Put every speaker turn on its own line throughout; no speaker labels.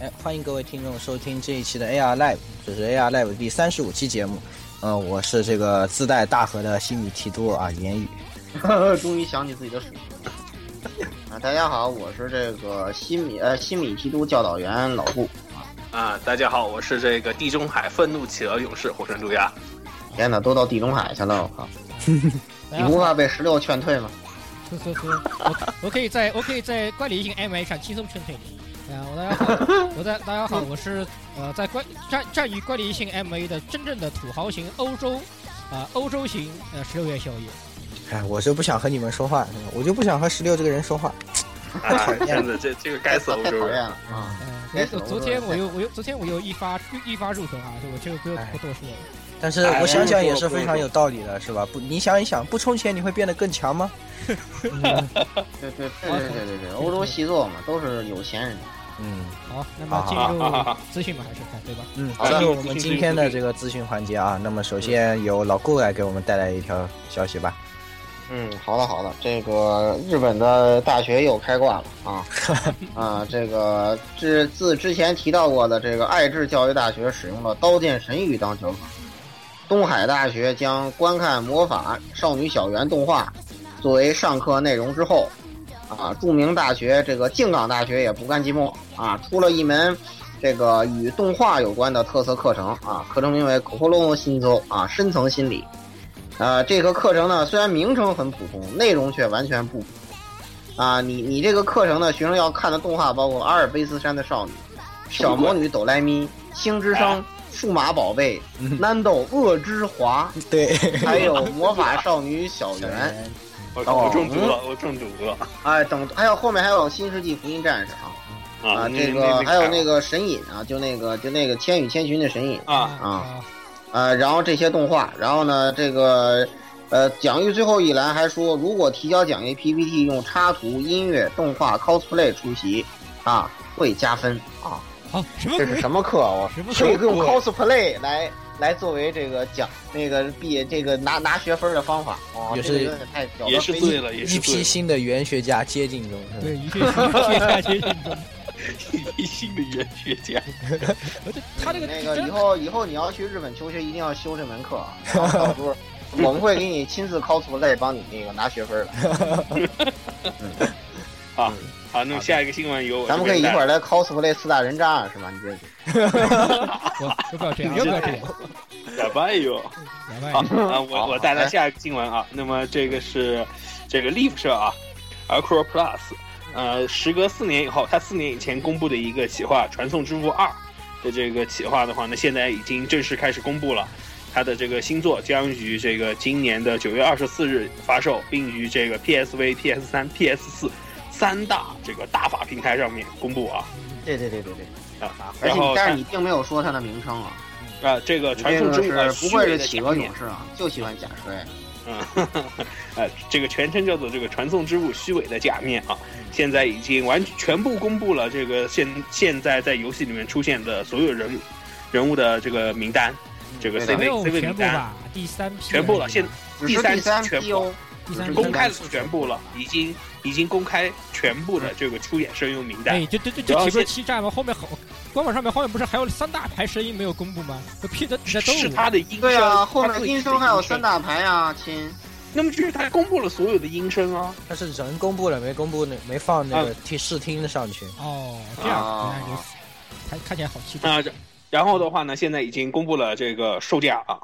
哎，欢迎各位听众收听这一期的 AR Live，这是 AR Live 第三十五期节目。嗯、我是这个自带大河的西米提多啊，言语。
终于想起自己的属性了啊！大家好，我是这个西米呃西米提督教导员老顾。
啊，大家好，我是这个地中海愤怒企鹅勇士火神杜鸦。
天哪，都到地中海去了，我靠！你不怕被石榴劝退吗？
出出 出！我我可以在我可以在怪理性 M A 上轻松劝退你。哎呀，我大家 好，我在大家好，我是呃在怪战战于怪理性 M A 的真正的土豪型欧洲啊、欧洲型呃十六夜宵夜。
哎，我就不想和你们说话，真的我就不想和石榴这个人说话。
啊， 真的，这这个该死欧
太
洲
讨厌
人。
了啊！
嗯、
哎
昨昨天我又我又昨天我又一发一发入坑啊，就我这个不
哎
用不多说了。
但是我想想也是非常有道理的，是吧？不，你想一想，不充钱你会变得更强吗？
嗯
嗯
对对对对对对对，欧洲细作嘛，都是有钱人。
嗯
好，那么进入资讯吧，还是看对吧？
嗯，
好
进
的
入我们今天的这个资讯环节啊。那么首先由老顾来给我们带来一条消息吧。
嗯，好了好了，这个日本的大学又开挂了 啊啊！这个自自之前提到过的这个爱知教育大学使用了刀剑神域当教科，东海大学将观看魔法少女小圆动画作为上课内容之后，啊，著名大学这个静冈大学也不甘寂寞啊，出了一门这个与动画有关的特色课程啊，课程名为 “Kokoro no s i n o 啊，深层心理。呃，这个课程呢，虽然名称很普通，内容却完全不普通。啊，你你这个课程呢，学生要看的动画包括《阿尔卑斯山的少女》、《小魔女哆来咪》、《星之声》、《哎嗯数码宝贝》、《南斗恶之 华
对，》，
还有《魔法少女小圆》
我
哦
我中毒了，我中毒了
哎，等还有后面还有《新世纪福音战士》啊
啊！
啊，
那
这个还有那
个
个神隐啊，就那个就那个《千与千寻》的神隐，
啊，
啊呃，然后这些动画，然后呢，这个，呃，讲义最后一栏还说，如果提交讲义 PPT 用插图、音乐、动画、cosplay 出席，啊，会加分啊。
好，什 么
这
鬼？
是什么课啊？
什么
可以
鬼
用 cosplay 来来作为这个讲那个毕业这个拿拿学分的方法啊，
也
这个
是
有点太屌
也
了
是
非
醉了，也
一
是醉
批新的元学家接近中，是吧
对，一切一切下 去。
了，一批新的元学家。
他这个
那个
真
以后以后你要去日本求学，一定要修这门课 啊。然后到时候我们会给你亲自 cosplay 帮你那个拿学分的。
好，那么下一个新闻由我
咱们可以一
这边
块儿来 cosplay 四大人渣啊，是吧？你这
嗯
我我不要这样，不要这样，
带来吧哟。
两万
好啊，我
好
我带来
哎
下一个新闻啊。那么这个是这个 Leaf 社啊 a c r o Plus，呃，时隔四年以后，它四年以前公布的一个企划《传送之父二》的这个企划的话呢，现在已经正式开始公布了。它的这个新作将于这个今年的九月二十四日发售，并于这个 PSV、PS 三、PS 四三大这个大法平台上面公布啊
对对对对对。
啊！
而且
然
你
后
但是你并没有说它的名称啊，
它啊，这个
你
传
这
送
个
之父呃
是不
虚
会
伪
是
的
企
假
鹅
面
勇士啊，就喜欢假摔。
嗯，呃，这个全称叫做这个传送之物虚伪的假面啊，现在已经完全部公布了这个现现在在游戏里面出现的所有人物人物的这个这个名单，这个
嗯对的
CV
没有
CV
全
名
部
单
吧？第三批
全部了，现
只
第
是
三
第三
期全部
P O，
第三批
公开了全部了，
嗯
已经已经公开全部的这个出演声优名单
哎，这这这这岂不是欺诈吗？后面好，官网上面后面不是还有三大牌声音没有公布吗？这屁的这都
是他的音
对啊，
声，
后面
他自己
音
的
声还有三，大牌啊，亲。
那么就是他公布了所有的音声啊，
他是人公布了，没公布那没放那个
嗯
听试听上去。
哦，这样原来如此，看看起来好欺诈。
啊，然然后的话呢，现在已经公布了这个售价啊，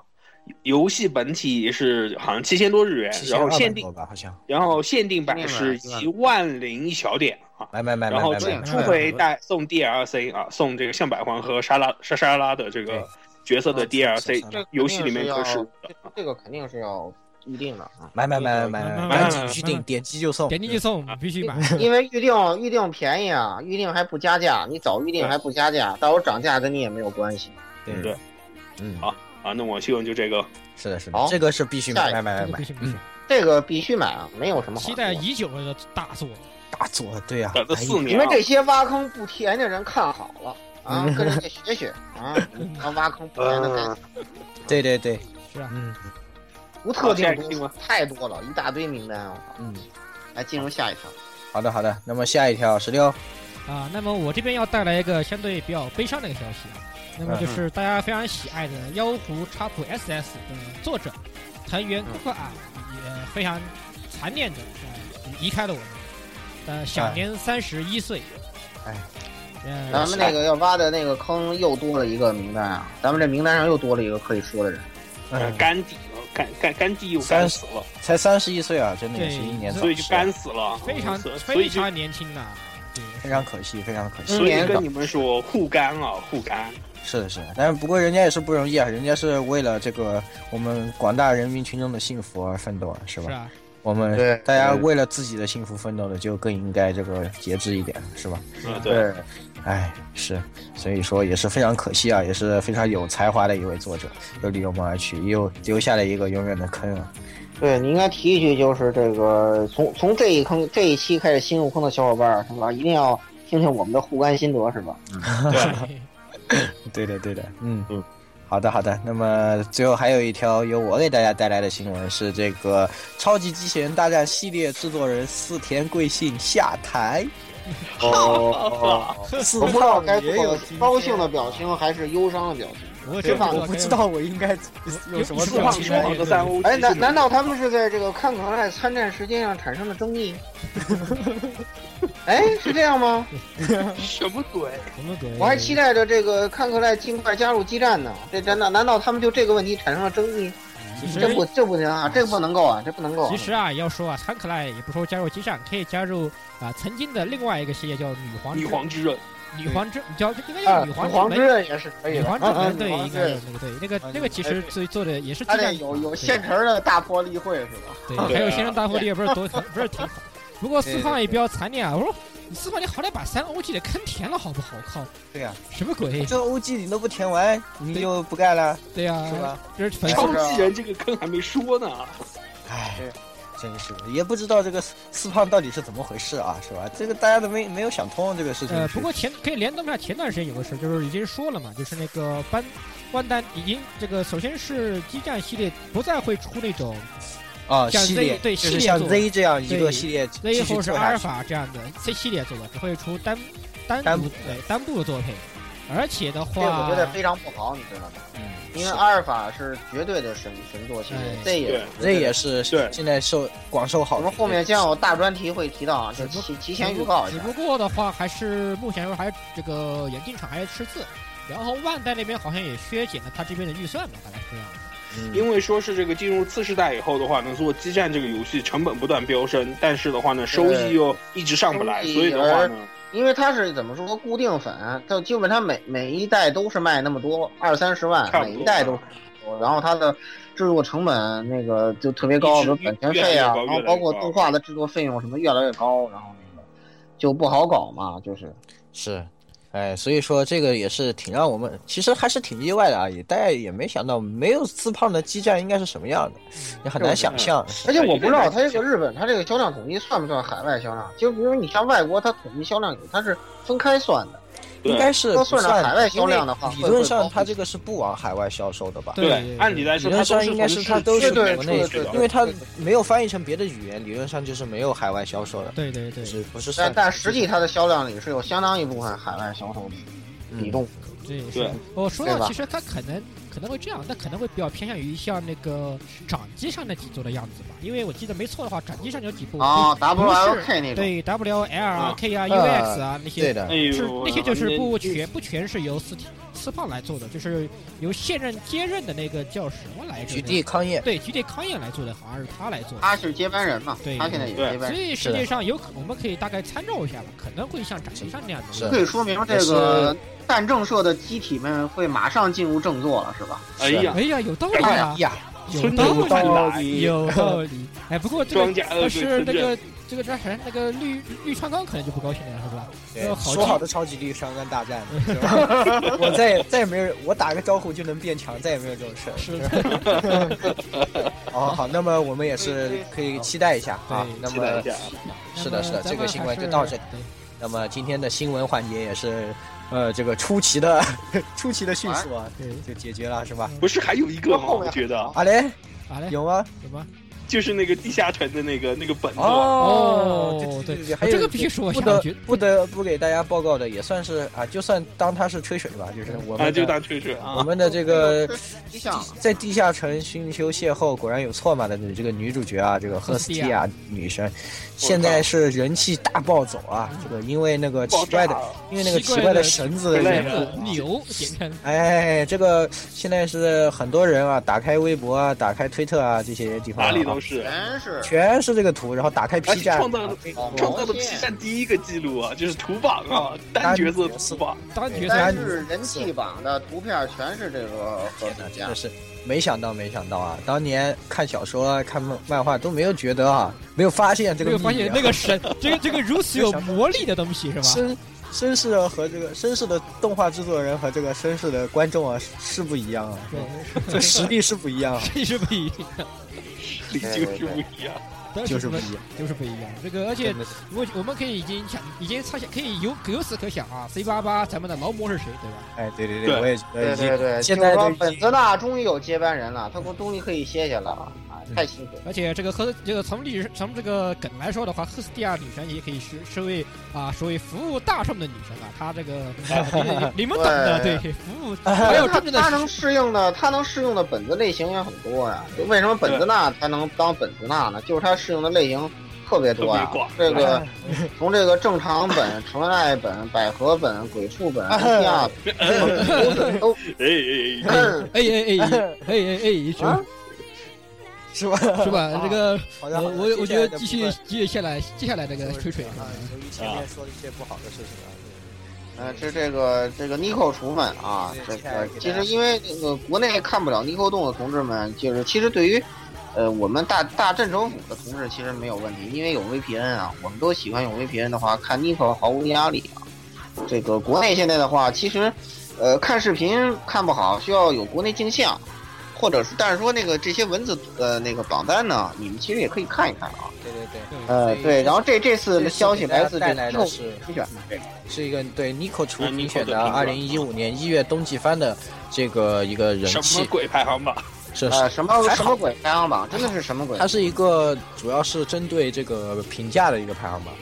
游戏本体是好像七千多日元，然后限
200
定，
多吧，好像
然后限定版是
限
一万零一小点啊，
买买买
然
买
后
买
出
买，
初回带送 DLC 啊，送这个象百环和沙拉沙沙拉的这
对
个角色的
嗯是
DLC，
是
这
游戏里面可
肯定
是
是要这这个肯定是要预定的 啊，
买买买买
嗯
买买，赶紧预定，点击就送。
点进去送，
啊
必须买。
因为预定预定便宜啊，预定还不加价，你早预定还不加价，到时候涨价跟你也没有关系。
对
对，
嗯，
啊，那我希望就这个
是的，是的
好，
这个是必须买买买
哎
这
嗯
买嗯
个必
买，
须必须。
这个必须买啊，没有什么好
期
说
待
的。
已久的大作，
大作，对哎呀，
等了四
你
年
们
啊，
这些挖坑不填的人看好 了啊
嗯，
跟人家学学啊，他挖坑不填的
嗯
干
对对对，
是啊
嗯
无特定
好下一个
东
新
西
闻
太多了，一大堆名单啊。
嗯，
来进入下一条，
好的好的，那么下一条十六，
啊。那么我这边要带来一个相对比较悲伤的一个消息，啊那么
嗯
就是大家非常喜爱的妖狐插谱 SS 的作者藤原
嗯
库克啊，也非常残念的离开了我们，呃，享年三十一岁。
哎，
呃
咱，们那个要挖的那个坑又多了一个名单啊，咱们这名单上又多了一个可以说的人。
呃
嗯
甘地，甘甘甘地又干死了，
才三十一岁啊，真的也是一年早
所以就
逝啊
干死了，
非常
所以所
非
以就
常年轻呐，对，
非常可惜，非常可惜。
所以
年
跟你们说护肝啊，护肝。
是的，是的，但是不过人家也是不容易啊，人家是为了这个我们广大人民群众的幸福而奋斗啊，是吧？
是啊，
我们
对
大家
对
为了自己的幸福奋斗的，就更应该这个节制一点，是吧？
啊，对，
对，
哎，是，所以说也是非常可惜啊，也是非常有才华的一位作者，又离我们而去，又留下了一个永远的坑啊。
对你应该提一句，就是这个从从这一坑这一期开始新入坑的小伙伴儿，是吧？一定要听听我们的护肝心得，是吧？
对的，对的，嗯
嗯。
好的，好的。那么最后还有一条由我给大家带来的新闻是，这个《超级机器人大战》系列制作人四田贵幸下台。
哦，
四
我不知道该
也
做
有今天
高兴的表情还是忧伤的表情。
我
对
觉
吧？
得
我不知道我应该有什么啊
有
表
有
释
情
放出好
有
的三 O，
哎，难难道他们是在这个看可爱参战时间上产生了争议？哎，是这样吗？
什么鬼？
什么鬼？
我还期待着这个看可爱尽快加入激战呢。这难道难道他们就这个问题产生了争议？
其实
这不这不行啊，这不能够啊，这不能够啊。
其实啊，要说啊，参可赖也不说加入激战，可以加入啊曾经的另外一个系列叫女皇
女皇之刃，
女皇之，叫应该
啊
叫女皇
黄
之
之
门。
刃也是可以
女
的。
皇之
啊啊
门对，
女皇
应
之
该有
刃
那个对，那个那
哎
个其实最做的也是
他
激
得
战
有有
对
现成的大破例会是吧？
对，
对
还有
啊
《仙人大火力》也不是多不是挺好。不过四方也比较残念啊，我说你四方你好歹把三 OG 的坑填了好不好？靠，
对呀、
什么鬼？
这 OG 你都不填完，你就不干了，
对呀，
是？吧？
这是粉丝
超级人这个坑还没说呢，
唉，真是的，也不知道这个四四胖到底是怎么回事啊，是吧？这个大家都没没有想通这个事情。
呃，
是
不过前可以联动一下前段时间有个事儿，就是已经说了嘛，就是那个班万丹已经这个，首先是激战系列不再会出那种
啊，
像
系
Z-
列
对
就
系
是
列
像
作
Z 这样一
对
个系列继
Z
续做
或是阿
下
尔
去。
法这样的 C 系列作的，只会出单单
单
独
独
对单部的作品，而且的
这
话，
我觉得非常不好，你知道吗？
嗯，
因为
是
阿尔法是绝对的神神作系列
哎，
这也
这
是
也是
对
现在受广受好
我
评
们。后面将有大专题会提到啊，就
只不
提提前预告一
只
下
不。过的话，还是目前来说还是这个眼镜厂还是吃字，然后万代那边好像也削减了他这边的预算吧，大概是这样的。
嗯
因为说是这个进入次世代以后的话呢，做激战这个游戏成本不断飙升，但是的话呢，收益又一直上不来，
收益
所以的话呢，
因为它是怎么说固定粉，它基本它每每一代都是卖那么多二三十万，
差不
每
多
一代都是那么多，然后它的制作成本那个就特别高，
一
比
直
如版权费啊，
越来越
然
高
后包括
越来越高
动画的制作费用什么越来越高，然后那个就不好搞嘛，就是
是，哎，所以说这个也是挺让我们其实还是挺意外的啊，也大家也没想到没有自胖的基站应该是什么样的，也很难想象。哎
而且我不知道它
他
这个日本它这个销量统计算不算海外销量，就比如你像外国它统计销量它是分开算的，
应该是
要
不
算上
算
海外销量的话
因为
会
理论
会
上
高
它
一
这个是不往海外销售的吧？
对
对，按理来说
理论
它都
上
是
应该
从
是
市
它都
区
是
对对
国
对
内
对
去的，
对
因为它没有翻译成别的语言，理论上就是没有海外销售的，
对对对
就，是不是算
但但实际它的销量里是有相当一部分海外销售的比重。
这也是
对。
我哦说
对
到
吧
其实他可能可能会这样，但可能会比较偏向于像那个掌机上那几座的样子吧，因为我记得没错的话，掌机上有几部
哦，W
不是
L K 那种，
对 W L 啊
啊
K 啊
嗯
U X 啊
对
那些。
的
哎，呦
是，那些就是
那
不全不全是由四四胖来做的，就是由现任接任的那个叫什么来着？
举地抗业。
对，局地康彦来做的，好像是他来做的。
他是接班人嘛
对，
他现在也是接班
所
人。
以实际上有可，我们可以大概参照一下吧，可能会像展旗上那样
是
的。
可以说明这个战政社的机体们会马上进入正座了，是吧？
哎呀，
哎呀，有道理啊，
呀，
有
村
道
长
理，
来
有道 理。哎，不过这
庄
个
家呃
要
恶
是
棍
那
村镇
个这个叫啥？那个绿绿川刚可能就不高兴了，是吧？
对
呃好
说好
记
的超级绿商干大 战呢，是吧我再也再也没人，我打个招呼就能变强，再也没有这种事儿。
是，
哦，好，那么我们也是可以期待一下啊
对。
那
期待
么
一下，
是的，是的，
那么咱
这个
们
新
还
闻就是到这里。
对
那么今天的新闻环节也是，呃，这个出奇的 出奇的迅速啊，
对，
就解决了是吧？
不是还有一个吗？
后面
我觉得
啊嘞，
好嘞，
有吗？
有吗？
就是那个地下城的那个那个本子嘛。
哦，
哦
对
对
对，还
我
有
这个
一
必须说
不
一下，
得
啊我觉得
不得不给大家报告的，也算是啊，就算当它是吹水吧，就是我
啊，
们
就
的、
当吹水
我
啊，
们的这个
你想了，
在地下城寻求邂逅，果然有错嘛的这个女主角啊，这个赫斯蒂亚女神，现在是人气大暴走啊！这个因为那个奇
爆
怪
炸
的，
了！
因为那个
奇
奇
怪
怪
的
的绳子的
对
缘
人
故
子
啊
牛简称
哎，这个现在是很多人啊，打开微博啊，打开推特啊，这些地方、啊、
哪里都是。
全是
全是这个图，然后打开
而
P
且
站
创，造了
哦
创造了 P 站第一个记录啊，就是图榜啊，单角色图榜。
当角
哎
色
但是人气榜的图片全是这个核
啊
子
真
家
的，是没想到，没想到啊！当年看小说、啊看漫漫画都没有觉得啊，没有发现这
没
个
有
秘密啊
发现那个神，这个这个如此有魔力的东西是吧？
绅绅士和这个绅士的动画制作人和这个绅士的观众啊是是不一样啊，这
对，
实力是不一样啊，
这是不一样，
里就是不一样。
但
就是是
不
不
一
一样。
就是不一样。这个而且
真的是
我我们可以已经想，已经猜想，可以由由此可想啊，C 八八咱们的劳模是谁，对吧？
哎，对对
对
我也觉得
对
已经
对对，
现在
就是
都
说
已
本
经
泽纳终于有接班人了，他不终于可以歇歇了啊，太辛苦了。
而且这个赫这个从历史从这个梗来说的话，赫斯蒂亚女神也可以是是位啊，属于服务大众的女神啊。她这个你你们懂的，对
对
服务
哎
还有
他
真正的
他能适应的，他能适应的本子类型也很多呀、就为什么本子纳他能当本子纳呢？就是他适应的类型特别多呀、
特别广哎
这个从这个正常本、纯爱本、百合本、鬼畜 本、哎地下本都
哎哎哎，
嗯
哎哎哎哎哎哎，是吧
啊
是吧？
是吧？这个
好
我
像好
我
像
我
接下来
觉
的
得继
部
续
分
继续下来接下来这个
就是
吹水
啊，由于前面说了一些不好的事情啊，
呃，这这个这个 Nico 厨们啊，这个其实因为这个国内看不了 Nico 动的同志们，就是其实对于呃我们大大镇政府的同志其实没有问题，因为有 VPN 啊，我们都喜欢用 VPN 的话，看 Nico 毫无压力啊。这个国内现在的话，其实呃看视频看不好，需要有国内镜像，或者是但是说那个这些文字呃那个榜单呢，你们其实也可以看一看啊。
对对对。
呃，对，然后这这
这
次
次
的消息
给大家
来自
带
这
来
个
的
肉
是
评选，对
是一个对 Nico 厨
嗯，Nico
评选
的
的二零
评
一五年一月冬季番的这个一个人
什么
气，
鬼啊排行榜？
这是
呃，什么
还好
什么鬼排行榜，真的是什么鬼
它？是一个主要是针对这个评价的一个排行榜，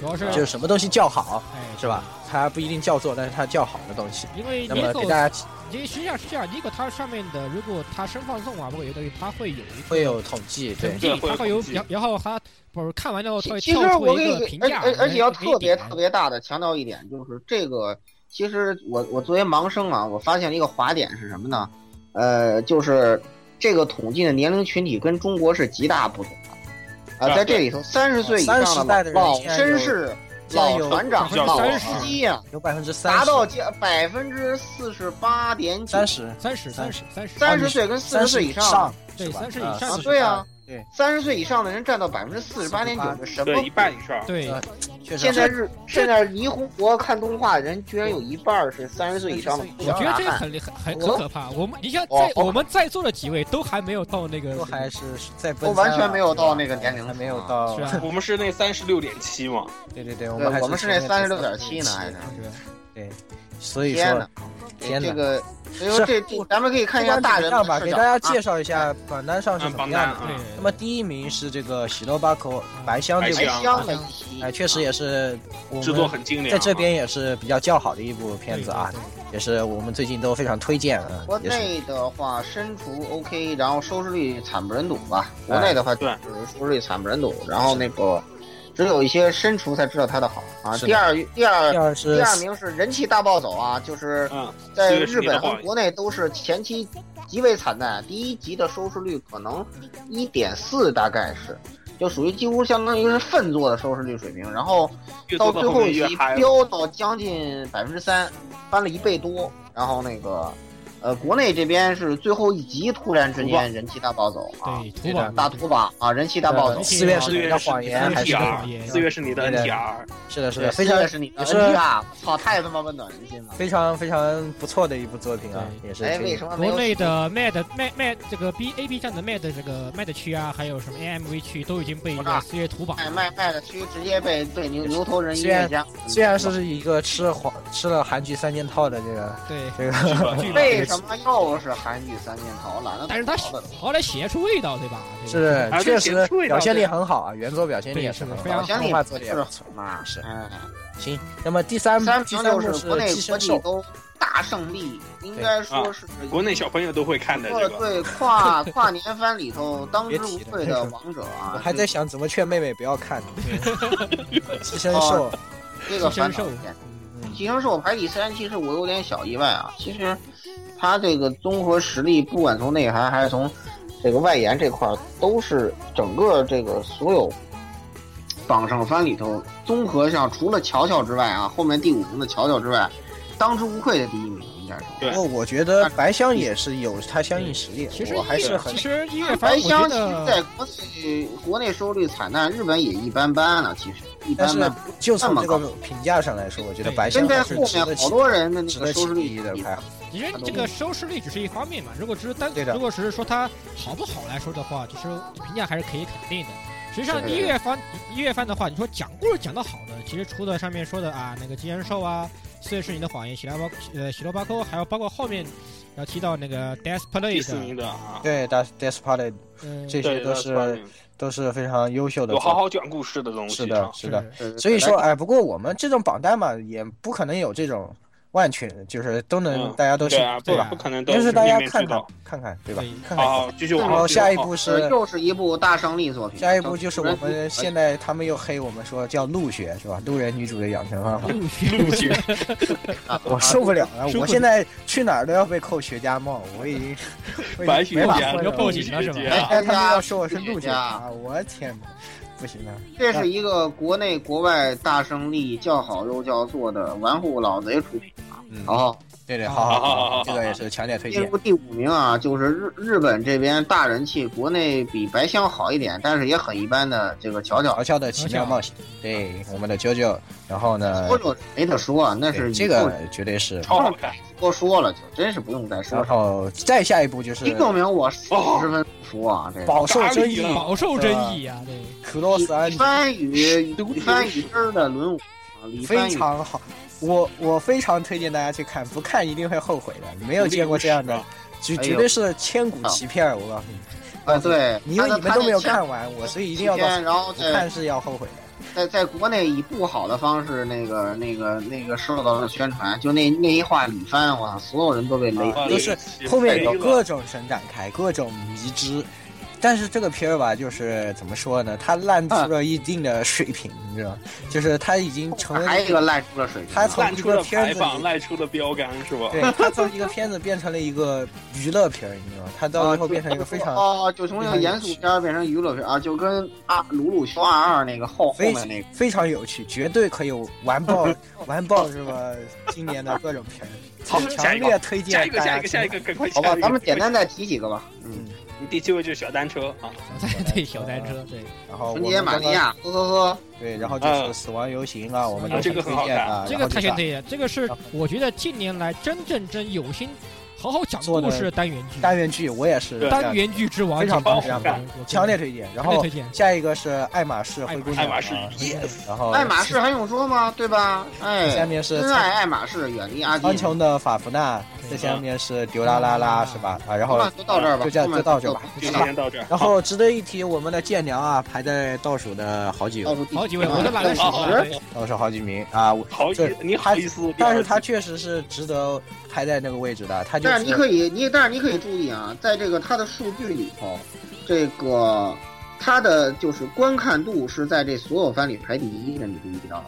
主要是啊
就是什么东西叫好
哎
是吧？？它不一定叫做，但是它叫好的东西。
因为
那么
Nico
给大家
因为实际上是这样，如果它上面的，如果它生放送啊，或者有的，它会有一个
会有统计，对
统计，
对
它会有
会有统计
然然后它不是看完之后，它会
其实
跳
我
出
跟
一
你
个评
而
价，
而而且要
然后你
特别
可以点
特别大的强调一点，就是这个，其实我我作为盲生啊，我发现了一个滑点是什么呢？呃，就是这个统计的年龄群体跟中国是极大不同的。啊、
啊
在这里头，三十岁以
30
上
代的
的
人
老
竟然有
绅士、
竟然
老
有
船长、
叫
老
做
司机呀、
有百分之啊三
达到百分之四十八点九
三，十
三十三十三十
三十岁跟四十岁以
以
上的，
对
是吧
三十以
啊
上
啊
是，
对啊，
对，
三十岁以上的人占到百分之四十八点九，什么
对，一半以上。
对
呃确实
现在日现在霓虹国看动画的人，居然有一半儿是三十岁以上的。
我觉得这个很很很很
啊我
可怕。我们你像
哦
在我们在座的几位都还没有到那个
都还是在奔
都完
三
全
了
没有
对吧
到那个年龄
还没有
层啊
到
是，啊，
我们是那三十六点七嘛，
对对对，我
对
们还
我们是那
前面的
36.7呢还是
所以
天
说
哪，，
天
这
哪。
个，所以说这这咱们可以看一下大
这
人的
样吧，
视
给
角
大家
啊
介绍一下榜单上是怎
嗯，
么
榜
样
单
的。
对
啊，，
那么第一名是这个喜多巴口白香这
白
部，
香的一期，
哎，确实也是我们
制作很精良啊。
在这边也是比较较好的一部片子啊
对，，
也是我们最近都非常推荐啊
国，
也是
内的话，身厨 OK，然后收视率惨不忍睹吧。
哎
国内的话，
对
就是收视率惨不忍睹。然后那个，只有一些身厨才知道它的好啊。
是的
第二，第二
第，二
呃
第
是
二名是人气大暴走啊，就是
嗯，
在日本和国内都是前期极为惨淡，第一集的收视率可能一点四，大概是，就属于几乎相当于是粪作的收视率水平。然后
越
到
做到
最
后
后
面
一
越
集
嗨了。
飙到将近百分之三，翻了一倍多。然后那个，呃，国内这边是最后一集突然之间人气大暴走啊，
对
对图
的
榜
大图榜啊，人气大暴
呃
走。
对
四月
是
是
四
你
月
的
是
谎
你
言
的
还是
这个
NTR，四月是你
对
的
的
NTR，
是的，是
对
的，非
这
常
个是你的
也是
NT 啊！操，太他妈温暖人心了。
非常非常不错的一部作品啊，也是
哎，
推
为
荐
什么没有
国内的 Mad Mad Mad 这个 B A B 站的 Mad 这个 Mad 区啊，还有什么 A M V 区都已经被一个四月图榜
卖卖卖的区直接被被牛牛头人音
虽然
乐家，
虽然说是一个吃黄吃了韩剧三件套的这个
对
这
是
个
吧
剧
为什么又是韩剧三件套？懒得
但是他
吐槽了
好歹写出味道，对吧？这个
是
啊
确
这
实
写出味道
表现力很好啊，原作表现力
对
也
是的
很
非
好啊
好
常
像
动
也
画
不
做的
是
也不错。
很嘛，
是
哎，
行，那么第三
三
第
平
三
就
部
是国内
寄生
国际
兽，
都大胜利，应该说是
啊国内小朋友都会看的
对
这个。
对 跨跨年番里头当之无愧
别提了
的王者
我
啊！
还在想怎么劝妹妹不要看呢 寄生兽，
哦这个
寄生
烦恼
兽
一点。
嗯
寄生兽排第三，其实我有点小意外啊。其实他这个综合实力，不管从内涵还是从这个外延这块儿，都是整个这个所有榜上番里头综合上，除了乔乔之外啊，后面第五名的乔乔之外，当之无愧的第一名，应该说。
对
不过我觉得白香也是有它相应实力
其实
的，我还
音
是
乐
很
其实音乐
白
番我觉
香其实
得
在国内国内收视率惨淡，日本也一般般了，其实一
但
般
是
般。
就从这个评价上来说，我觉得白
现
香
在
还
后
是值得
面
期
好多人的那
值
个
得
收视
期
率
一的排行。
其实这个收视率只是一方面嘛，如果只是单
对的
如果只是说它好不好来说的话，就是评价还是可以肯定的。实际
是
上
的
音乐番音乐番的话，你说讲故事讲得好的，其实除了上面说的啊那个《寄生兽》啊，《四月是你的谎言》、《喜拉巴》呃《喜罗巴扣》，还有包括后面要提到那个《Death
第
Play》
四名
的，
的啊，
对，Death Death Party
嗯，
这
对
些都是都是非常优秀的
有好
作
好讲故事的东
品，
西。
是的，是的。。
是
所以
本
说，
来
哎，不过我们这种榜单嘛，也不可能有这种万全，就是都能
嗯
大家都是
对啊，不
对
吧
不？可能都
就是大家
面面
看
知
看
道。
看看，对吧
对？
看看。
好，继续往
然
后
后
继续
下一
往后
步
是
是
又是一部大胜利作品。
下一步就是我们现
在
在他们又黑我们说叫陆学是吧？路人女主的养成方法，
陆续
陆续
我受不了了
受不！了
我现在去哪儿都要被扣学家帽，我已 经我已
白
经
雪
没法
家
混
要
了。
报警了是吧
哎
哎，他们要说我是陆学家，我天哪，不行啊！
这是一个国内国外大胜利叫好又叫座的玩户老贼出品啊，
嗯
然后
对对，
啊
好好好，
好
好这个也是强烈推
进
荐。
入第五名啊，就是日日本这边大人气，国内比白香好一点，但是也很一般的这个乔乔，
乔乔的奇妙冒险，对我们的啾啾，然后呢
乔，乔没得说啊，那
呃对
是
这
以后
个绝对是。
超好看，
多说了就真是不用再说
然
了。
后再下一步就是
第六名我十
哦
分不服啊，这个
饱受争议，
饱受争议啊，对，
克罗斯安
李
吉
帆与李帆与真儿的轮舞啊，李
非
帆与
常好，我我非常推荐大家去看，不看一定会后悔的。没有见过这样的，绝
哎呦
绝对是千古奇片儿，我告诉你。
啊，对，
因为
他
你
的
们都没有，
他
看完，我所以一定要
那
告诉
天
你，
然后
不
在
看是要后悔的。
在在国内以不好的方式那个那个那个受到了宣传，就那那一话李帆，我操，所有人都被雷
啊
哇
都
这
是
个戏
后面有
飞了
各种神展开，各种迷之。但是这个片儿吧，就是怎么说呢？它烂
嗯
出了一定的水平，你知道吗，就是它已经成为
还有一个烂出了水平啊。
他从
烂出了排
一个片子
榜，
里
烂出了标杆，是吧？
对它从一个片子变成了一个娱乐片儿，你知道吗？它
啊
到最后变成一个非常
啊哦，就从一个严肃片儿变成娱乐片儿啊，就跟啊鲁鲁修二二那个后后
非
面那个
非常有趣，绝对可以完爆完爆什么今年的各种片儿，
好下
强
一个
烈推荐
下一个，
大
下
家
一个，
去
下一个，赶快下
好吧，
一个。
咱们简单再提几个吧。嗯，
第七位就是小单车啊，
小单对小单车，对，
然后我
纯
们
洁玛利亚，呵呵呵，
对，然后就是《死亡游行》啊，我们
啊
都
这
嗯个
推
很好
荐啊，
这
然
个
后就
太选
是
对了，这个是我觉得近年来真正真有心好好讲故事的单元剧，
单元剧，我也是
对
这样
单元剧之王，
非常棒
简直
非常
我我
强烈推荐。然
强烈
后
推荐哎
下一个是爱马仕灰姑娘啊，
爱马仕
然后
爱马仕还用说吗？对吧？
下
哎，
面是
真爱爱马仕，远离阿基
苍。穹的法芙娜，
对
这下面是丢啦啦
嗯
啦，是吧？啊，然后
那就到这儿吧，
就这样
后面
就到这儿吧
就先到这儿。
然后值得一提，我们的剑娘啊，排在倒数的好几
倒数第
好几位我都
啊
懒得数 了，对
倒数好几名啊。我
好意
这，
你好意思？
但是她确实是值得排在那个位置的，她就
但是啊你
是
可以，你但是你可以注意啊，在这个它的数据里头，这个它的就是观看度是在这所有番里排第一的，你注意到了，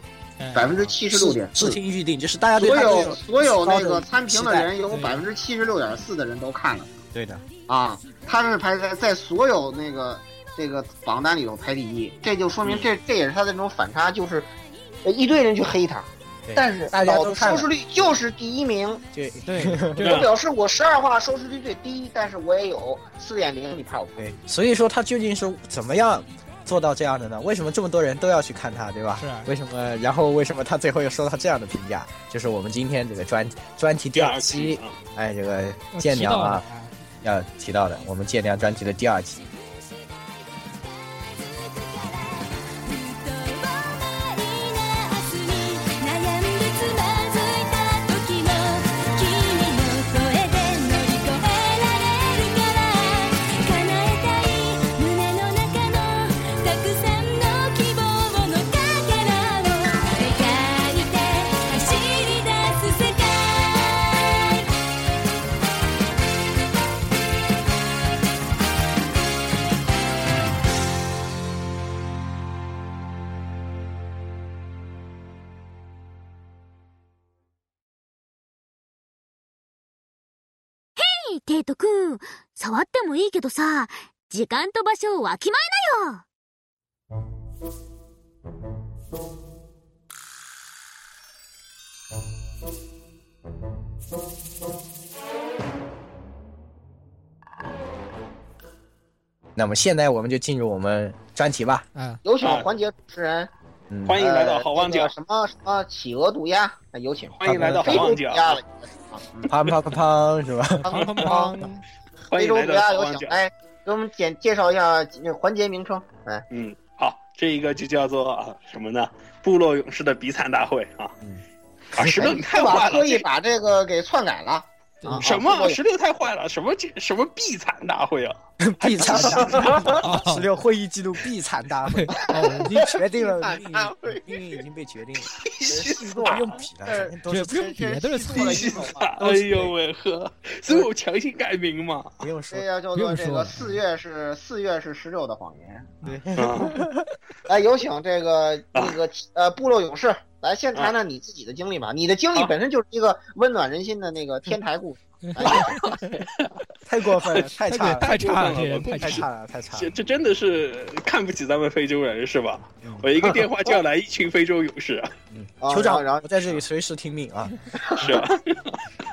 百
嗯
啊
分之七十六点
视
四。
听预定，哎就是大家对
所
她都
有所有那个参评的人，有
嗯
期待
百分之七十六点四的人都看了
对的，
啊，它是排在在所有那个这个榜单里头排第一，这就
嗯
说明这这也是它的那种反差，就是呃一堆人去黑它
对，
但是
大家都
老子
看
收
了
视率就是第一名，
对
对对
我表示我十二话收视率最低，但是我也有四点零，你怕我？
对，所以说她究竟是怎么样做到这样的呢？为什么这么多人都要去看她，对吧？
是啊
为什么？然后为什么她最后又收到这样的评价？就是我们今天这个专专题第二期，
啊，
哎，这个
我
剑
提
娘
到了
啊，要提到的，我们剑娘专题的第二期。
ふと思い出すに悩んでつまずいた時の君の声で目テイトくん、触ってもいいけどさ、時間と場所をわきまえなよ
那么现在我们就进入我们专题吧。
啊，
有请环节主持人，
嗯，
欢迎来到
呃
好望
这
角
个，什么什么企鹅毒鸭，哎有请。
欢迎来到好
非洲
望
毒
角，啊
鸭了，
砰砰砰砰，是吧？
砰砰砰，
欢
非
迎
洲
来
毒
到
鸭
好
有
望
请
角。
来给我们简介绍一下这环节名称。哎来，
嗯，好，这一个就叫做啊什么呢？部落勇士的比惨大会啊
嗯！
啊，石榴你太
哎
坏
把
了
特，意把这个给篡改了。
这
啊
什
部落
么
勇
石榴太坏了，什么这什么必惨大会啊？
必惨大会，
哦
十六会议记录必惨大会，
哦，
已经决定了，命
必惨大会
运命运已经被决定了，
必
不用比了，反正都
这
是
不用比了，都是
这
错
这
了。
须惨！哎呦喂呵，所以我强行改名嘛。
不用说
这。要叫
不
做
用
这
说
个
了
四月是四月是十六的谎言。
啊，
来，哎有请这个那个呃部落勇士来，先谈谈你自己的经历吧。你的经历
啊
本身就是一个温暖人心的那个天台故事。来
太过 分了，太差了，
太差了，这人
太
太
太差
差
了。
了，太差
这
了。
这真的是看不起咱们非洲人是吧
嗯？
我一个电话叫来一群非洲勇士啊，
嗯
啊
酋长，
然后
我在这里随时听命啊！
是吧？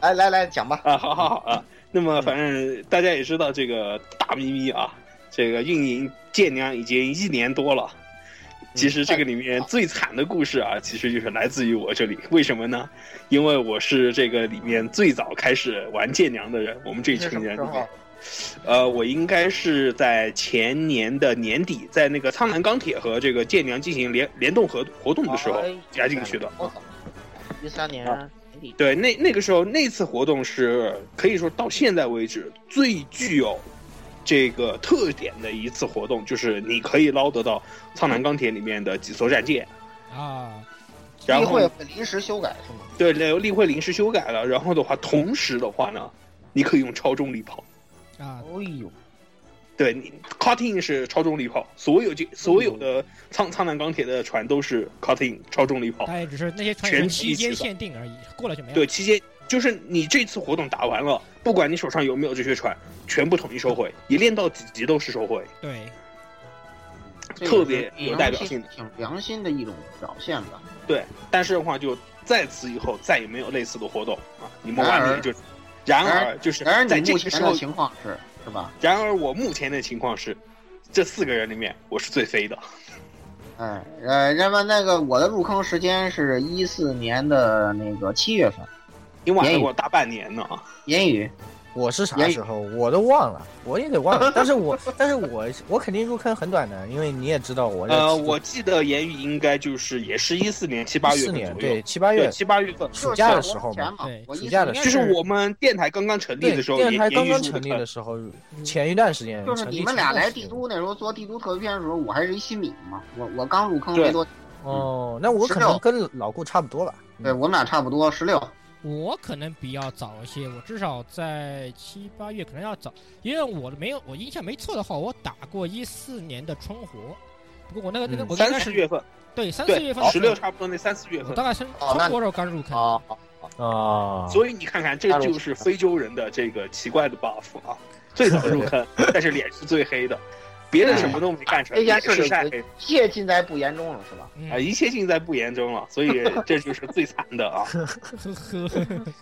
来来来讲吧。
啊，好好好啊。那
嗯
么反正大家也知道这个大咪咪啊，这个运营建娘已经一年多了。
嗯
其实这个里面最惨的故事啊，其实就是来自于我这里。为什么呢？因为我是这个里面最早开始玩建娘的人。我们这一
你是
群
什么
人
时
里
候
面，？呃，我应该是在前年的年底，在那个苍蓝钢铁和这个建娘进行联联动合活动的时候
哎
加进去的。
我操，一三年
啊
年底
对，那那个时候那次活动是可以说到现在为止最具有这个特点的一次活动，就是你可以捞得到苍蓝钢铁里面的几艘战舰，
啊，
然
例会
后
会临时修改是吗？
对例例会临时修改了，然后的话，同时的话呢，你可以用超重力炮，
啊，
哎呦，
对你 cutting 是超重力炮，所有这所有
嗯
的苍苍蓝钢铁的船都是 cutting 超重力炮，
大家只是那些船
全
员
期
期
一起
间
的
限定而已，过了就没有。
对，期间就是你这次活动打完了，不管你手上有没有这些船，全部统一收回，你练到几级都是收回。
对，
这
特
也
别
是
有代表性的
良心挺良心的一种表现吧。
但是的话，就在此以后再也没有类似的活动啊！你们
然而
外面就，然
然
而就是
然而
在
你
这
目
个
前
时
的
候，
情况是是吧？
然而我目前的情况是，这四个人里面我是最飞的，
哎，呃，那么那个我的入坑时间是一四年的那个七月份，
因
哎
为还
言语
有我大半年呢啊！
言语
我是啥时候我都忘了，我也得忘了。但是我，但是我，我肯定入坑很短的，因为你也知道我这
呃，我记得言语应该就是也是一四年七八月
四
份
年
左
对
右，
七八
对
月
七八月份，
暑假的时候
就是
嘛
我，前
对
我
暑
一
假
四
的
年
时
就是
候
我们电台刚刚成立
对
的时候，
电
言
台
言
刚
语
刚
入
成立
坑
的时候，前一段时间
就是
成立
你
前
们俩
一段
来
时
帝
间
都那时候做帝都特别篇的时候，我还是一新米嘛，我我刚入坑
对
没多，
哦，那我可
16
能跟老顾差不多吧。
对我们俩差不多十六。
我可能比较早一些，我至少在七八月可能要早，因为我没有我印象没错的话，我打过一四年的春活，不过我那个那个
嗯
我应
三
该
四
是
月份，
对三四
对
月份的，时
十
候
六差不多那三四月
我
份，
大概是
哦那
春活时候刚入坑，
哦，
啊，
所以你看看，这就是非洲人的这个奇怪的 buff 啊，最早入坑，但是脸是最黑的，别的什么都没干
哎
成，
这件
脸
事
是晒
情
嗯
黑
一切尽在不言中了，是吧？
啊，
嗯，
一切尽在不言中了，所 以这就是最惨的啊。
呵呵，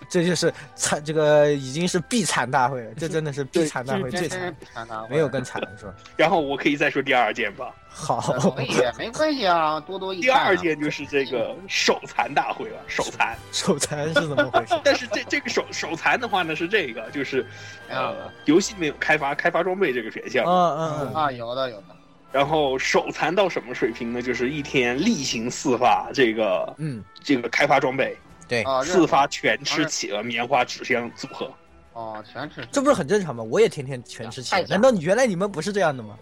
这就是惨，这个已经是必惨大会了，这真的是必惨大会最
对
真是
惨，
不惨啊！
没有更惨的是吧？
然后我可以再说第二件吧，
好，
可以，没关系啊，多多益
第
善啊。
二件就是这个手残大会了，手残。
手残是怎么回 事？
但是这这个手手残的话呢，是这个就是，呃
哎
啊，
游戏里面有开发开发装备这个选项，
嗯嗯
啊，有的有的，
然后手残到什么水平呢？就是一天例行四发这个
嗯，
这个开发装备，
哎
啊，
四
发
发全吃企鹅棉花纸箱组 合，
哦，全吃，
这不是很正常吗？我也天天全吃
啊太
钱，
假
难道你原来你们不是这样的吗？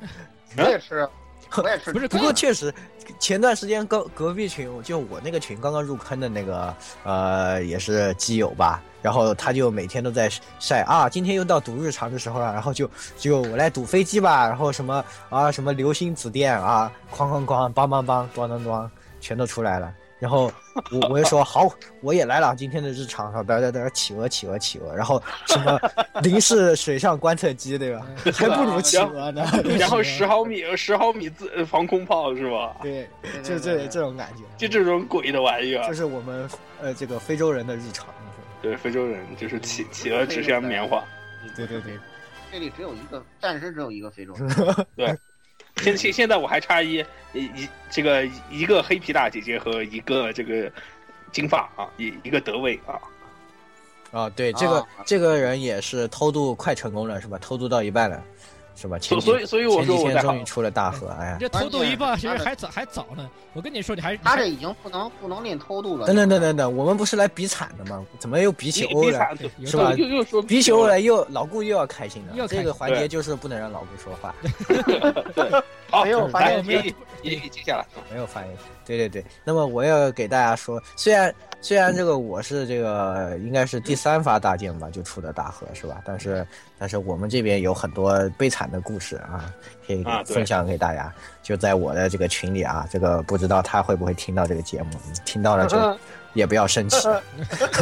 我
嗯
也吃， 我也吃。
不是啊
不
不
过
过
确实，前段时间隔隔壁群，就我那个群刚刚入坑的那个，呃，也是基友吧，然后他就每天都在晒啊，今天又到赌日常的时候了，啊然后就就我来赌飞机吧，然后什么啊什么流星紫电啊，哐哐哐，梆梆梆，咣当当，全都出来了。然后我我就说好，我也来了，今天的日常上，哒哒哒，企鹅企鹅企鹅，然后什么 零式水上观测机，对吧？还不如企鹅呢。
然后十毫米十毫米自呃防空炮是吧？
对，
对
就
对
这
对
这种感觉，
就这种鬼的玩意
这
儿，
是我们呃这个非洲人的日常。
对非洲人就是企
嗯
企鹅只像棉花。
对对对，
这里只有一个，暂时只有一个 非洲人。
现现现在我还差一一一这个一个黑皮大姐姐和一个这个金发啊，一一个德位啊，
啊对，这个
啊
这个人也是偷渡快成功了是吧？偷渡到一半了，是吧？前
所
几
所以所
前
以我说
几
我
天
在
终于
杭嗯
出了大河，哎呀
你。这偷渡一棒，其实还早还早呢。我跟你说，你还
他这已经不能不能练偷渡了。
等等等等等，我们不是来比惨的吗？怎么又比起
比
欧
比
来？
惨
有
啊是吧
又又说
比起欧来又老顾又要开心
又
了。
开
这
心
个环节就是不能让老顾说话，
好，
没有发
来
现
接接接接下来，
没有发言。对对对，那么我要给大家说，虽然虽然这个我是这个应该是第三发大剑吧，就出的大河是吧？但是但是我们这边有很多悲惨的故事啊，可以
啊对
分享给大家，就在我的这个群里啊。这个不知道他会不会听到这个节目，听到了就也不要生气。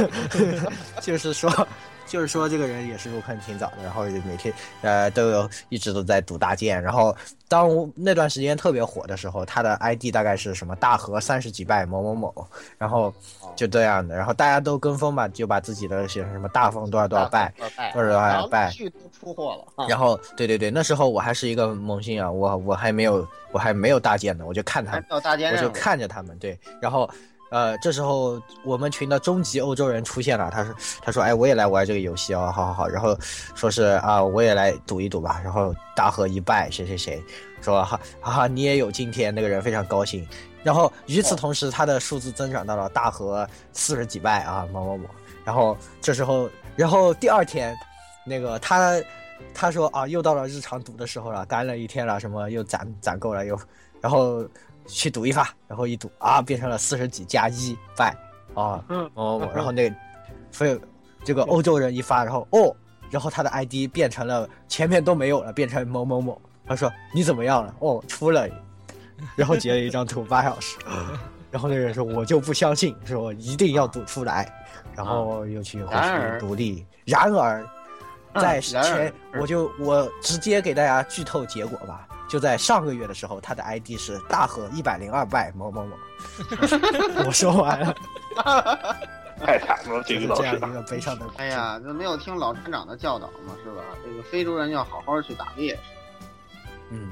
就是说，就是说，这个人也是入坑挺早的，然后每天呃都有一直都在赌大剑。然后当我那段时间特别火的时候，他的 ID 大概是什么大河三十几败某某某，然后就这样的，然后大家都跟风嘛，就把自己的写成什么大风多少多少败，
多少拜，
多少多
然
少
后
败
陆，续都出货了啊。
然后对对对，那时候我还是一个萌新啊，我我还没有我还没有大剑呢，我就看他
还
们
没。有大街
我就
上，
看着他们，对，然后，呃，这时候我们群的终极欧洲人出现了，他说，他说，哎，我也来玩这个游戏哦，好好好，然后说是啊，我也来赌一赌吧，然后大河一拜，谁谁谁，说哈哈哈，你也有今天，那个人非常高兴，然后与此同时，他的数字增长到了大河四十几败啊，某某某，然后这时候，然后第二天，那个他。他说啊，又到了日常赌的时候了，干了一天了，什么又攒攒够了，又然后去赌一发，然后一赌啊，变成了四十几加一败啊，
嗯
哦，哦然后那个非这个欧洲人一发，然后哦，然后他的 ID 变成了前面都没有了，变成某某某，他说你怎么样了？哦，出了，然后截了一张图八小 时，然后那个人说我就不相信，说一定要赌出来，然后又去回
啊然而
去独立，然而。在
然而
前，我就我直接给大家剧透结果吧。就在上个月的时候，他的 ID 是大河一百零二败某某 某。我说完了，
太惨了，
就
这个
是
老
这样
师
一。个悲伤的故事。
哎呀，这没有听老船长的教导嘛，是吧？这个非洲人要好好去打猎。
嗯，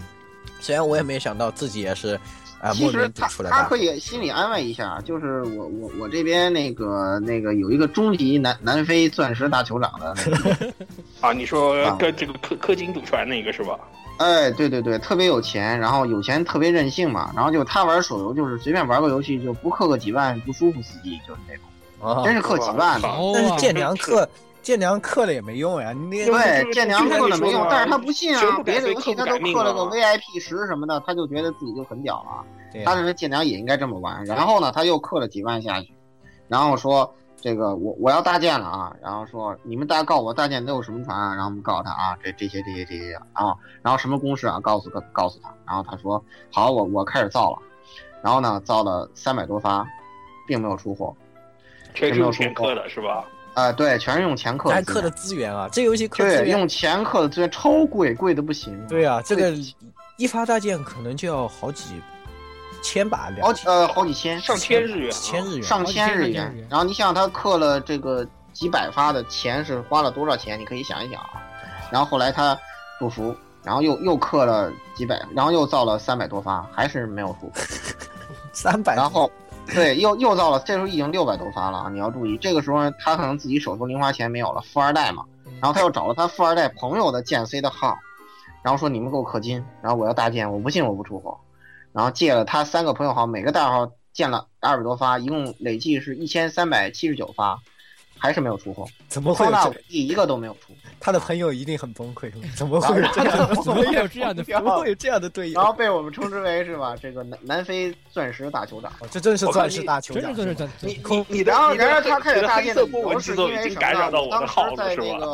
虽然我也没想到自己也是，啊、
其
莫
实
名
他
读出来
他
大
可以心里安慰一下，就是我我我这边那个那个有一个终极南南非钻石大酋长的那个
啊，你说
啊
跟这个氪氪金赌船那个是吧？
哎，对对对，特别有钱，然后有钱特别任性嘛，然后就他玩手游就是随便玩个游戏就不氪个几万不舒服自己，就是那种，
啊
真，是氪几万的。
好
但是
啊，
建良克，建良克了也没用呀。你那个
对，建良氪了没用，但是他不信
全
啊，
部改
别的游戏他都氪了个
非
VIP 十什么的，他就觉得自己就很屌了。
对
他认为建良也应该这么玩，然后呢，他又氪了几万下去，然后说这个我我要搭建了啊，然后说你们大家告我搭建都有什么船啊，然后我们告诉他啊，这这些这些这些啊，然后什么公式啊，告诉他告诉他，然后他说好，我我开始造了，然后呢，造了三百多发，并没有出货，
全是用钱氪的是吧？
啊、对，全是用钱氪
咱
资
氪的
源，
资源啊，这游戏氪资
对，
源，
用钱氪的资源超贵，贵的不行，
对啊，这个
对
一发大剑可能就要好几千把，两
好几呃好几千，
上千日元啊，
千日元，
上千日
好几千日
元
元，
然后你想想他氪了这个几百发的钱是花了多少钱，你可以想一想啊。然后后来他不服，然后又又氪了几百，然后又造了三百多发，还是没有出。
三百，
然后对，又又造了，这时候已经六百多发了啊！你要注意，这个时候他可能自己手头零花钱没有了，富二代嘛，然后他又找了他富二代朋友的剑 C 的号，然后说你们给我氪金，然后我要大剑，我不信我不出货，然后借了他三个朋友号，每个代号建了二百多发，一共累计是一千三百七十九发，还是没有出货，
怎么会
超
有
大
这
武力一个都没有出，
他的朋友一定很崩 溃，怎么会有这样的？
怎么会有这样的
怎么会有这样的队友
然？后被我们称之为是吧？这个南南非钻石大酋长。
哦这真是钻石大酋
真是
长，
真是真
你
真。
你你的
然后，
你的
然后他开
黑
始
你的
大
黑
剑
色
的
波
理
纹
由
制
是
作
因
已
为
经
什
感
么
染
呢？
到
我
我的
当时
号了
在
是
那
吧？
个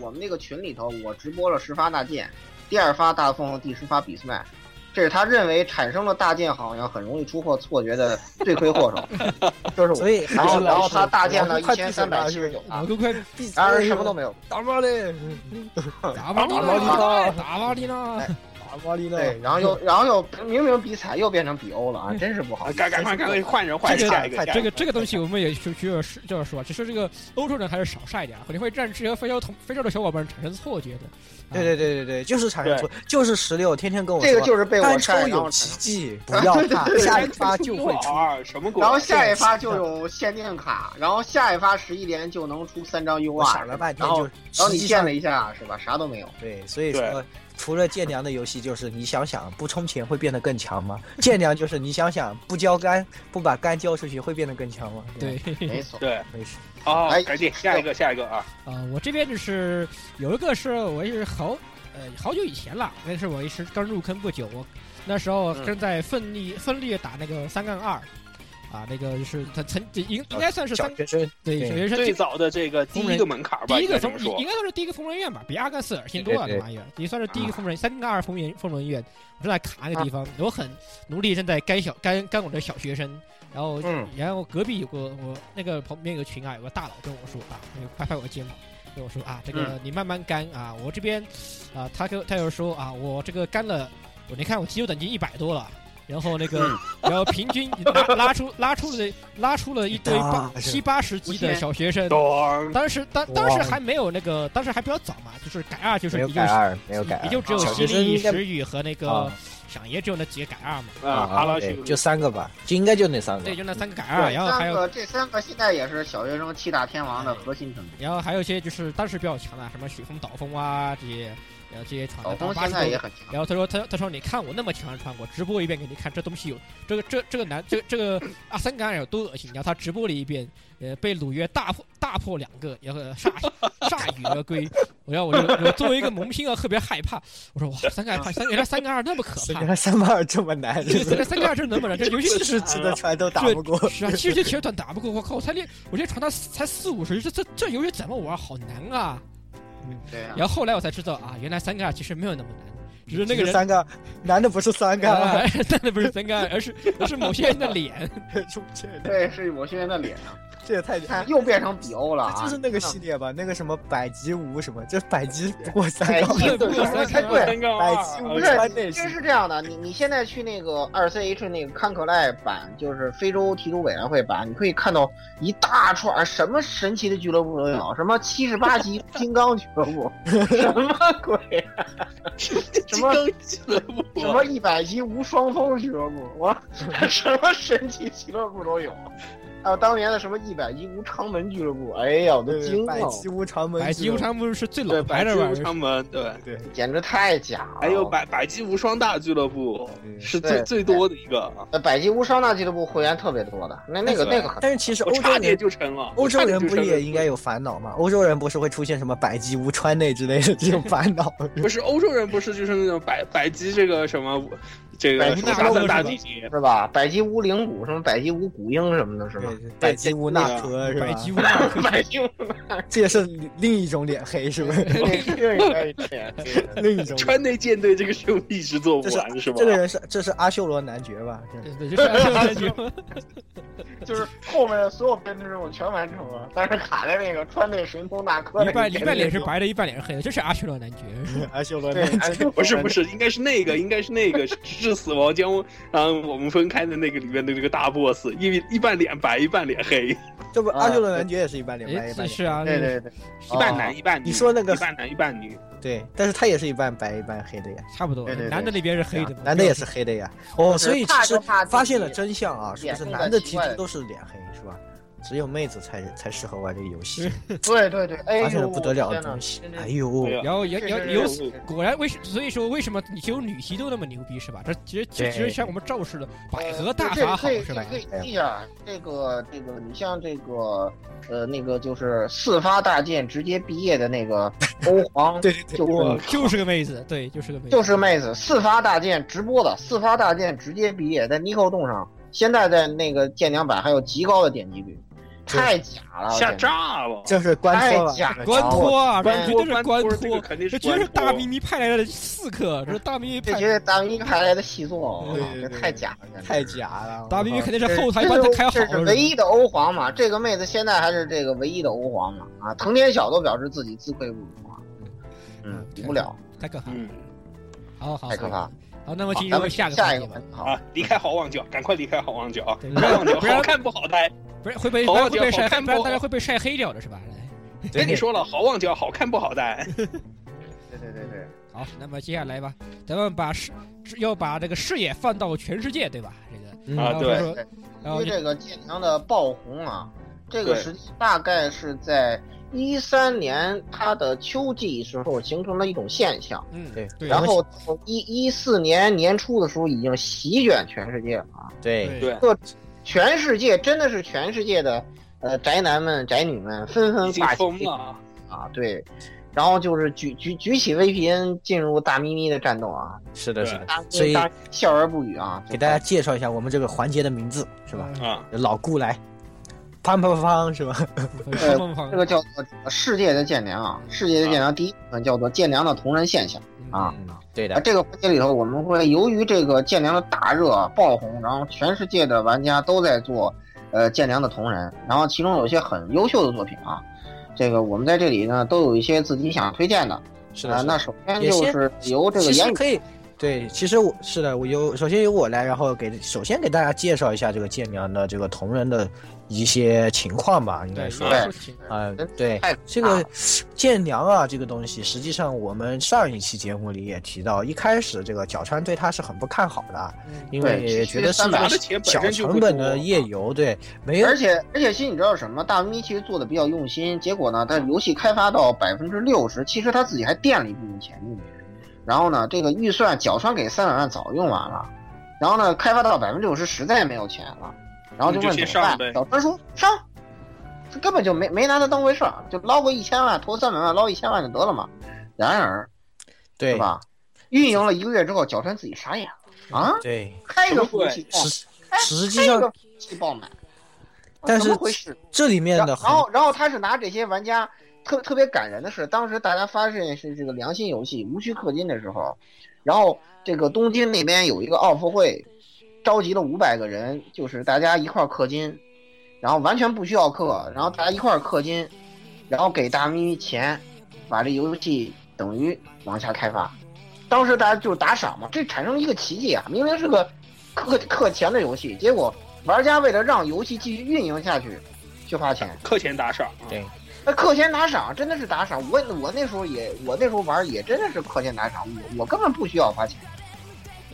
我们那个群里头，我直播了十发大剑，第二发大凤和第十发比斯麦，这是他认为产生了大剑好像很容易出货错觉的罪魁祸首， 就是我
所。以
然后，然后他大剑
剑
呢，一千三百七十九
老
啊，
哥快
闭嘴
然而什么都没有。
哎打巴嘞，
打
打
巴
巴
利
利
纳，
啊
纳
打啊巴利纳，
哎
打巴嘞，
对，然后
嗯
又，然后又明明比惨又变成比欧了啊，真是不好
啊，。赶赶快赶快换人换
这
人
个
下一个，下一
这个这个东西我们也需需要是这样说，其实这个欧洲人还是少晒一点，肯啊定会让这些非洲同非洲的小伙伴产生错觉的。啊
对对对对对，就是产生错，就是石榴天天跟我说
这个就是被我
单抽
晒，然后
有
产
奇
生
迹，不要 怕，下一发就 会出。
出什么果？
然后下一发就有限定卡，然后下一发十一连就能出三张 U
我
R，
想了半天
然
就
后
是，
然后
实
你
际
见
上
了一下是吧？啥都 没有。
对，所以
对
说除了建粮的游戏，就是你想想不充钱会变得更强吗？建粮就是你想想不交干，不把干交出去会变得更强吗？
对
吧，
没错，
对
没事，
啊
哎，
赶紧下一个下一个啊，
呃，我这边就是有一个是我也是好呃好久以前了，那是我也是刚入坑不久，我那时候
嗯
正在奋力奋力地打那个三杠二，啊，那个就是他曾应应该算是
小
三
学生
对
对
小学生
最早的这个第一个门槛吧，
第一
应
个
该这
疯
么说
应，该算是第一个疯人院吧，比阿甘斯尔先多了
对
这
对
玩意儿，也算是第一
啊
个疯人三杠二疯人疯人院。我正在卡那个地方，我很努力正在干小干干我的小学生，然后、
嗯
然后隔壁有个我那个旁边有个群啊，有个大佬跟我说啊，那个拍拍我的肩膀。跟我说啊，
嗯
这个你慢慢干啊，我这边，啊，他跟他又说啊，我这个干了，我你看我肌肉等级一百多了，然后那个，
嗯
然后平均拉拉出拉出了拉出了一 堆八
啊是
七八十级的小学生，
咚，
当时当
哇
当时还没有那个，当时还比较早嘛，就是改二就是
没有
也就
改
是
二，没有改二，
也就只有
小
犀
学生
利、
应该
石宇和那个
啊
响爷只有那几个改二嘛。
啊，阿拉
对
什
就三个吧，就应该就那三个
对，。就那三个改二，
对，
然后还
三
有
个这三个现在也是小学生七大天王的核心成员。
然后还有一些就是当时比较强的，什么雪峰、导风啊这些，然后这
啊
些闯
老
的
公
八
现
十
在也
多。
很强，
然后他说他他说你看我那么强的穿，我直播一遍给你看，这东西有这个这这个男这个这个阿三感染有多恶心。然后他直播了一遍，呃，被鲁约大破大破两个，然后铩铩羽而归。然后我就我作为一个萌新啊，特别害怕。我说哇，三个 二三原来三个二那么可怕
原。来 三八二这么难，
这这三个二是能不能？这 游戏
四十级的船都打不过。
是啊，七十级铁团打不过，我靠，我才练，我这传到才四五十，这这这游戏怎么玩？好难啊！
对呀。
然后后来我才知道啊，原来三个二其实没有那么难，只是那个
其实
人
三个男的不是三个
啊
二，，
但那不是三个二，而是而是某些人的脸。
出不去的，
对，是我学员的脸啊！
这也太厉
你
害
看
了。
又变成比欧了啊！
就是那个系列吧，那个什么百级无什么，这百级不过三
哎，
个，
一不
三
才
个
对，
三杠
百
二
级无
不
啊，OK
穿
是，
内需。
真是这样的。你你现在去那个二 CH 那个康可赖版，就是非洲提督委员会版，你可以看到一大串什么神奇的俱乐部都有，什么七十八级金刚俱乐部，什么鬼，什么
俱乐部，
什么一百级无双峰俱乐部，我什么神奇俱乐部都有。还有当年的什么一百级无长门俱乐部，哎呀，我都惊了
百，级无长门，
百吉无常不是最老
对，百
牌的
济
玩
无
意儿
常门，对，
对，
简直太假了。
还有百百济无双大俱乐部
嗯
是
对
最最多的一个啊，
呃百级无双那俱乐部会员特别多的，那那个
对
那个很
但是其实
我
欧洲
差点
人，
就成了，
欧洲人
我差点
不
就成了
也应该？有烦恼吗？欧洲人不是会出现什么百级无穿内之类的 这种烦恼？
不是欧洲人，不是就是那种 百百级这个什么，这
百
个
济
什么
大
沙
陆
赞
是
大
吧
帝劫，
是吧？百级无灵骨，什么百级无骨鹰什么的，是吧？
对百级无纳科是
百
吧？
吉无常，
百级无
这也是另一种脸黑，是不是？ 另一种脸
川内舰队这个任务一直做不
这是
完是吧
这？个人是这是阿修罗男爵吧？这
对对，就是
就是后面所有编制任务全完成了，但是卡在那个川内神通大科
一半 一半脸是白的，一半脸是黑的，这是阿修罗男爵。
阿修罗
对哎
男爵，，
不是不是，应该是那个，应该是那个是是死亡将嗯我们分开的那个里面的那个大 boss，一一半脸白，一半脸黑， 一
这不
啊
阿修罗男爵也是一般脸白
哎，
一
是
半
是
脸
啊，
对对对，
半男一半女。
你说那个
一半男一半女，
对，但是他也是一半白一半黑的呀，
差不多
对对。对
男的那边是黑的嘛，
男的也是黑的呀。哦，所以其实发现了
这
真相啊，是不
脸
是
黑的
男的
奇
提
怪
督
的
都是脸黑是吧？只有妹子才才适合玩这个游戏，
对对对，哎
发现了
呦
不得了的
天哪
东西
真。
哎
是
呦，
哎呀
然后也
这
也
是
有
任务
果然为什，所以说为什么你只有女提都那么牛逼是吧？这其实其实
对，
其实像我们赵氏的百合大
呃这
法好
可以
是吧？
可以记啊，这个这个，你像这个呃那个就是四发大剑直接毕业的那个欧皇
对对对，
就是
我
就是个妹子，对，就是个妹子，
就是妹子四发大剑直播的，四发大剑直接毕业，在 Nico 洞上，现在在那个剑娘版还有极高的点击率。太假了，
吓炸了！
这是官
太
托吧？
假了，
官托啊，
官
这绝
官
对是官
托这个
托，
肯定
这
是
绝对是
官
大
托
咪咪派来的刺客，这是大咪咪
这
派
绝。对大明派来的细作，我
对
操，
对
这
对
太假了，简直
太假了！
大咪咪肯定
这
是后台
这
帮他
是
开好
这
了，
是唯一的欧皇嘛？这个妹子现在还是这个唯一的欧皇嘛？啊，藤田晓都表示自己自愧不如啊，嗯，比不了，
太可怕了。
嗯
好好
太可怕。了。
好，那么
好
进
咱
入
们
下个
下
环
一
节
个
吧
环。节好，
啊，离开好望角，赶快离开好望角啊！
对，
好望角
不然
好看不好拍。
不是会被
头
不
发
然会
就
被
好
晒，
看
不然
不
大家会被晒黑掉的是吧？来
对
跟你，说了，好望角好看不好戴。
对对对对，
好，那么接下来吧，咱们把视要把这个视野放到全世界，对吧？这个
嗯
啊对
然后说然
因
后
为
就
这个剑娘的爆红啊，这个
对
时期大概是在一三年它的秋季时候形成了一种现象，
嗯
对
对，
然后到一一四年年初的时候已经席卷全世界了啊。
对
对
全世界真的是全世界的呃宅男们、宅女们纷纷
嗯
已经
挂起
疯了啊，
啊，对，然后就是举举举起 VPN 进入大咪咪的战斗啊，
是的，
对
是的。
大
所以
咪咪当然笑而不语啊，
给大家介绍一下我们这个环节的名字是吧？
啊！
嗯
老顾来，砰砰砰是吧？
对方方
这个叫做世界的剑娘啊，世界的剑娘第一部分叫做剑娘的同人现象啊。
嗯，对
啊，
的，
这个环节里头，我们会由于这个剑娘的大热啊爆红，然后全世界的玩家都在做，呃，剑娘的同人，然后其中有一些很优秀的作品啊，这个我们在这里呢都有一些自己想推荐的，
是
啊
的，，
那首先
有
就
些
是由这个
其实
言语
可以，对，其实我是的，我由首先由我来，然后给首先给大家介绍一下这个建良的这个同人的一些情况吧，应该
对
说。
对
说情
啊、
真
对
嗯太，
这
大
个
了
建良啊，这个东西，实际上我们上一期节目里也提到，一开始这个角川对他是很不看好的，因为
嗯对
觉得是一
其实三
拿
百
个
的钱本
小
身就不
成本
多
的页游，对，没有
而且而且，其实你知道什么？大咪其实做的比较用心，结果呢，他游戏开发到百分之六十，其实他自己还垫了一部分钱进去。然后呢，这个预算角川给三百万早用完了，然后呢，开发到百分之六十实在没有钱了，然后就问
你就先
怎么
上呗
办？角川说上，这根本就没没拿他当回事儿，就捞个一千万，投三百万捞一千万就得了嘛。然而，
对
对吧？运营了一个月之后，角川自己傻眼了啊！
对，
开个服务器爆
实
哎
实际
开
上
个服务器爆满，啊
但是
怎么回事？
这里面
然
的
然
很
后然后他是拿这些玩家特特别感人的是，当时大家发现是这个良心游戏无需氪金的时候，然后这个东京那边有一个奥运会，召集了五百个人，就是大家一块儿氪金，然后完全不需要氪，然后大家一块儿氪金，然后给大咪咪钱，把这游戏等于往下开发。当时大家就打赏嘛，这产生一个奇迹啊！明明是个氪氪钱的游戏，结果玩家为了让游戏继续运营下去，去花钱。
课前打赏，
对
那课前打赏真的是打赏，我我那时候也我那时候玩也真的是课前打赏，我我根本不需要花钱，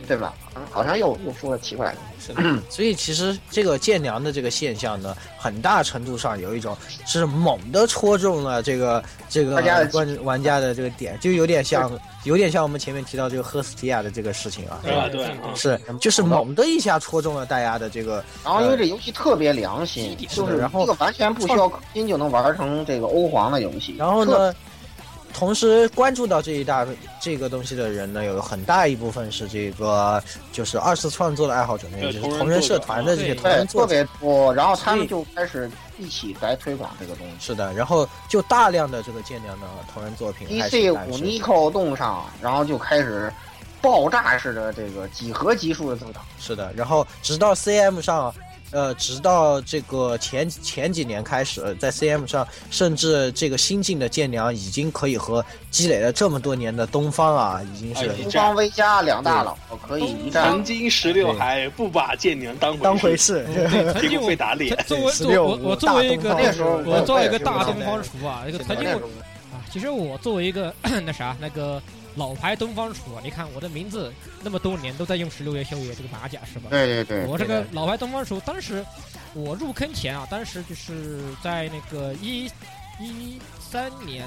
对吧？嗯好像又又说了奇怪的，
是的，所以其实这个建良的这个现象呢，很大程度上有一种是猛地戳中了这个这个
大家的
玩玩家的这个点，就有点像有点像我们前面提到这个赫斯提亚的这个事情啊，
对吧？对
对
啊，
是就是猛的一下戳中了大家的这个
然后因为这游戏特别良心，
嗯
就是
是的然后
这个完全不需要氪金就能玩成这个欧皇的游戏。
然后
特？
呢，同时关注到这一大这个东西的人呢，有很大一部分是这个就是二次创作的爱好者呢，也
对
就是
同人
同人
作
社
者
团的这些
对
同
对，
人
特
作者。
别多，然后他们
所
就开始一起来推广这个东西。
是的，然后就大量的这个建良的同人作品
DC
开始诞
五
生
Nico 动上，然后就开始爆炸式的这个几何级数的增长。
是的，然后直到 CM 上，呃，直到这个前前几年开始，在 CM 上，甚至这个新晋的剑娘已经可以和积累了这么多年的东方啊，已经是
哎
东方 V 加两大佬可以一战
曾经十六还不把剑娘当
当回
回，
事。
对，曾
结
经
果
我
被打脸。
作为
16
作我我
我
作为一个
大
东方
我作为一个
对
大
是
东
的
方厨啊，这个曾经
那
我
种
啊，其实我作为一个 那啥那个老牌东方厨啊，你看我的名字那么多年都在用十六爷修爷这个马甲是吧？
对对对，
我这个老牌东方厨，当时我入坑前啊，当时就是在那个一一三年，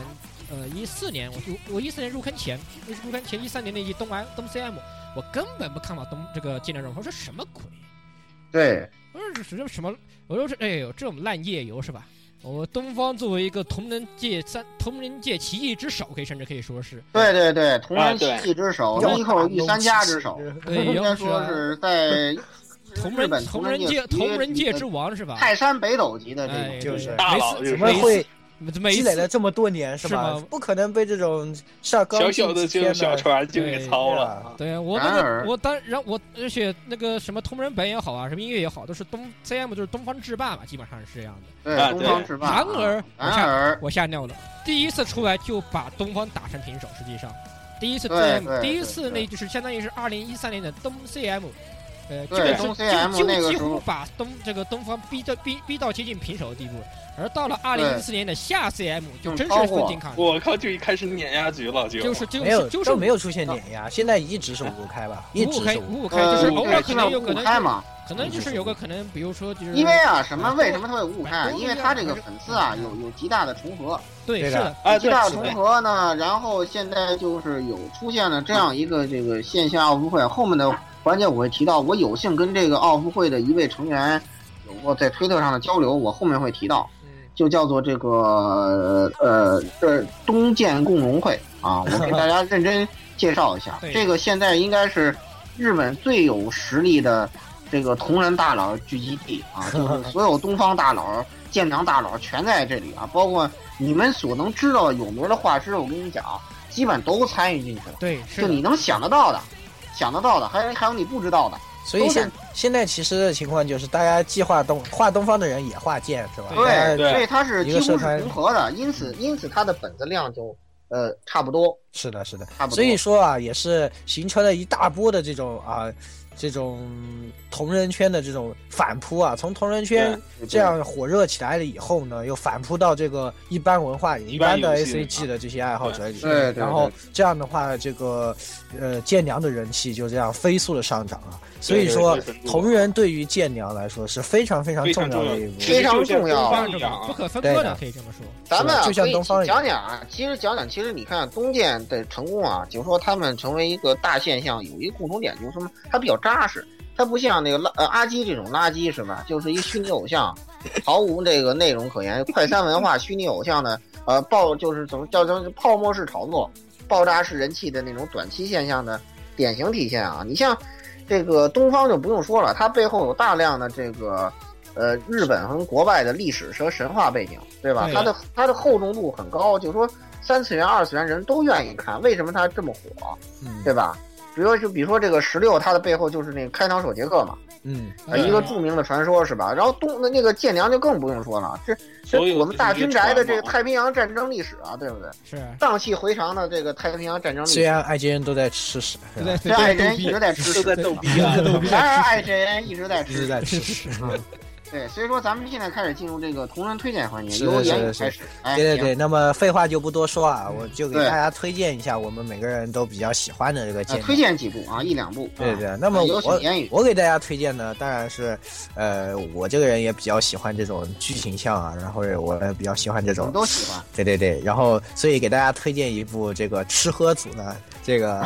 呃一四年，我就我一四年入坑前，入坑前一三年那季东安东 CM，我根本不看好东这个剑梁融合是什么鬼。
对
不是什么什么，我说是哎呦，这种烂夜游是吧？我东方作为一个同人界三同人界奇异之首，可以甚至可以说是
对对对，同
啊
人
对
七之首
要
哎
，Nico 御三家之首，
对，
应
要
该
是
说
啊
是在
同
日本
人同人界同人界之王是吧？
泰山北斗级的这
啊哎，
种，
就
对
是
大佬就是
怎么会
每次每
积
一
累了
次
这么多年是吧
是吗？
不可能被这种上刚
小小的
进
这
天
种小船就给操了啊。
对我
然
那
而
个我当然我而且那个什么同人本也好啊，什么音乐也好，都是东 CM 就是东方制霸嘛，基本上是这样的。
对
啊
东
对
方之霸。啊
然而
然而，
我吓尿了，第一次出来就把东方打成平手，实际上第一次
对
CM
对
第一
对
次
对
那就是相当于是二零一三年的东 CM。呃，基
对
本
东
上
CM
就
那
就
个
几
时候
乎把东这个东方逼到逼逼到接近平手的地步，而到了二零一四年的下 CM 就真
超
是
过
分进抗日，
我靠，就一开始碾压局了，就
就是就
没有
是就是啊
都没有出现碾压，现在一直是五五开吧，一
五五
直
开
是五
五五开，就是
呃，
偶尔可能有可能
开嘛，
可能就是有个可能，比如说就是
因为啊，什么为什么他会五五开？啊因为他这个粉丝啊，有有极大的重合，
对
对
是
的
的，
啊，
极
对，
大的
是
重
的
合呢，然后现在就是有出现了这样一个这个现象，奥运会后面的环节我会提到，我有幸跟这个奥运会的一位成员有过在推特上的交流，我后面会提到。
嗯，
就叫做这个呃这东建共荣会啊，我给大家认真介绍一下
对
这个现在应该是日本最有实力的这个同人大佬聚集地啊，就是所有东方大佬、建堂大佬全在这里啊，包括你们所能知道有名的画师，我跟你讲，基本都参与进去了，
对是
就你
的，
能想得到的。想得到的，还有还有你不知道的，
所以
都是
现现在其实的情况就是，大家既画东画东方的人也画剑是吧？
对
大家
对
所以它是
一
几
个
乎是
社团
重合的，因此因此它的本子量就呃差不多，
是的，是的
差。不多
所以说啊，也是形成了一大波的这种啊，这种同人圈的这种反扑啊。从同人圈这样火热起来了以后呢，又反扑到这个一般文化、一般的
游戏啊
A C G 的这些爱好者里。
对对对
然后这样的话，这个呃剑娘的人气就这样飞速的上涨啊。所以说
对对对，
同人对于剑娘来说是非常非常
非
重
常
要
重要
的一步。
非常重要
东
当
方
然
一
这
样
么
啊
不可分割
对的
的，可以这么说。
咱们啊
就像
可以
东方人
讲讲啊，其实讲讲，其实你看东建的成功啊，就是说他们成为一个大现象，有一个共同点就是什么？他比较扎实，他不像那个垃呃阿基这种垃圾是吧？就是一虚拟偶像，毫无这个内容可言。快餐文化虚拟偶像呢，呃爆就是怎么叫叫泡沫式炒作，爆炸式人气的那种短期现象的典型体现啊。你像这个东方就不用说了，它背后有大量的这个呃日本和国外的历史和神话背景，对吧？
对
它的它的厚重度很高，就是说三次元、二次元人都愿意看，为什么它这么火，
嗯
对吧？比如说，就比如说这个十六，它的背后就是那个开膛手杰克嘛，
嗯，
呃一个著名的传说是吧？然后东那那个剑娘就更不用说了，这
所
这
有
我们大军宅的这个
太
太平洋战争历史啊，对不对？
是，
荡气回肠的这个太平洋战争历
虽
史，
然爱金人都在吃屎，是
对
吧
对
这爱人一直在吃
都在
屎，
逗逼啊！
然而爱这人一直在
一
吃
直
屎。
在吃
是
屎。
是，
对，所以说咱们现在开始进入这个同人推荐环节，
是
由
是
言语
是
开始。哎，
对对
行
对，那么废话就不多说啊，
嗯
我就给
对
大家推荐一下我们每个人都比较喜欢的这个
呃
剑。
推荐几部啊，一两部。
对
啊，
对，那么
啊有请
我
言语。
我给大家推荐呢，当然是，呃，我这个人也比较喜欢这种剧情向啊，然后我也比较喜欢这
我
种
们，都 喜欢。
对对对，然后所以给大家推荐一部这个吃喝组呢，这个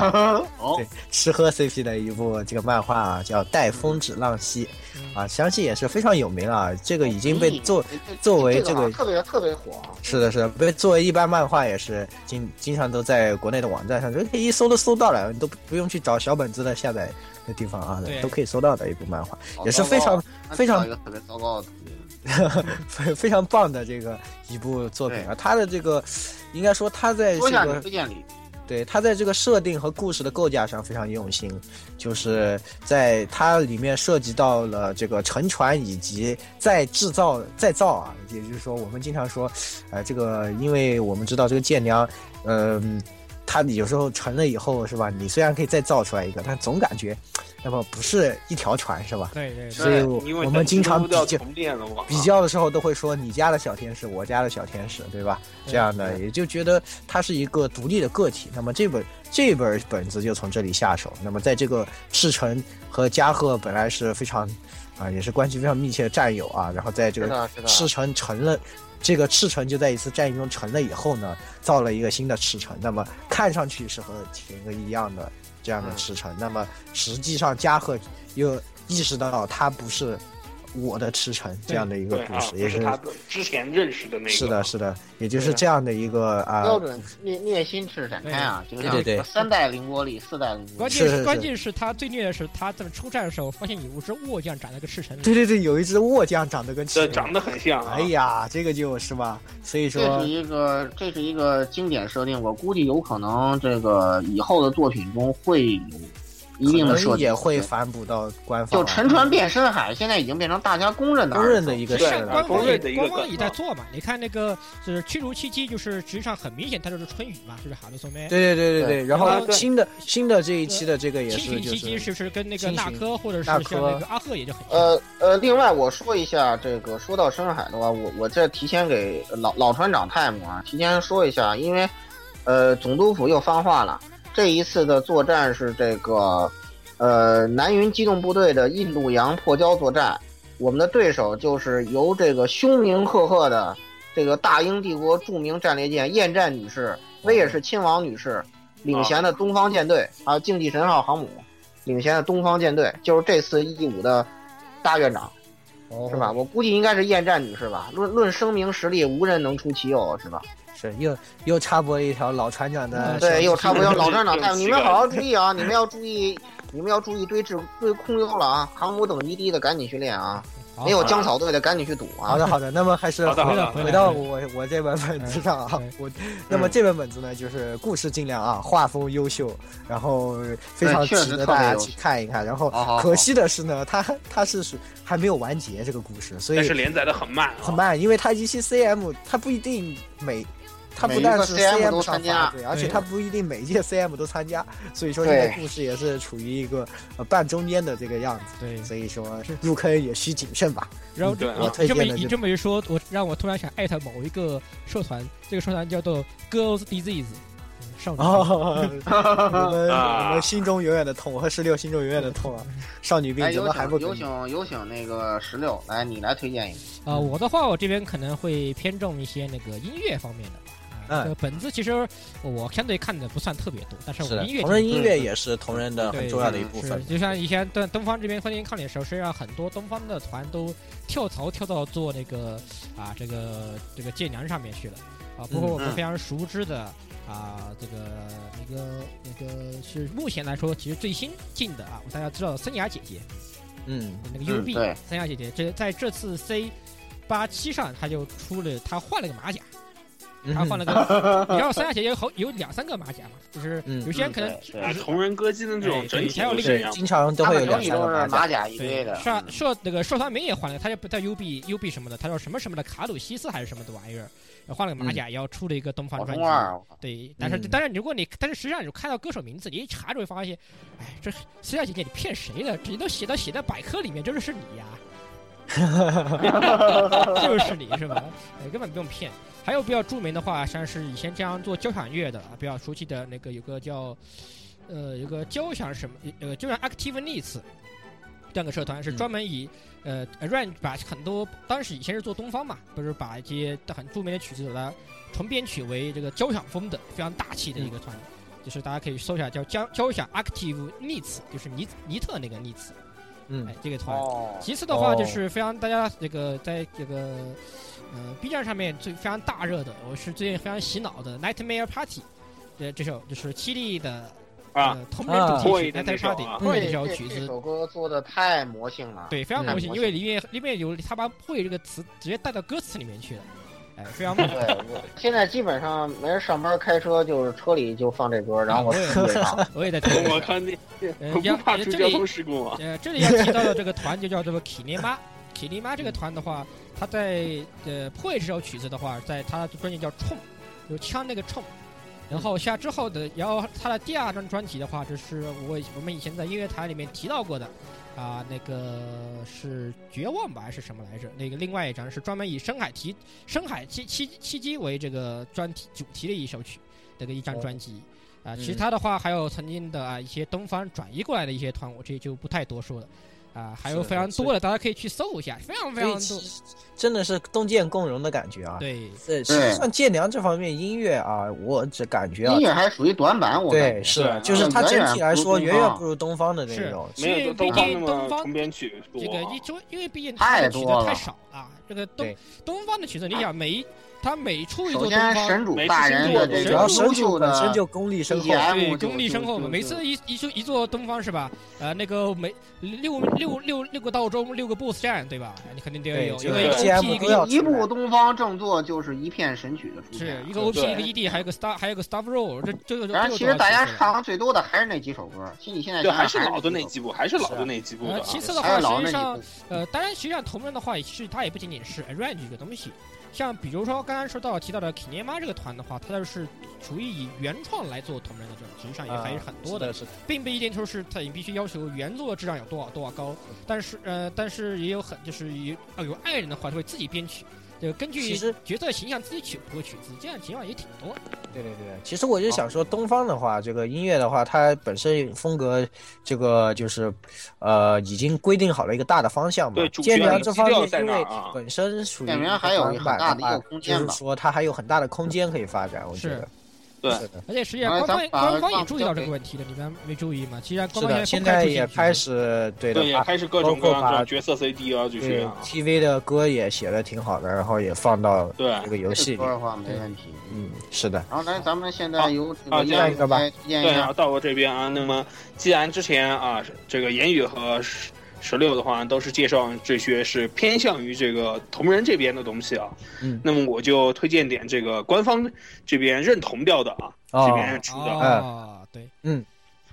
哦
对，吃喝 CP 的一部这个漫画啊，叫《带风止浪溪》
嗯
啊，相信也是非常有名啊，这个已经
哎
被做
这
作为
这
这
个
个
啊特别特别火啊。
是的，是的，不是作为一般漫画也是经经常都在国内的网站上，就可以一搜都搜到了，你都不不用去找小本子的下载的地方啊
对，
都可以搜到的一部漫画，
好
也是非常非常
糟糕啊那找一个特别糟糕的图片。
非非常棒的这个一部作品啊。它的这个，应该说它在这
说一下你
个
推荐里，
对它在这个设定和故事的构架上非常用心，就是在它里面涉及到了这个沉船以及再制造再造啊，也就是说我们经常说，呃，这个因为我们知道这个舰娘，嗯、它有时候沉了以后是吧？你虽然可以再造出来一个，但总感觉，那么不是一条船是吧？
对对对，
所以
对
我
因为
我们经常
都
比
叫
较
同恋了嘛，
比较的时候都会说你家的小天使，我家的小天使，对吧？
对
这样的也就觉得它是一个独立的个体。那么这本这本本子就从这里下手。那么在这个赤城和加贺本来是非常啊、也是关系非常密切的战友啊，然后在这
知
个
道知道。
赤城成了。这个赤城就在一次战役中成了以后呢，造了一个新的赤城。那么看上去是和前一个一样的这样的赤城，那么实际上加贺又意识到他不是我的赤诚这样的一个
对
故
啊，
事，
不
也
是
是
他的之前认识的那个，
是的，是的，也就是
对啊
这样的一个啊，
标准虐虐心式展开啊，就像
对对对
三代凌波丽、四代凌波
关
丽，
键
是是
关键是他最虐的是他在出战的时候发现有只卧将长了个赤诚，
对对对，有一只卧将长得跟
这
赤诚，
长得很像啊。
哎呀，这个就是吧，所以
这
说
是一个这是一个经典设定，我估计有可能这个以后的作品中会有一
可
定的设
能
定，
也会反哺到官方
就
啊，
沉船变深海，现在已经变成大家公认的
公认的
二
一
次元
个事
对
儿
官
了。
方
公
也
认的一个
官方
梗
也在做嘛。你看那个就是驱逐七七，就是实际上很明显，他就是春雨嘛，就是哈鲁松妹。
对对对对对，然
然
后
后
新的新的这一期的这个也
青
是
群
就
七七
是
是不是跟那个
青
纳
群
科或者是
纳
像
科
那个阿赫也就很像？
呃呃，另外我说一下，这个说到深海的话，我我这提前给老老船长泰姆啊，提前说一下，因为，呃，总督府又放话了，这一次的作战是这个，呃，南云机动部队的印度洋破礁作战，我们的对手就是由这个凶名赫赫的这个大英帝国著名战列舰厌战女士、威尔士亲王女士领衔的东方舰队，还有竞技神号航母领衔的东方舰队，就是这次义务的。大院长是吧？我估计应该是厌战女士吧。论论声明实力，无人能出其右，是吧？
是又又插播了一条老船长的
嗯
小
对，又
提
插不
示
了老站长
这
太阳，
种奇
你
怪
们好好注意啊！你们要注意，你们要注意堆制堆空优了啊！航母等级低的赶紧去练啊！
好
没有江草队的赶紧去赌
好
啊！
的，好的，那么还是
好的，好的，
回
好
来
回到我我这本本子上啊
嗯嗯，
我那么这本本子呢，就是故事尽量啊，画风优秀，然后非常
对确实
值得
特别
大家
优秀
去看一看。然后
好好好
可惜的是呢，它它是属还没有完结这个故事，所
但是
以
连载的很慢啊，
很慢，因为它一期 CM 它不一定每。它不
每一
但
个
是
CM 都
上
参
发
加
对，而且
对
它不一定每一届 CM 都参加，所以说现在
对
故事也是处于一个呃半中间的这个样子，
对，
所以说入坑也需谨慎吧。
然后
对
我
我
啊，
推
这么
荐
一
的
你
就
这么一说，我让我突然想艾特某一个社团，这个社团叫做 Girls Disease，嗯少女病。
哦，我们
啊
我们心中永远的痛，我和十六心中永远的痛啊！少女病
哎，
怎
有
么还
请
不
有
更新？
请有请那个十六，来你来推荐一个。
啊、
嗯
我的话，我这边可能会偏重一些那个音乐方面的吧。啊、
嗯
这个本子其实我相对看的不算特别多，但是我音乐
同
听
人音乐也是同人的很重要的一部
是
分，
就像以前在东方这边欢迎抗礼的时候，实际上很多东方的团都跳槽跳到做那个啊这个这个剑娘上面去了啊，包括我们
嗯
非常熟知的啊这个那个那个是目前来说其实最新进的啊，大家知道的森雅姐姐
嗯，
那个 UB、
对
森雅姐姐，这在这次 C 八七上她就出了，她换了个马甲。
嗯
她换了个， 你知道三亚姐姐有好有两三个马甲嘛，就是
嗯
有些人可能
嗯对
啊，同人歌姬的这种整体都是这啊
对，
样。
经常都会有
整
两
体
三
都
个
是啊
马甲，
马甲一堆
对
的，嗯
社社那个社团名也换了，他就不叫 UB UB 什么的，他叫什么什么的卡鲁西斯还是什么的玩意儿，换了个马甲，也要出了一个东
好
方专
中二
辑。
啊，
对，但是
嗯
但是如果你但是实际上你看到歌手名字，你一查就会发现，哎，这私下姐姐你骗谁呢？这都写到写在百科里面，这就是你呀，就是你是吧？哎，根本不用骗。还有比较著名的话，像是以前经常做交响乐的，啊比较熟悉的那个有个叫，呃，有个交响什么，呃，就像 Active Needs 这样的社团，是
嗯
专门以、呃 arrange 把很多当时以前是做东方嘛，不是把一些很著名的曲子把它重编曲为这个交响风的，非常大气的
嗯
一个团。就是大家可以搜一下，叫交交响 Active Needs，就是尼尼特那个 Needs，
嗯
哎，，这个团。
哦，
其次的话，
哦
就是非常大家这个在这个呃 B 站上面最非常大热的，我是最近非常洗脑的《Nightmare Party》呃，这首就是七力的
啊
呃同人主
啊
题曲《Nightmare Party
啊》
会
这
这首
这
曲
这
子，
首歌做的太魔性了，
对，非常
嗯
魔性，因为里面里面有他把“会”这个词直接带到歌词里面去了，哎，非 常
对，我现在基本上没人上班开车，就是车里就放这歌，然后我自己也 唱。
我也在听。
我看你
呃，
不
要
怕
呃
出
这
交
里
通事故吗？
呃，这里要提到的这个团就叫做 k i n i m a k i n i m a 这个团的话，他在呃《破译》这首曲子的话，在他的专辑叫《冲》，有枪那个冲。然后下之后的，然后他的第二张专辑的话，这是我我们以前在音乐台里面提到过的，啊、那个是绝望吧还是什么来着？那个另外一张是专门以深海题、深海七七七击为这个专题主题的一首曲，这个一张专辑。啊，其他的话还有曾经的啊一些东方转移过来的一些团，我这就不太多说了。啊，还有
是
非常
是
多的，大家可以去搜一下，非常非
所以
常
其
多。
实真的是洞见共荣的感觉啊。
对，
对，实际上建良这方面音乐啊，我只感觉啊
音，乐还属于短板，我感
对
觉
是
对，
就是它整体来说
远
远
远
远
不
不如东方的那
是
种。
是
没有就
毕
东方
竟
那
东
么
方
重编曲多
这个一
啊，
周，因为毕竟他
太
的曲
多
子太
了
少啊，这个东
对
东方的曲子，你想每一他每出一
首
座
先
东，
神
方，
主
没
大
听
人
过
的
对
主
这个
要神
优
主
秀
本身
的
就功力深厚，
BGM
对，
就
功力
就
深厚嘛。
就
每
就
次一一出一座东方是吧？呃，那个每六六六六个道中六个 BOSS 战对吧？你肯定得
对
有
这
一
个
个 OP
BGM
一
都要
个
一部东方正作就是一片神曲的出
是
现
一。个 OP
对
一个 ED 还有个 star 还有个 star roll，这这个
然
这
后
个
其
多
实
少
大家
曲子了
唱的最多的还是那几首歌。其实你现在
对，
想想
还是老的那
几
几部，还是老的那几部的
呃，
啊。
其次的
还
话，
是老
实
的
际
那
上
几部。
呃，当然，实际上同人的话，也是它也不仅仅是 Arrange 这个东西，像比如说刚刚说到提到的 Kinema 这个团的话，它就是属于以原创来做同人的这种，实际上也
啊
还是很多
是
的，
的，是的
并不一定就是它也必须要求原作质量有多少多少高，但是呃，但是也有很就是有啊有爱人的话，就会自己编曲，就根据
其实
角色形象自己曲谱曲子，这样情况也挺多的。
对对对，其实我就想说，东方的话，这个音乐的话，它本身风格，这个就是，呃，已经规定好了一个大的方向嘛
对。主
建
旋
良
律
这
基
方
调
面，
在
因
哪儿
为
啊
本身属于
建良还有
短
很
板的
大的一个
话
空
就
间
是
吧
说它还有很大的空间可以发展，我觉
是
得。
对
是的，
而且实际上
啊
官
咱
方也
把
官方也
放
注意到
交
这个
给
问题的，你们没注意吗？其实际上官
是
方
的，
也
现
公开
在
出新
也
曲
开
目
始对的
对，也
把
开始各
包
种各
括
样
把
的角色 CD 啊，这些
对
啊，
TV 的歌也写的挺好的，然后也放到
对
这个游戏里
说。的话没问题。
嗯，是的，
然后来，咱们现在由这
啊
个
这样
燕
一个吧
来推荐
对
一
啊，
下。
到我这边啊，那么既然之前啊，这个言语和十十六的话都是介绍这些是偏向于这个同人这边的东西啊，
嗯
那么我就推荐点这个官方这边认同掉的啊，这
哦，
边出的。
哦，对，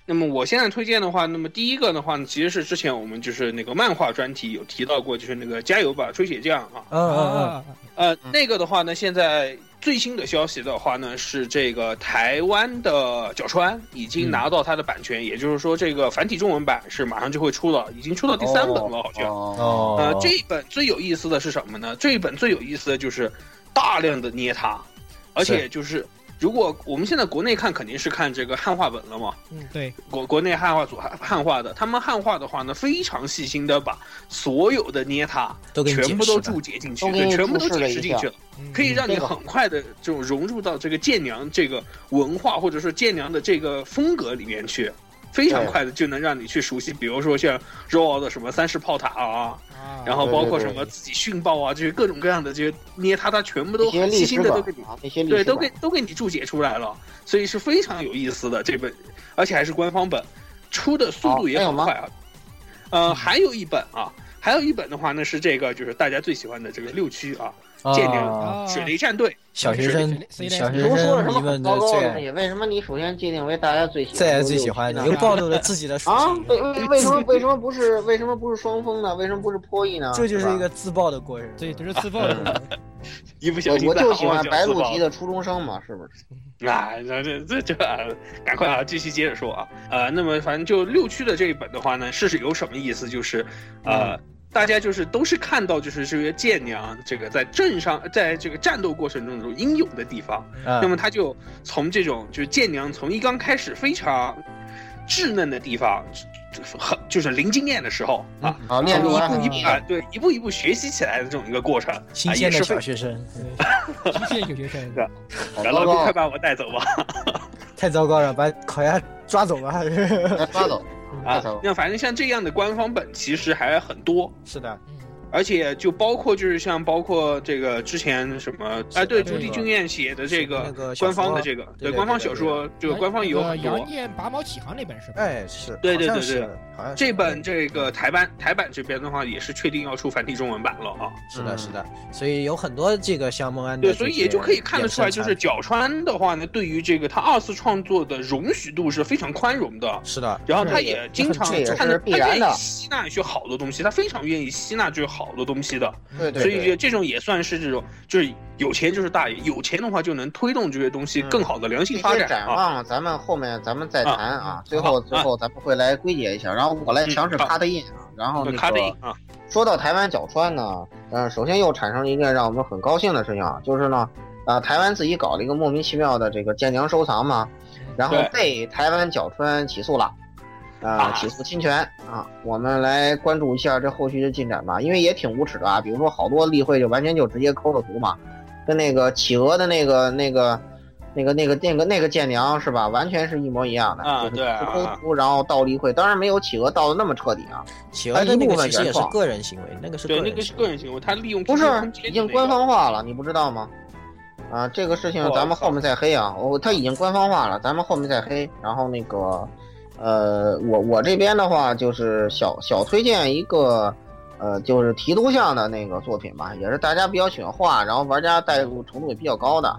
那么我现在推荐的话，那么第一个的话呢，其实是之前我们就是那个漫画专题有提到过，就是那个加油吧吹雪降啊，
嗯嗯
啊，
呃，
嗯
那个的话呢，现在最新的消息的话呢，是这个台湾的角川已经
嗯
拿到它的版权，也就是说，这个繁体中文版是马上就会出了，已经出到第三本了，好像。
嗯，
哦，
哦，
呃，这一本最有意思的是什么呢？这一本最有意思的就是大量的捏它，而且就是如果我们现在国内看肯定是看这个汉化本了嘛，
嗯，对，
国国内汉化组汉汉化的，他们汉化的话呢，非常细心的把所有的捏它
都给你
全部
解释
都
的
注解进去，
都给
对，
你
全部都
注释了
解释
一
进
下
去了。
嗯
可以让你
这个
很快的这种融入到这个建娘这个文化，或者说建娘的这个风格里面去，非常
对
快的就能让你去熟悉。比如说像柔敖的什么三世炮塔啊，
啊
然后包括
对对
什
对
么自己殉爆啊，这些各种各样的这些捏他，他全部都
一些
很
历
细
史
心的
梗
都给你，
啊，一些历
对，
史
都
梗
给都给你注解出来了，所以是非常有意思的这本，而且还是官方本，出的速度也
哦好还有
很
吗嗯
快啊。呃，还有一本啊，还有一本的话呢是这个就是大家最喜欢的这个六区啊，
哦
建良
啊
啊
水雷战队。
小学生，小学
都说了
生迷
什么
们
很
的
糟糕
最
的东
爱
西？为什么你首先界定为大家最喜欢
最爱
都
最
六
喜欢
七
的，
呢
又暴露了自己的属
啊？
性。
为为为什么为什么不是为什么不是双峰呢？为什么啊不是破译呢？
这就是
吧
一个自爆的过程。
对，这是自爆的。
一不小
我
心
我
再
就
好
喜
好
欢
讲
白
自
鹿
爆
级的初中生嘛，是不是？
啊，这这这这，赶快啊，继续接着说啊，呃，那么反正就六区的这一本的话呢，是有什么意思？就是，呃，
嗯
大家就是都是看到就是这个舰娘这个在镇上，在这个战斗过程中有英勇的地方，
嗯，
那么他就从这种就是舰娘从一刚开始非常稚嫩的地方，很就是零经验的时候
嗯
啊，
好，
从
念出
一
来
步一
很
步
快
啊，对，一步一步学习起来的这种一个过程，啊，
新
也
鲜的
是非
小学生
对机械有 学生
对
好
老
糟
哦
公快
糕，
把我带走吧。
太糟糕了，把烤鸭抓走吧。
来抓走，快
啊
走，，
那反正像这样的官方本其实还很多，
是的，
而且就包括就是像包括这个之前什么
是的
哎，对，
这个
朱棣俊彦写的这
那
个
个小
官方
说
的这个
对对
官方
对对
小说，这个官方有
哎那个
很
杨
多。
艳拔毛起航那本是吧？
哎，是，
对对
好像
对对
是，好像是
这本这个台版台版这边的话，也是确定要出繁体中文版了啊。
是的，是的，所以有很多这个像梦安的
对，
这些衍生产品，
所以也就可以看得出来，就是角川的话呢，对于这个他二次创作的容许度是非常宽容的。
是的，
然后
是
他
的
也经常
这也是
看得
必
他
然
愿意
的
吸纳一些好的东西，他非常愿意吸纳这些好的东西的。
对对
所以
对，
这种也算是这种，就是有钱就是大爷，有钱的话就能推动这些东西更好的良
这
性发
些
展
展
啊。
望咱们后面咱们再谈啊，最后
好
最后咱们会来归结一下，然后我来强势
嗯好
cut in 啊，然后
对
那
卡
个
丁。啊，
说到台湾角川呢，呃，首先又产生了一件让我们很高兴的事情啊，就是呢，呃，台湾自己搞了一个莫名其妙的这个建娘收藏嘛，然后被台湾角川起诉了，啊，起诉侵权啊。我们来关注一下这后续的进展吧，因为也挺无耻的啊。比如说，好多例会就完全就直接抠了图嘛，跟那个企鹅的那个那个那个那个那个那个舰娘是吧，完全是一模一样的，
啊
就是
对啊
抠图然后盗例会，当然没有企鹅盗的那么彻底啊，
企鹅的那
一部
个
分
其实也
原
是
创
个人行为，那个是个
对，
人
那个是
行
个
为
人行为，他利用
不是
QQ 空间
已经
那个
官方化了，你不知道吗？啊，这个事情
我
咱们
靠
后面再黑啊，我、他已经官方化了，咱们后面再黑。然后那个，呃，我我这边的话就是小小推荐一个，呃，就是提督像的那个作品吧，也是大家比较喜欢画，然后玩家代入程度也比较高的。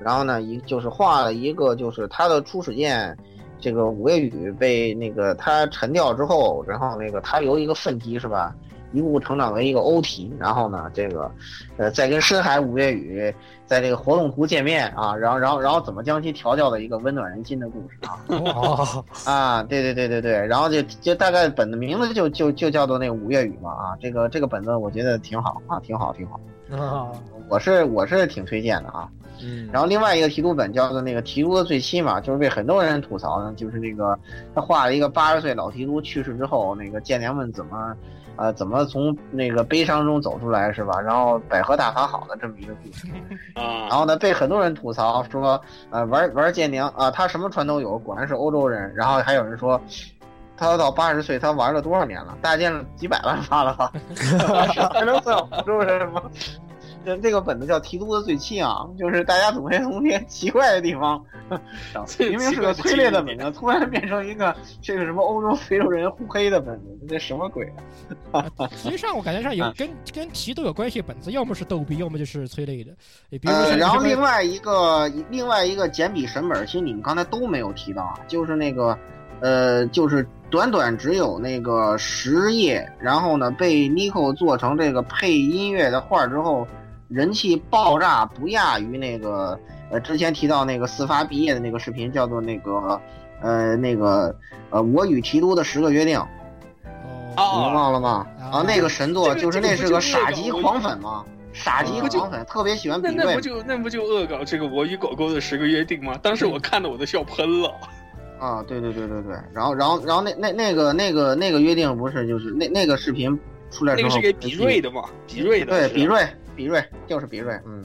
然后呢，一就是画了一个，就是他的初始见，这个五月雨被那个他沉掉之后，然后那个他由一个粪题是吧，一步步成长为一个欧题，然后呢，这个，呃，再跟深海五月雨在这个活动图见面啊，然后然后然后怎么将其调教的一个温暖人心的故事啊
哦，
啊，对对对对对，然后就就大概本的名字就就就叫做那个五月雨嘛啊，这个这个本子我觉得挺好啊，挺好挺好，
哦
我是我是挺推荐的啊。
嗯，
然后另外一个提督本叫做那个提督的最期嘛，就是被很多人吐槽呢，就是那个他画了一个八十岁老提督去世之后，那个舰娘们怎么，呃，怎么从那个悲伤中走出来是吧？然后百合大法好的这么一个故事。然
啊，
后呢，被很多人吐槽说，呃，玩玩舰娘啊、他什么船都有，果然是欧洲人。然后还有人说，他都到八十岁，他玩了多少年了？大舰了几百万发了 吧？还能算欧洲人吗？这这个本子叫《提督的罪妻》啊，就是大家总会从一些奇怪的地方，明明是个催泪的本子，突然变成一个这个什么欧洲非洲人互黑的本子，这什么鬼啊？
实际上我感觉上
嗯
有跟跟题都有关系，本子要么是逗逼，要么就是催泪的。比如说
呃，
像
然后
什么
另外一个另外一个简笔神本，其实你们刚才都没有提到啊，就是那个，呃，就是短短只有那个十页，然后呢被 Nico 做成这个配音乐的画之后，人气爆炸，不亚于那个呃之前提到那个四发毕业的那个视频，叫做那个呃那个呃我与提督的十个约定，
哦，
你们忘了吗？
啊
啊，那个神作
哦这个
就是
这个
那
不
是
就
个
是
傻
那
鸡
个我啊
狂粉吗？傻鸡
不就
狂粉特别喜欢
那
比
那
对
不就那不就恶搞这个我与狗狗的十个约定吗？当时我看的我都笑喷了。
啊，对对对对对，然后然后然后那那那个那个那个约定不是就是那那个视频出来
那
之
个
后，
是给比瑞的嘛？比瑞的，
对
是
比瑞比瑞就是比瑞，嗯，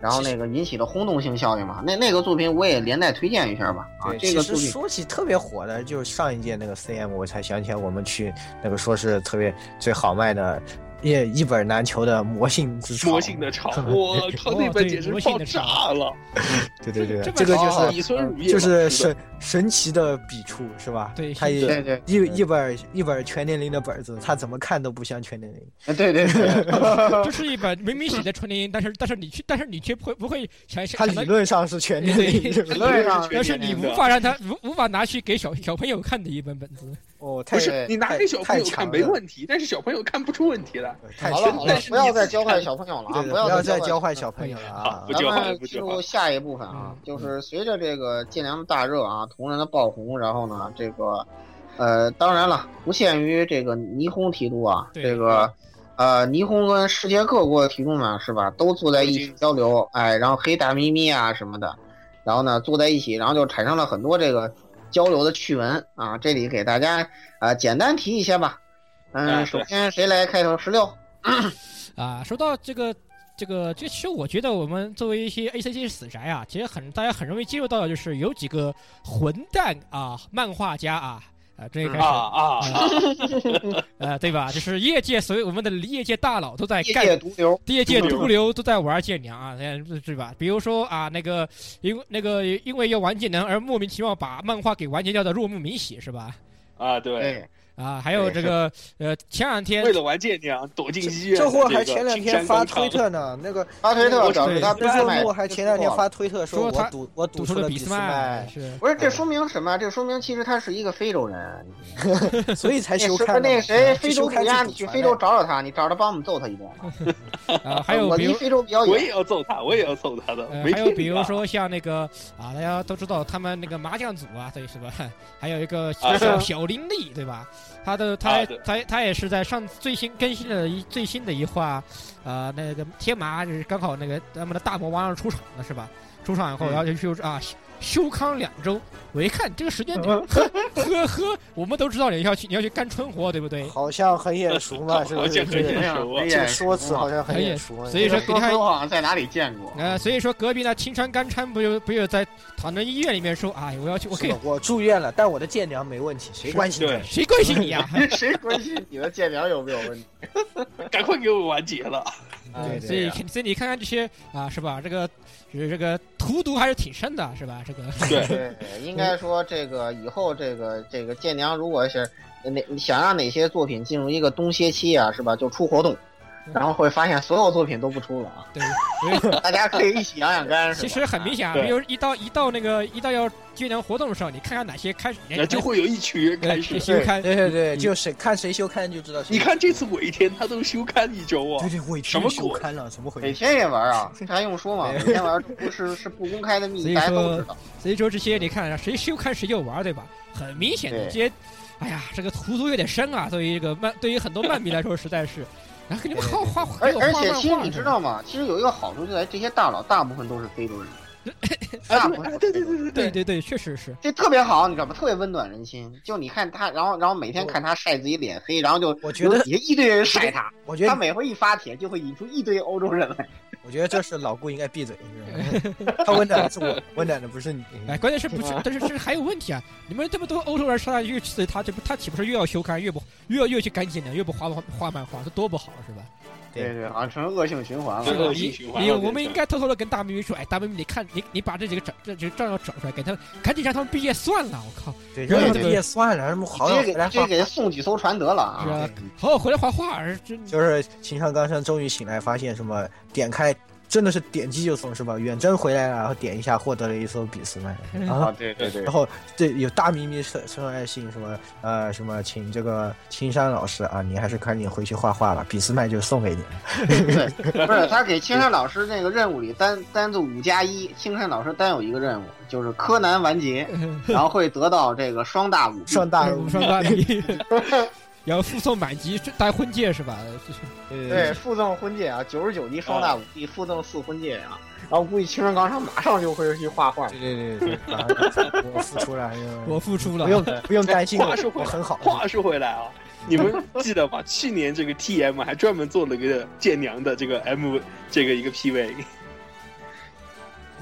然后那个引起了轰动性效应嘛，那那个作品我也连带推荐一下吧啊
对，，
这个
嗯其
作
实
品
说起特别火的，就是上一届那个 CM，我才想起来我们去那个说是特别最好卖的，也一本难求的魔性之
魔性的潮，我靠，那本简直爆炸了！
对对对，
这
这个就
好
是
乙酸乳液嘛
就是
是的
神神奇的笔触是吧？
对
他
是
也
对对
一一本一本全年龄的本子，他怎么看都不像全年龄。
对对对，
这是一本明明写的纯零，但是但是你却但是你却不会不会想
他
想
理
到，
论上是全年龄，
对
是不是
理论上
但是你无法让他无无法拿去给小小朋友看的一本本子。
哦，太
不是你拿给小朋友看没问题，但是小朋友看不出问题来。
太
好
强
了
了
好
对
了
但，是
不要
你
再
自己
教坏
看
小朋友了啊，
对
要
不要再
教
教
坏
坏小朋友了啊
好不！
咱
教坏
们
不
进
教
入
坏
下一部分啊
嗯，
就是随着这个《剑娘》大热啊，同人的爆红，然后呢，这个，呃，当然了，不限于这个霓虹提督啊，
对
这个，呃，霓虹跟世界各国的提督们啊是吧，都坐在一起交流，哎，然后黑大咪咪啊什么的，然后呢坐在一起，然后就产生了很多这个交流的趣闻啊。这里给大家啊简单提一些吧，嗯，
啊哎
首先谁来开头？十六，
啊，说到这个这个，这其实我觉得我们作为一些 ACC 死宅啊，其实很大家很容易接触到，就是有几个混蛋啊，漫画家啊，啊，这一开始
啊
嗯
啊！啊
呃，对吧？就是业界所有我们的业界大佬都在
业
干
界毒瘤，
业界
毒瘤
毒瘤都在玩剑娘啊，呃是吧？比如说啊，那个因为那个因为要玩剑娘而莫名其妙把漫画给完结掉的若木明喜是吧？
啊，对，
哎
对，
啊，还有
对
这个呃，前两天
为了玩舰娘躲进医院，
这货
个
还前两
青
天
山
发
工厂
推，特呢，那个
巴推特表示他不
周
爱买
末还前两天发推特
说
说
他
我赌我赌
读
出
出了
了
俾
俾
斯
斯
麦
麦，
是
不是，这说明什么？啊这说明其实他是一个非洲人。
所以才
那
休
是
刊的
那
嘛。
谁，
去
非
休
洲
刊
国家，
赌
你去
船
非
的
洲找找他，你找他帮我们揍他一顿。
啊， 还 有
我
比
离
如
非洲比较
我
远
也。要揍他，我也要揍他的
呃，，
没
还有
听啊
比如
到
说像那个啊，大家都知道他们那个麻将组啊，对是吧？ 还有一个
啊
小小林立，对吧？他的他
啊对
他他也是在上最新更新的一最新的一话，呃，那个天麻就是刚好那个咱们的大魔王要出场了，是吧？出场以后，
嗯
然后就就啊。休康两周。我一看这个时 间点，呵呵呵，我们都知道你要去你要去干春活，对不对？
好像很眼熟嘛，是不
好
是？
像
这
很
个
对
眼熟啊
哎。
这
呀
个说辞好像很眼熟啊。
所以说
说实话，在哪里见过？
呃，所以说隔壁呢，青山干川不就不就在躺在医院里面说，哎，我要去，我可
是
以
的，，我住院了，但我的健娘没问题，谁关心你？
对
谁关心你啊呀？
谁关心你的建良有没有 问题？
赶快给我完结了。
啊对
对，呃所以看所以你看看这些啊，是吧？这个这这个荼毒还是挺深的，是吧？这个
对，
对，应该说这个以后这个这个建良如果是哪想让哪些作品进入一个冬歇期啊，是吧？就出活动，然后会发现所有作品都不出了啊，
嗯对，所以
大家可以一起养养肝，是
其
吧？
实很明显啊，
对
比如一到一到那个一到要接娘活动的时候，你看看哪些开始，
那就会有一群人开始。
休刊，
对对对，就是看谁休刊就知道谁。
你看这次尾天他都休刊一周啊
对，对，我
什么
天休
鬼
刊了，怎么
每
回事？
天也玩 啊，这还用说吗？每天玩不是是不公开的秘密，大家都知道。
哎所以说这些你看谁休刊谁就玩，对吧？很明显的
对
这些，哎呀，这个荼毒有点深啊，对于这个漫对于很多漫迷来说实在是， 然后给你们好画画，
哎
而
给我
而
画
且
漫
其实
画
你知
是吧
道吗？其实有一个好处就在这些大佬大部分都是非洲 人，大
啊
部分都是非
对对
洲人
对对
对，对对，确实是。
这特别好，你知道吗？特别温暖人心。就你看他，然后然后每天看他晒自己脸黑，然后就
我觉得
底下一堆人晒他，
我觉
他
得，
每回一发帖就会引出一堆欧洲人来。
我觉得这是老顾应该闭嘴，是吧？他温暖的是我，温暖的不是你。
哎，关键是不是？但是这还有问题啊！你们这么多欧洲人上来越去，他这不他岂不是越要休刊，越不越越去赶紧的，越不画画画漫画，这多不好是吧？
对
对对，好像成恶性循环
是
了。
的恶
你
性循环
你
了
我们
变成
应该偷偷的跟大咪咪说，哎，大咪咪，你看你你把这几个账这几个账要找出来，给他们赶紧让他们毕业算了，我靠，
对，
对
让他
对
们也算了，让他们好
直
好回
接给
来
直
画
接。给人送几艘船得了啊
是！啊
对，
好好回来画画，而真
就是秦上刚山终于醒来，发现什么点开。真的是点击就送是吧？远征回来了，然后点一下获得了一艘比斯麦啊，，
对对对
然后这有大咪咪送送爱信什么呃什么，请这个青山老师啊，您还是赶紧回去画画吧，俾斯麦就送给你。
对，不是他给青山老师那个任务里单单做五加一，青山老师单有一个任务就是柯南完 结，然后会得到这个双 大武
上大
我双大咪，然后附送满级这戴婚戒是吧？这是
对，附赠婚戒啊，九十九级双大武器，附赠四婚戒啊。然后估计青人刚上马上就会去画画。
对对对对，啊我付出了，
我付出了
不，用不用担心，
话
我
说回
我
来
很好。
话说回来啊，你们记得吗？去年这个 TM 还专门做了个建娘的这个 M 这个一个 PV，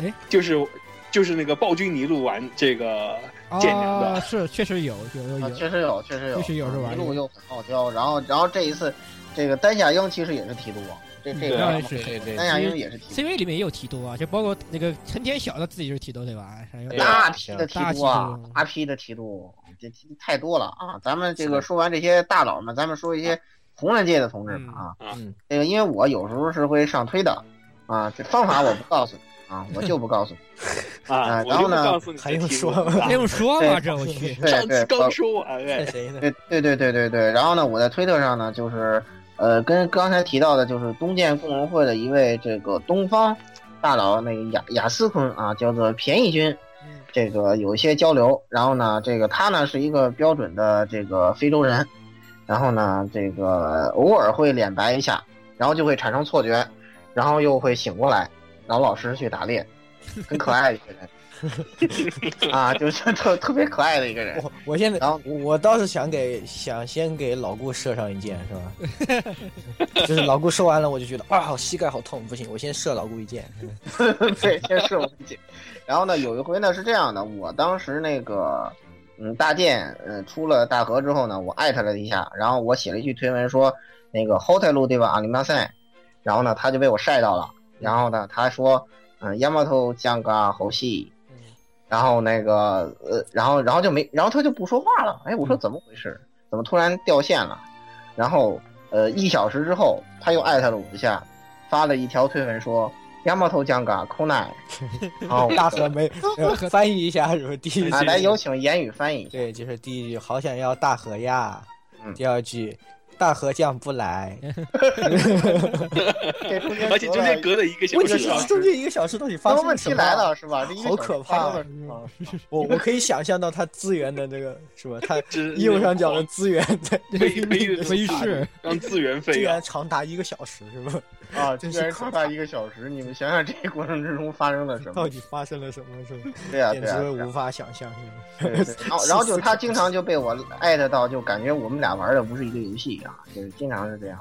哎，
就是就是那个暴君尼禄玩这个建娘
啊，
的，
是确实有有有
啊，
有，
确实有，确实有，
确实有这玩意儿
一路又很傲娇，然后然后这一次，这个丹下英其实也是提督王，这这个
当
嗯然是
这个
对对
丹下英也是提督，
CV 里面也有提督啊，就包括那个陈天晓他自己就是提督对吧？还有
对啊
大批的提督啊
大批提督，
大批的提督，这这太多了啊！咱们这个说完这些大佬们，咱们说一些同人界的同志们啊，
嗯，
这个因为我有时候是会上推的啊，这方法我不告诉你啊，我就不告诉你。
啊，
哎
我
然后
就不
呢
告诉你
还
这
用
题
说
目了啊
哎还用说
对
吗？这我去，
对
上
对
次刚说完哎
看。 谁呢？
对对对对对对。然后呢，我在推特上呢，就是呃，跟刚才提到的，就是东建共荣会的一位这个东方大佬，那个雅雅思坤啊，叫做便宜君，这个有一些交流。然后呢，这个他呢是一个标准的这个非洲人，然后呢，这个偶尔会脸白一下，然后就会产生错觉，然后又会醒过来，然后老师去打猎，很可爱的一个人。啊，就是特特别可爱的一个人，
我我现在
然后
我我倒是想给想先给老顾射上一箭，是吧？ 就是老顾说完了，我就觉得哇，好膝盖好痛，不行，我先射老顾一箭。
对，这是我理解。然后呢，有一回呢是这样的，我当时那个，嗯，大电，呃，出了大河之后呢，我艾特了一下，然后我写了一句推文说，那个 hotel 路对吧，阿里马赛，然后呢，他就被我晒到了，然后呢，他说，嗯，亚麻头江嘎猴戏，然后那个，呃，然后然后就没，然后他就不说话了，哎，我
嗯
说怎么回事？怎么突然掉线了？然后，呃，一小时之后，他又艾特了我一下，发了一条推文说。亚麻头江嘎 空奈，然后
大河没呃 翻译一下，是不是第一
啊，来
句？
有请言语翻译。
对，就是第一句好想要大河呀，
嗯
第二句大河酱不来。
这中间
而且中间隔了一个小
问题
时啊
是，中间一个小时到底发生
问
了
题
什
来
么？
了是吧？这一个
好
小时
可怕啊
发生了什么
我我可以想象到他资源的这个是吧？他
只
右上角的资源在
飞飞
飞逝
让资源
居
飞啊
然！长达一个小时，是吧？
啊，居
真是
然
可
长达一个小时，你们想想这过程之中发生了什
到
么？
底发生了什么？是吧？
啊对呀、
简
对呀、
直
对呀
无法想象。
对对然后然后就他经常就被我艾特到，就感觉我们俩玩的不是一个游戏啊，就是经常是这 样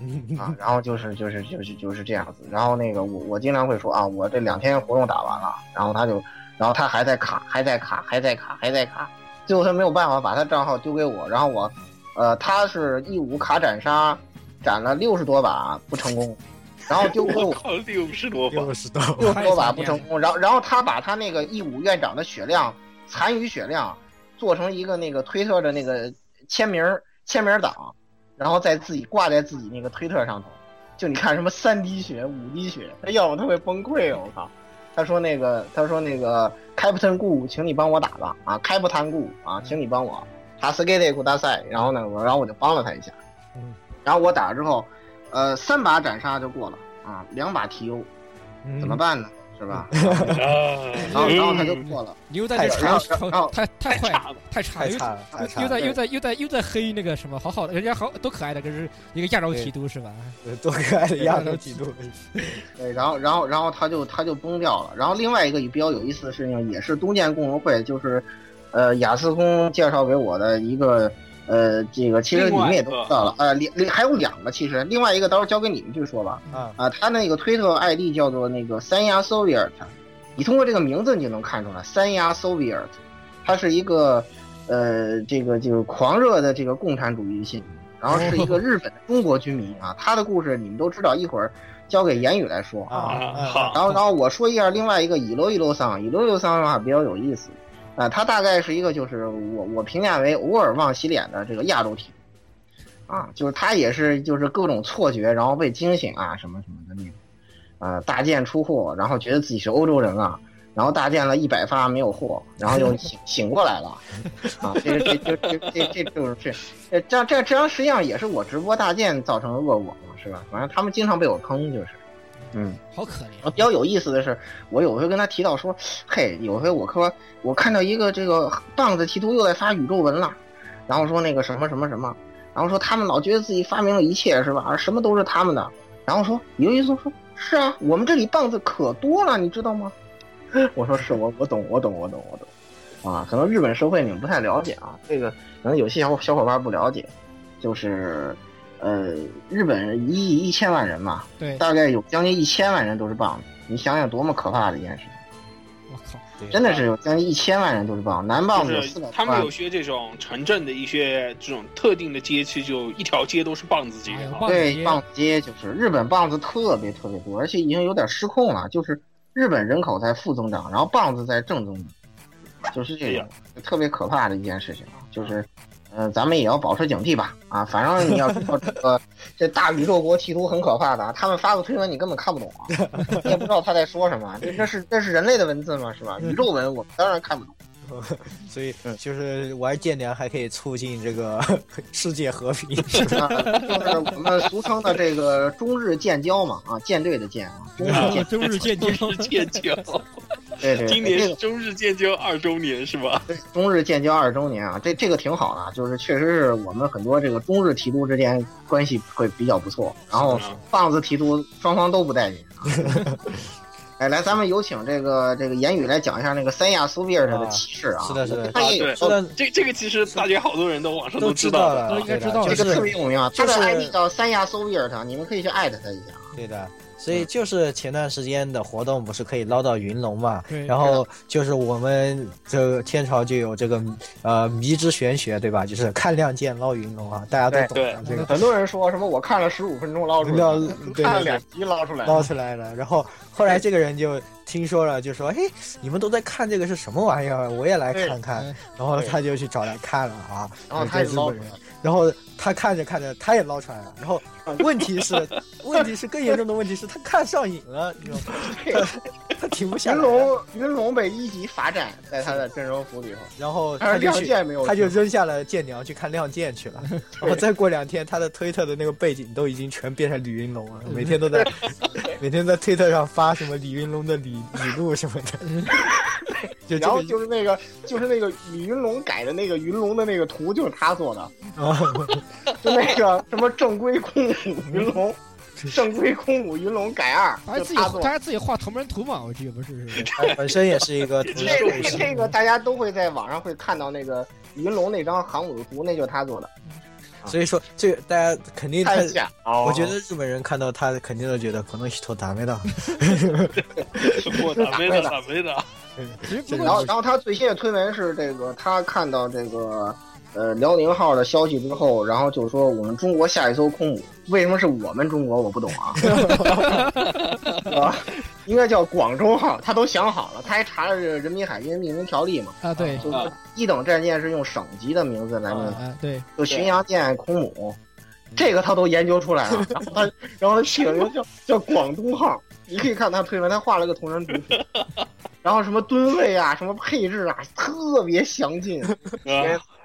嗯
啊。然后就是就是就是就是这样子。然后那个我我经常会说啊，我这两天活动打完了，然后他就，然后他还在卡，还在卡，还在卡，还在卡。最后他没有办法把他账号丢给我，然后我，呃，他是一五卡斩杀，斩了六十多把不成功，然后丢给
我
我。
靠，六十多把
又是到
六十多把不成功，然后然后他把他那个义武院长的血量，残余血量，做成一个那个推特的那个签名儿签名儿档，然后再自己挂在自己那个推特上头。就你看什么三滴血、五滴血，他要不他会崩溃，我靠！他说那个，他说那个 Captain 顾，请你帮我打吧啊，Captain 顾啊，请你帮我。他斯给得顾大赛，然后呢，我然后我就帮了他一下
嗯，
然后我打了之后，呃，三把斩杀就过了啊，两把 TU，怎
嗯
么？办呢？是吧？
啊！
然 后然后他就
嗯
过了，
你又在
太
这
差
嘲
了然后
太太坏
差了
太
太差了，又
差了，太差
又
了，
在
对
又在又在又在黑那个什么，好好的，人家好多可爱的，可是一个亚洲提督是吧？
多可爱的亚洲几度，
对，然后然后然后他就他就崩掉了。然后另外一个比较有意思的事情，也是东建共和会，就是，呃，雅思公介绍给我的一个，呃，这个其实你们也都知道了，呃，两另还有两个，其实另外一个到时候交给你们去说吧。
啊
啊，他那个推特 ID 叫做那个三牙 Soviet，你通过这个名字你就能看出来，三牙 Soviet，他是一个，呃，这个就是狂热的这个共产主义信徒，然后是一个日本的中国军民啊。他的故事你们都知道，一会儿交给言语来说
啊啊！
好
然后，然后我说一下另外一个以罗伊罗桑，以罗伊罗桑的话比较有意思，啊、他大概是一个就是我我评价为偶尔忘洗脸的这个亚洲体，啊，就是他也是就是各种错觉，然后被惊醒啊什么什么的那种，啊，大剑出货，然后觉得自己是欧洲人啊，然后大剑了一百发没有货，然后又醒醒过来了，啊，这这这这这这就是这这这这这实际上也是我直播大剑造成的恶果嘛，是吧？反正他们经常被我坑就是，嗯。
好可
然后
怜
比较有意思的是，我有回跟他提到说，嘿，有回我说我看到一个这个棒子提督又在发宇宙文了，然后说那个什么什么什么，然后说他们老觉得自己发明了一切是吧，而什么都是他们的，然后说有一说说是啊，我们这里棒子可多了，你知道吗？ 我说是我我懂我懂我懂我懂，啊，可能日本社会你们不太了解啊，这个可能有些小伙小伙伴不了解，就是呃，日本一亿一千万人嘛，
对，
大概有将近一千万人都是棒子，你想想多么可怕的一件事，情！
我靠，
真的是有将近一千万人都是棒子，男棒子有
就
四
是
百
他
多
们
万
有，些这种城镇的一些这种特定的街区，就一条街都是棒子街
哎呦
啊
棒子
对
街
棒子街就是日本棒子特别特别多，而且已经有点失控了，就是日本人口在负增长，然后棒子在正增长，就是这
哎
种特别可怕的一件事情啊，就是。嗯，咱们也要保持警惕吧。啊，反正你要知道这个这大宇宙国企图很可怕的，啊，他们发个推文你根本看不懂啊，你也不知道他在说什么。啊这这是这是人类的文字吗？是吧？宇宙文我们当然看不懂。
所以就是玩剑娘还可以促进这个 世界和平，
啊，就是我们俗称的这个中日建交嘛，啊，舰队的舰啊，中日
啊
建，
中日建交
中，日建交，
对 对，
今
对
年
这
是
个
中日建交二周年是吧？
中日建交二周年啊，这这个挺好的啊，就是确实是我们很多这个中日提督之间关系会比较不错，然后
是的啊
棒子提督双方都不待见啊。 哎，来，咱们有请这个这个言语来讲一下那个三亚苏比尔的歧视啊，
啊是的是的哦
他也有
啊对
虽然
这这个其实大家好多人都网上
都
知
知
道
道
的，
了，
都应该
对的
知道
就
了
这个特
是
别有名啊，他的
就是
ID 叫三亚苏比尔特，你们可以去艾特他一下啊。
对的，所以就是前段时间的活动不是可以捞到云龙嘛
对，
然后就是我们这个天朝就有这个呃迷之玄学，对吧？就是看亮剑捞云龙啊，大家都懂
对
的这个。
很多人说什么我看了十五分钟捞出来
捞
的，
对哦
看了
对
两集捞出来的，
捞出来了，然后后来这个人就听说了，就说：“嘿，哎你们都在看这个是什么玩意儿？我也来看看。
对”
然后他就去找来看了啊，
嗯然后他也
这是
捞
日
出
本
来
人
了。
然后他看着看着，他也捞出来了。然后问题 是，问题是更严重的问题是他看上瘾了，你知道吗？他他停不下
云
来了，
龙云龙被一级罚站在他的阵容服里头，
然后
但
他
是
就
亮
去，
剑没有出，
他就扔下了剑娘去看亮剑去了。然后再过两天，他的推特的那个背景都已经全变成李云龙了，每天都在 每天在推特上发什么李云龙的李李路什么的，就这
然后
个
就是那个就是那个李云龙改的那个云龙的那个图就是他做的，
啊，
就那个什么正规公武云龙，圣盔空舞云龙改二
大，家
就
哎自己
他做
大。家自己画同人图嘛，我记得不 是是吧？
本身也是一个图
这
对
个
视
这个大家都会在网上会看到那个云龙那张航母图，那就是他做的，
所以说这个大家肯 定他，
太假了。
我觉得日本人看到他肯定都觉得可能是头打没到。
我打没了，打没啊了。
其实不
这
然
个
过
后，然后他最新的推文是这个，他看到这个呃辽宁号的消息之后，然后就说我们中国下一艘空母，为什么是我们中国？我不懂 啊。啊，应该叫广州号，他都想好了，他还查了《人民海军命名条例》嘛，
啊对
就是
啊
一等战舰是用省级的名字来命名，
啊对，
就巡洋舰、空母，这个他都研究出来了。然后他，然后他起了一个叫叫广东号，你可以看他推文，他画了个同人图片，然后什么吨位啊，什么配置啊，特别详尽，
啊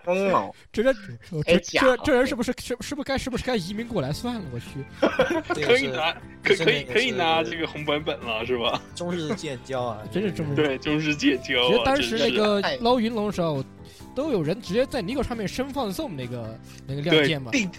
疯了。
这人我
哎
这
假
这这人是不是是是不是该是不是该移民过来算了？我去，
这
可
个
以
是
拿，可可以
这个是
可以拿这个红版本了，是吧？
中日建交啊，
真是中日
对，中日建交啊。
其实当时
真
那
是
个
哎
捞云龙的时候，都有人直接在尼狗上面生放送那个那个亮剑嘛
对。第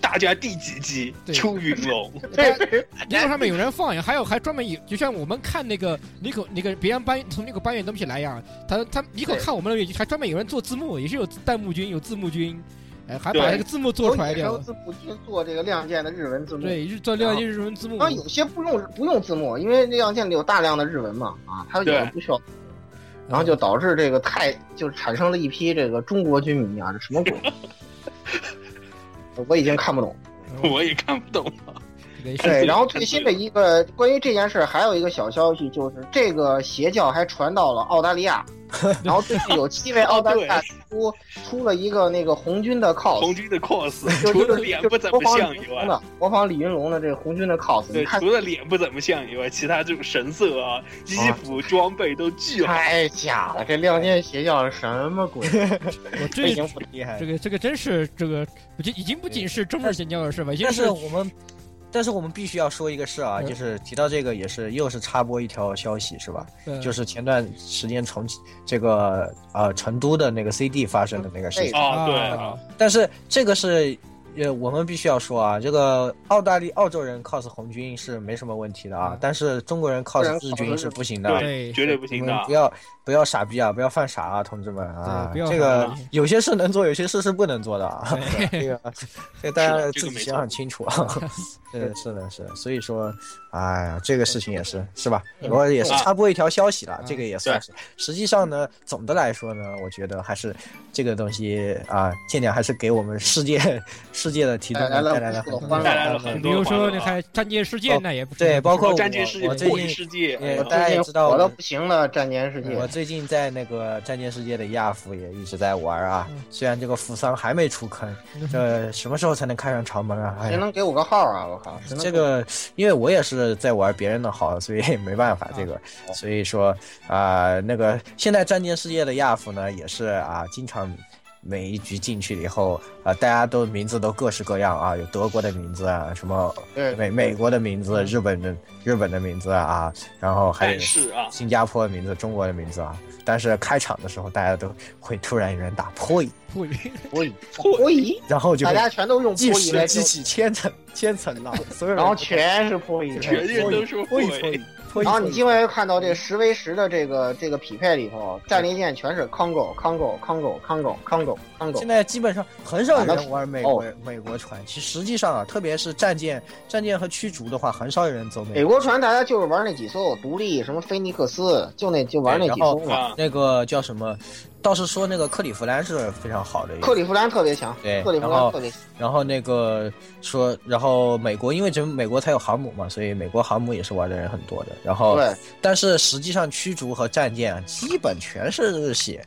大家第几集
对
出云龙？
大家尼
哎
狗上面有人放呀，还有还专门有，就像我们看那个尼狗那个别人搬从尼狗搬运东西来一样，他他尼狗
对
看我们的还专门有人做字幕，也是有弹幕君有字幕君，哎，还把
对
那个字幕做
有
出来
女
掉
生
了。
字幕去做这个亮剑的日文字幕，
对，日做亮剑日文字幕呃
然，后有些不用不用字幕，因为亮剑里有大量的日文嘛，啊，他有的
对
不需要。然后就导致这个太就产生了一批这个中国军迷啊，这什么鬼？我已经看不懂了。
呃
我也看不懂。
这个
对，
是
然后最新的一个关于这件事儿还有一个小消息，就是这个邪教还传到了澳大利 亚，然后最近有七
哦
位澳大利亚出出了一个那个红军的
红
cos，
军的 cos，
就
除
就
了
是
脸
就
不
是
怎
模
么
仿
像
李
以
云龙
外，
的，模仿李云龙的这个红军的 cos，你
对，
看
除了脸不怎么像以外，其他这种神色啊、衣服、装备都巨好。
太假了，这亮剑邪教是什么 鬼？
我
这已
这
经不
厉害
这。个这个真是这个，我觉得已经不仅是中日建交的事吧，已经
但
是
是我们，但是我们必须要说一个事儿啊，
嗯
就是提到这个也是又是插播一条消息是吧？
呃
就是前段时间重庆这个呃成都的那个 CD 发生的那个事情，
啊，对
啊
啊，
但是这个是。呃，我们必须要说啊，这个澳大利澳洲人 cos 红军是没什么问题的啊
嗯，
但是中国人 cos 日军是不行的。啊
对
绝对不
你
行
们
的
不。要不要傻逼啊，不要犯傻啊，同志们啊！
对不要
这
犯
个
傻
有些事能做，有些事是不能做的啊。
对
这 个，这大家
是的这
自
个
己
没
想
错
想清楚啊。 是的是的，是的，所以说，哎呀，这个事情也是是吧？
嗯
我也是插播一条消息了
嗯，
这个也算是。实际上呢，总的来说呢，我觉得还是这个东西啊，尽量还是给我们世界 世界的提供
带
带
来了
来了很
无数的
多
欢乐
带来
欢乐
了很
嗯比
多啊
如说
欢乐
那还战舰世界
哦
那也不
对，包
包
括我
战舰世界
我、最
破译
近
世界，哎
我
呦
大家也知道
火
我
的
们
不行了，战舰世界
我。最近在那个《战舰世界》的亚服也一直在玩啊
嗯，
虽然这个扶桑还没出坑，这什么时候才能看上长门啊？哎
谁
呀，
能给我个号啊？我靠！谁能
这
给我
个因为我也是在玩别人的号，所以也没办法这个，所以说啊、那个现在《战舰世界》的亚服呢，也是啊，经常。每一局进去以后，啊、大家都名字都各式各样啊，有德国的名字啊，什么
对
美美国的名字，日本的日本的名字啊，然后还有
嗯但是啊，
新加坡的名字、中国的名字啊，但是开场的时候大家都会突然有人打破译，
不
波移？波移？
然后就
大
会
家全都用
即
波移来
时
记
激，起千层千层 浪，所有人
然后全是波移。
全是都是
破译
会
破译破译，
然后你经常看到这十 v 十的这个这个匹配里头，战列舰全是 Congo Congo Congo Congo Congo
现
Congo，
在基本上很少有
打到
人玩美国、
哦
美国船，其实际上啊，特别是战舰、战舰和驱逐的话，很少有人走美
美国船大家就是玩那几艘独立，什么菲尼克斯，就那就玩那几艘嘛。
啊，
那个叫什么，倒是说那个克利夫兰是非常好的一个，
克利夫兰特别强，
对
克利夫
然后
兰特别强。
然后那个说，然后美国因为整美国才有航母嘛，所以美国航母也是玩的人很多的。然后
对，
但是实际上驱逐和战舰啊基本全是日系，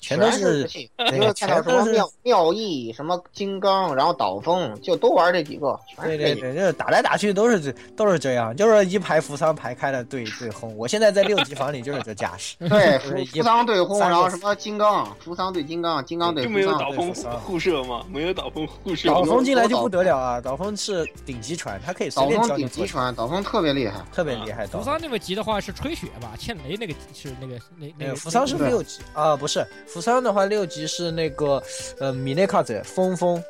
全都
是
是
日系
对
你会看到什么
全都是
妙妙翼、什么金刚，然后岛风，就都玩这几个，全
对
是
对
这几个。
对，就是打来打去都是这都是这样，就是一排扶桑排开了对对轰。我现在在六级房里就是这架 势，
对，
就是一
扶扶桑对轰，
三个
然后什么金刚，扶桑对金刚，金刚对
啊就
扶
没有
桑
导。风互射吗？没有导风互射吗。
岛
导
风进来就不得了啊！岛风是顶级船，它可以随
岛
便
风
教你
顶
做
级，船，岛风特别厉害。
特别
啊
厉害。岛
扶桑那个级的话是吹雪吧，欠雷那个是那个那那
呃，
个
扶桑是
那个
六级啊，不是是扶桑的话，六级是那个呃米内卡子风风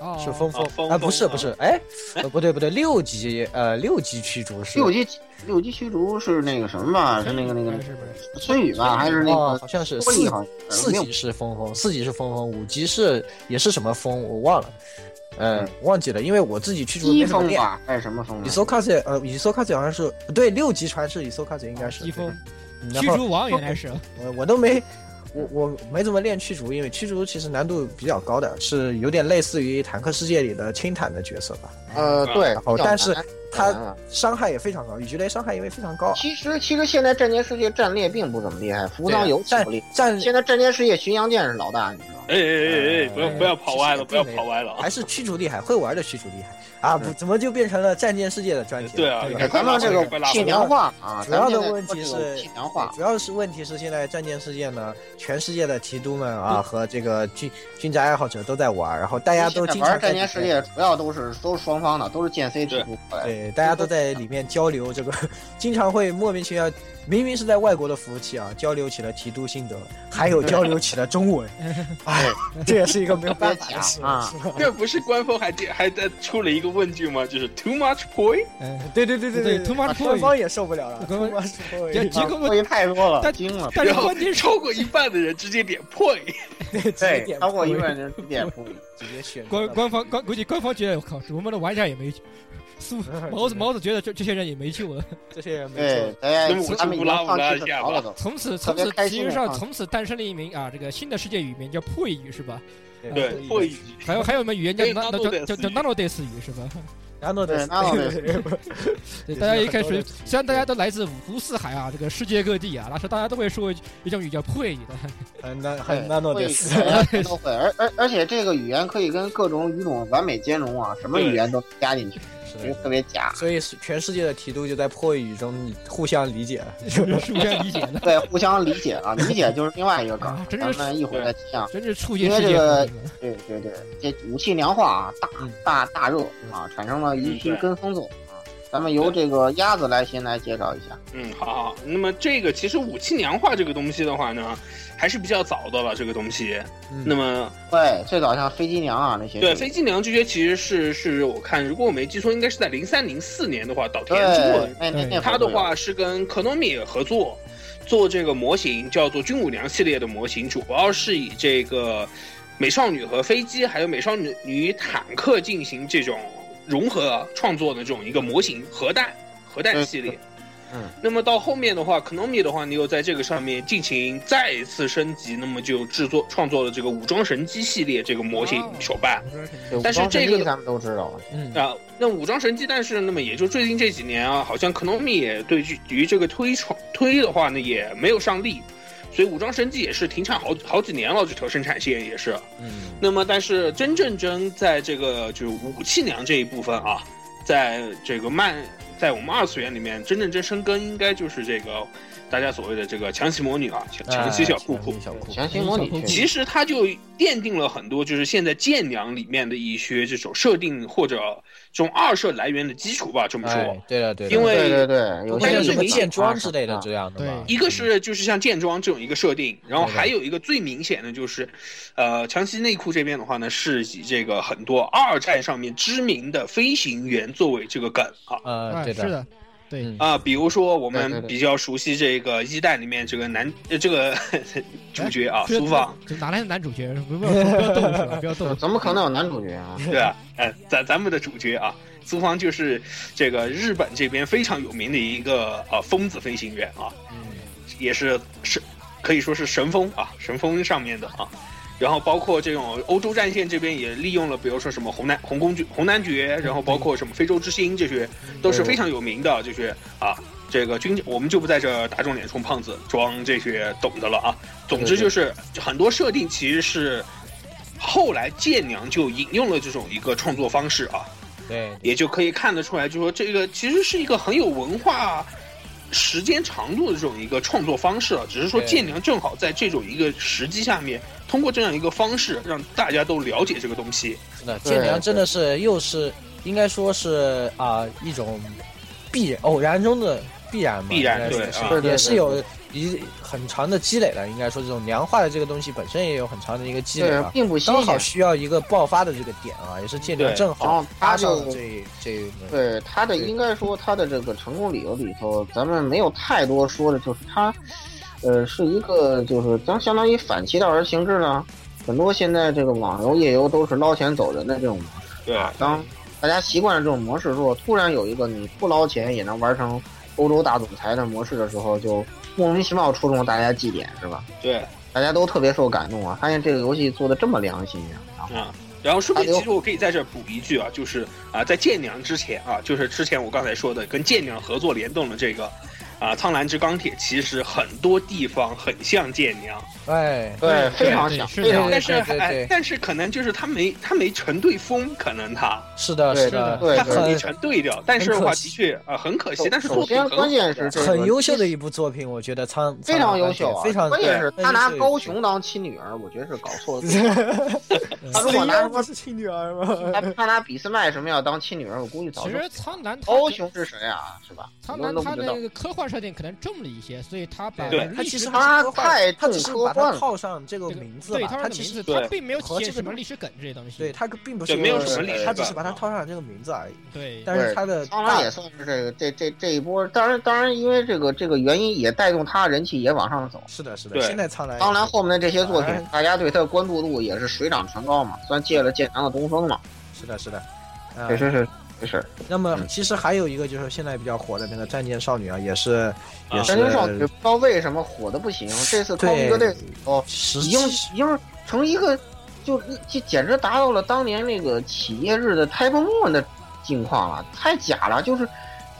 哦，
是风风
哦风
啊，不是
风
不是，哎，呃不对不对，六级呃六级驱逐是
六级六级驱逐是那个什么吧？是那个那个
是不是？
春雨吧？还是那
哦，
个
好像是
玻璃
四
好像
四
没有
级是风风，四级是风风，五级是也是什么风我忘了，嗯
嗯，
忘记了，因为我自己驱逐
机
没怎么
风
练。
吧？还是什么风
伊
呢？
索卡子呃，伊索卡子好像是对六级传是伊索卡子应该是
疾风
嗯然
驱
后
逐王原来是
我我都没，我我没怎么练驱逐，因为驱逐其实难度比较高的，是有点类似于坦克世界里的轻坦的角色吧。
呃，对
然，后，但是
它。
它伤害也非常高，羽球雷伤害因为非常高。
其实其实现在战舰世界战略并不怎么厉害，扶桑尤其
战
不厉害。
战
现在战舰世界巡洋舰是老大，你知道吗？
哎哎哎哎，不要
哎
不要跑歪了，
其实也
不
并
要
没有
跑歪了啊！
还是驱逐厉害，会玩的驱逐厉害啊！不，怎么就变成了战舰世界的专题了？
对啊，
吧
哎
咱们这
快
个
拉回
气
来
娘化啊，
主要的
咱们现在
问题是
这个气娘化。
主要是问题是现在战舰世界呢，全世界的提督们啊
嗯
和这个军军宅爱好者都在玩，然后大家都
现
经
在
常
玩
在
战
里面
舰世界，主要都是都是双方的，都是剑 C 提出过来的。啊
对，大家都在里面交流这个， 经常会莫名其妙，明明是在外国的服务器啊，交流起了提督心得，还有交流起了中 文，哎，这也是一个没有办法的事
别讲啊
是吧
这不是官方还这还在出了一个问句吗？就是 too much point，
嗯，
哎对对对
对，
对，
图马
官
破
方也受不了 了，
官方
他妈是会
结结果
过去太多了，
但
惊了。
但是
然后
关键是
超过一半的人直接点 point，
直接
对，
点
超过一
扑
万人直接扑你。
直接选
官
择
官方官估计官方觉得我靠，我们的玩家也没救苏毛子毛子觉得这这些人也没救了。
这些人没
对
错，，
大家
那么我
哎他们已
就乌拉
经
乌
放
拉
弃
一
自
下
嘲
吧
了 都。
从此
特
从
别
此
开，
其
啊
心
实
的
上
放
从此诞生了一名啊这个新的世界语言叫破语是吧？
对 point
还有还有一门语言叫
哎
那
Nano
叫
Days
叫叫 Nanodes 语是吧？
然后
对
呢，
然后呢
对，
也
大家
是
一
很
开
多
始
的
虽然大家都来自五湖四海啊，这个世界各地啊，但是大家都会说一一种语叫破语的。
很难
对
很难弄
会
的
语
死，
言都会，而而而且这个语言可以跟各种语种完美兼容啊，什么语言都加进去，
是
觉得
的。
特别假。
所以是全世界的提督就在破语中互相理解了，
是互相理解的，
对，互相理解啊，理解就是另外一个梗
啊
儿，
真
咱
是
们一会儿再讲。
真是促进
因为
世界
这个
和平了。
对对对，这武器娘化啊，大
嗯
大大热啊，产生了一批跟风作啊。咱们由这个鸭子来先来介绍一下。
嗯，好好。那么这个其实武器娘化这个东西的话呢，还是比较早的了。这个东西，
嗯
那么
对，最早像飞机娘啊那些，
对飞机娘这些其实是是我看，如果我没记错，应该是在零三零四年的话，岛田制
对
作人，
那那那会儿
他的话是跟 Konami 合作做这个模型，叫做军武娘系列的模型，主要是以这个美少女和飞机，还有美少女与坦克进行这种融合创作的这种一个模型核弹核弹系列。
嗯，
那么到后面的话，Konami 的话，你又在这个上面进行再一次升级，那么就制作创作了这个武装神机系列这个模型
哦
手办。
有
但是
光神
这个
力咱们都知道了，哎
嗯
啊，那武装神机，但是那么也就最近这几年啊，好像 Konami 也对于这个推创推的话呢，也没有上力，所以武装神机也是停产好好几年了，这条生产线也是。
嗯，
那么，但是真正真在这个就是武器娘这一部分啊，在这个漫在我们二次元里面真正真生根，应该就是这个大家所谓的这个强袭魔女啊，强强袭小库库
哎。小库库
强行模拟
小偷
其实它就奠定了很多就是现在剑娘里面的一些这种设定或者这种二设来源的基础吧，这么
哎
说。，
对的对的，
因为
对对对，有
还
些
有什
但是
么
你
剑
啊
装之类的这样的嘛，
对
嗯
一个是就是像剑装这种一个设定，然后还有一个最明显的就是，呃，强袭内裤这边的话呢，是以这个很多二战上面知名的飞行员作为这个梗啊，
呃，
哎
对
是的，对
嗯
啊，比如说我
对对
们
对
比较熟悉这个一代里面这个男呃这个 主角啊，
这
苏放，
这哪来的男主角？不不要不要动是吧？不要动。
怎么可能有男主角啊？
嗯
对啊，呃，咱咱们的主角啊，苏方就是这个日本这边非常有名的一个呃疯子飞行员啊，也是神，可以说是神风啊，神风上面的啊。然后包括这种欧洲战线这边也利用了，比如说什么红南红公爵、红男爵，然后包括什么非洲之星这些，都是非常有名的，这些啊。这个军，我们就不在这打肿脸充胖子，装这些懂的了啊。总之就是很多设定其实是后来剑娘就引用了这种一个创作方式啊，
对，
也就可以看得出来，就说这个其实是一个很有文化、时间长度的这种一个创作方式了。啊只是说
对
剑娘正好在这种一个时机下面，通过这样一个方式，让大家都了解这个东西。
是的，剑娘真的是又是应该说是啊、一种必然偶然中的必然嘛，
必然
应该说
对
是
啊
对对
也是有一很长的积累了，应该说这种娘化的这个东西本身也有很长的一个积累
对啊
了，，
并不新
刚好
鲜。
需要一个爆发的这个点啊，也是这
对
点正
然
好
后
搭
他
上了
就
这这一轮
对他的应该说他的这个成功理由里头，咱们没有太多说的，就是他，呃，是一个就是将相当于反其道而行之呢。很多现在这个网游夜游都是捞钱走人的这种
对
啊，当大家习惯了这种模式之后，突然有一个你不捞钱也能玩成欧洲大总裁的模式的时候，就莫名其妙戳中大家祭点，是吧？
对，
大家都特别受感动啊，发现这个游戏做的这么良心呀、啊！
嗯。然后顺便，
大刘
其实我可以在这儿补一句啊，就是啊，在剑娘之前啊，就是之前我刚才说的跟剑娘合作联动的这个啊，《苍蓝之钢铁》，其实很多地方很像剑娘，
哎，
对，非常
对
想，
是
非
的
常
但是
对对
哎
对，
但是可能就是他没他没成对风，可能他
是的，
对
是的，
对
他
对
很
很
没成对掉，但是的
很可
话的
惜
确啊很可惜，但是
首
作品
先
很
关键是这个
很优秀的一部作品，我觉得苍
非常优秀啊，
非常
关键是他拿高。
对
雄当亲女儿，我觉得是搞错了。
嗯
他如果拿什么，
是亲女儿吗？
他他拿俾斯麦什么要当亲女儿，我估计早
呃其
就
实苍蓝他
高雄是谁啊？是吧？
苍
很多人
蓝
都
他
不知道
那。个科幻设定可能重了一些，所以他把
对
他
历
其
史
实
这
还
他
是科幻
太
他只是把
重科幻
它
了
套上这个
个
名字
对
吧，
他
他
的
其
名字
实
对
他并没有
和
写
这个
什么
东
历史梗这些东西。
对他并不
对
是
没
有什么历史
他只是把
感
它套上了这个名字而已。
对
但是他的
苍
大
兰也算是这个这这这一波，当然当然，因为这个这个原因也带动他人气也往上走。
是的，是的，
对
现在苍兰
当然，后面的这些作品
哎，
大家对他的关注度也是水涨船高嘛，算借了剑南的东风嘛，
是的，是的，啊
确。实是，确实。
那么
嗯
其实还有一个就是现在比较火的那个《战舰少女》啊，也是
啊
也
战争少女不
是
知道为什么火的不行，这次 Call
对
of Duty 哦，
十
已
七
经已经成一个就就简直达到了当年那个企业日的 t y p e Moon 的境况了，太假了！就是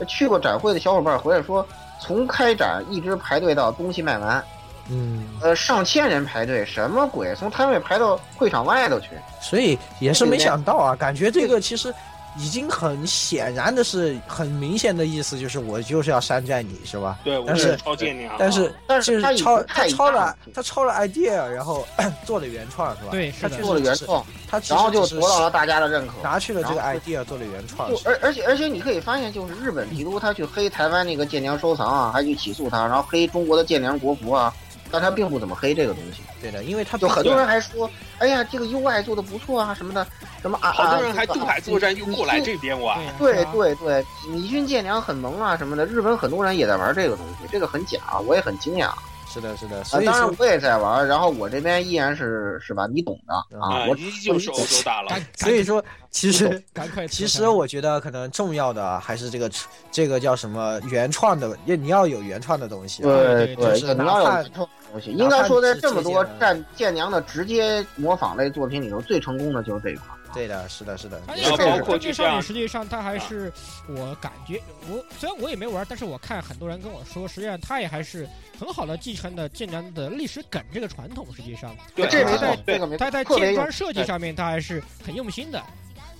去过展会的小伙伴回来说，从开展一直排队到东西卖完，
嗯，
呃，上千人排队，什么鬼？从摊位排到会场外头去。
所以也是没想到啊，感觉这个其实已经很显然的是很明显的意思，就是我就是要山寨你是吧？
对，我
但
觉得
是
超剑娘，
但是
啊但
就是
他已经
抄他
太
抄
大
了他抄了 idea，然后 做了原创是吧？
对
他确
是的
实
做了原
只是，
创，
他其实
然后就
只是
得到了大家的认可。
拿去了这个
然后
idea 做了原创
就，而而且而且你可以发现，就是日本提督他去黑台湾那个建娘收藏啊，还去起诉他，然后黑中国的建娘国服啊，但他并不怎么黑这个东西。
对的，因为他
就很多人还说，哎呀，这个 UI 做的不错啊什么的，什么啊，
好
啊
多人还
这个
渡海作战又过来这边玩，
对啊
对
是啊
对对，米军舰娘很萌啊什么的，日本很多人也在玩这个东西，这个很假，我也很惊讶。啊，
是的，是的，所以
当
说
然我也在玩，然后我这边依然是是吧，你懂的啊，
啊
我，
依旧是欧洲大佬
赶，
所以说其实。
赶快
其实我觉得可能重要的啊还是这个这个叫什么原创的，也你要有原创的东西啊。
对
对
就是
对，你
哪
要有
怕
原创的东西。
哪
应该
怕
说，在
是
这么
借
多
鉴
战舰娘的直接模仿类作品里头，最成功的就是这一款。
对的，是的，是的，
他
你
这
要
个
包
括就
这个少
像
女，实际上她还是我感觉，我虽然我也没玩，但是我看很多人跟我说，实际上她也还是很好的继承了剑娘的历史梗这个传统。实际上，
对，啊
这
个
没
没
错
错，
这
对
个没错
她，在
哎特别哎
剑
用
装设计上面，她还是很用心的，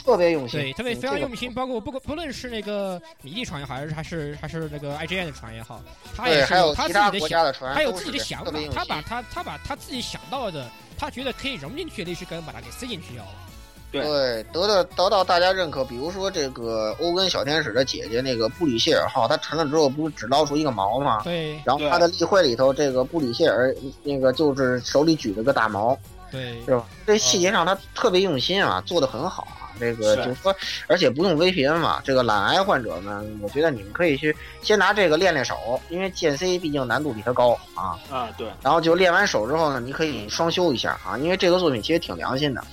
特别用心，
对，特别
嗯
非常用。
这
心。
个
包括不不论是那个米蒂船也好，还是还是还是那个 IGN 的船也好，她
对，
也是
还有
她
其
自
他
己的
国
想，
家的船，
她有自己的想
特
法
别，用
她
心。
把她她把她自己想到的，她觉得可以融进去的历史梗，把它给塞进去要了。
对，得到得到大家认可。比如说这个欧根小天使的姐姐那个布里谢尔号，她沉了之后不是只捞出一个毛吗？
对
然后她的例会里头，这个布里谢尔那个就是手里举着个大毛，
对
是吧？这细
啊
节上她特别用心啊，做的很好啊。这个
是
就是说，而且不用 VPN 嘛，这个懒癌患者们，我觉得你们可以去先拿这个练练手，因为剑 C 毕竟难度比它高啊。
啊，对，
然后就练完手之后呢，你可以双修一下啊，因为这个作品其实挺良心的，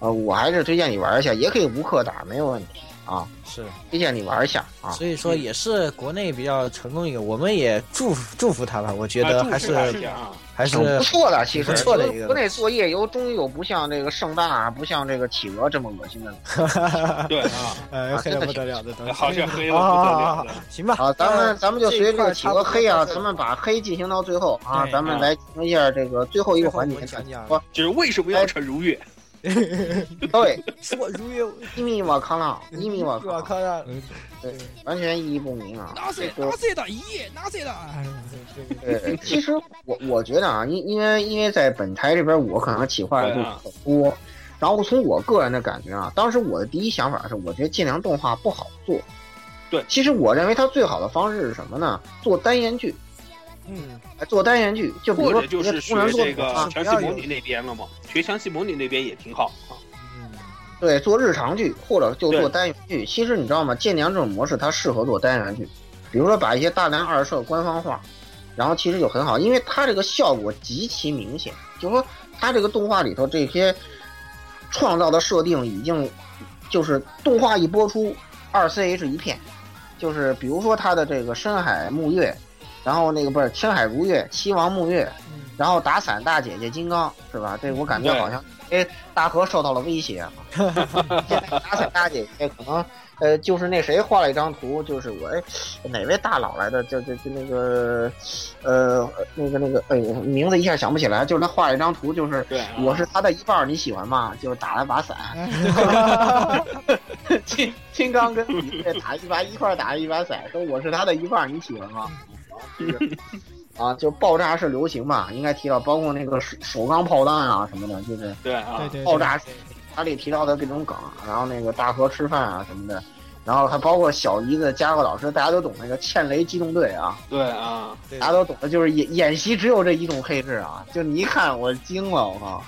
呃，我还是推荐你玩一下，也可以无氪打，没有问题啊，
是，
推荐你玩一下啊。
所以说也是国内比较成功一个，我们也祝福祝福他吧。我觉
啊
得
祝
还
福
是
他一下啊，
还是
挺不错的，其实
不错的一个
国内做夜游终于有不像这个盛大啊，不像这个企鹅这么恶心的了
对啊，
呃黑的不得了的东西。
好像黑了
好
不
好
得
好
了
好
了，
行 吧，
啊。咱们咱们就
这
随
一
着这
块
个
儿
企
差不
鹅
多
黑啊，
到这儿
咱们把黑进行到最后啊，
对
咱们
啊
来讲一下这个最后一个环
最
节
后我。讲讲
说
就是为什么要成如月？
对，
说如 月
伊米瓦康朗，伊米瓦
我
康，
靠呀！
完全意义不明啊。
纳
这
粹
个
纳粹的一夜纳粹的，哎
对，其实我我觉得啊，因因为因为在本台这边，我可能企划的就
啊
很多。然后从我个人的感觉啊，当时我的第一想法是，我觉得尽量动画不好做。
对
其实我认为它最好的方式是什么呢？做单元剧，
嗯，
来做单元剧，就比如
或
说
者就是学
不能做
这个
啊
详细模拟那边了嘛，学详细模拟那边也挺好啊。
对，做日常剧或者就做
对
单元剧。其实你知道吗？剑娘这种模式它适合做单元剧，比如说把一些大量二社官方化，然后其实就很好，因为它这个效果极其明显。就说它这个动画里头这些创造的设定已经就是动画一播出，二 CH 一片，就是比如说它的这个深海木月，然后那个不是深海如月、七王木月，
嗯
然后打伞大姐姐金刚是吧？这我感觉
对
好像哎大河受到了威胁啊。 现在打伞大姐姐可能呃就是那谁画了一张图，就是我哎哪位大佬来的？就就就那个呃那个那个哎呦名字一下想不起来，就是他画了一张图，就是
对啊
我是他的一半儿，你喜欢吗？就是打了 把伞，金金刚跟你这打一把一块儿打一把伞，说我是他的一半儿，你喜欢 吗？就是啊，就爆炸式流行嘛，应该提到，包括那个手手钢炮弹啊什么的，就是
对啊，
对对，
爆炸式，它里提到的各种梗，啊然后那个大河吃饭啊什么的，然后还包括小姨子、加贺老师，大家都懂那个欠雷机动队啊，
对啊，
大家都懂的，就是演演习只有这一种配置啊，就你一看我惊了，我 靠，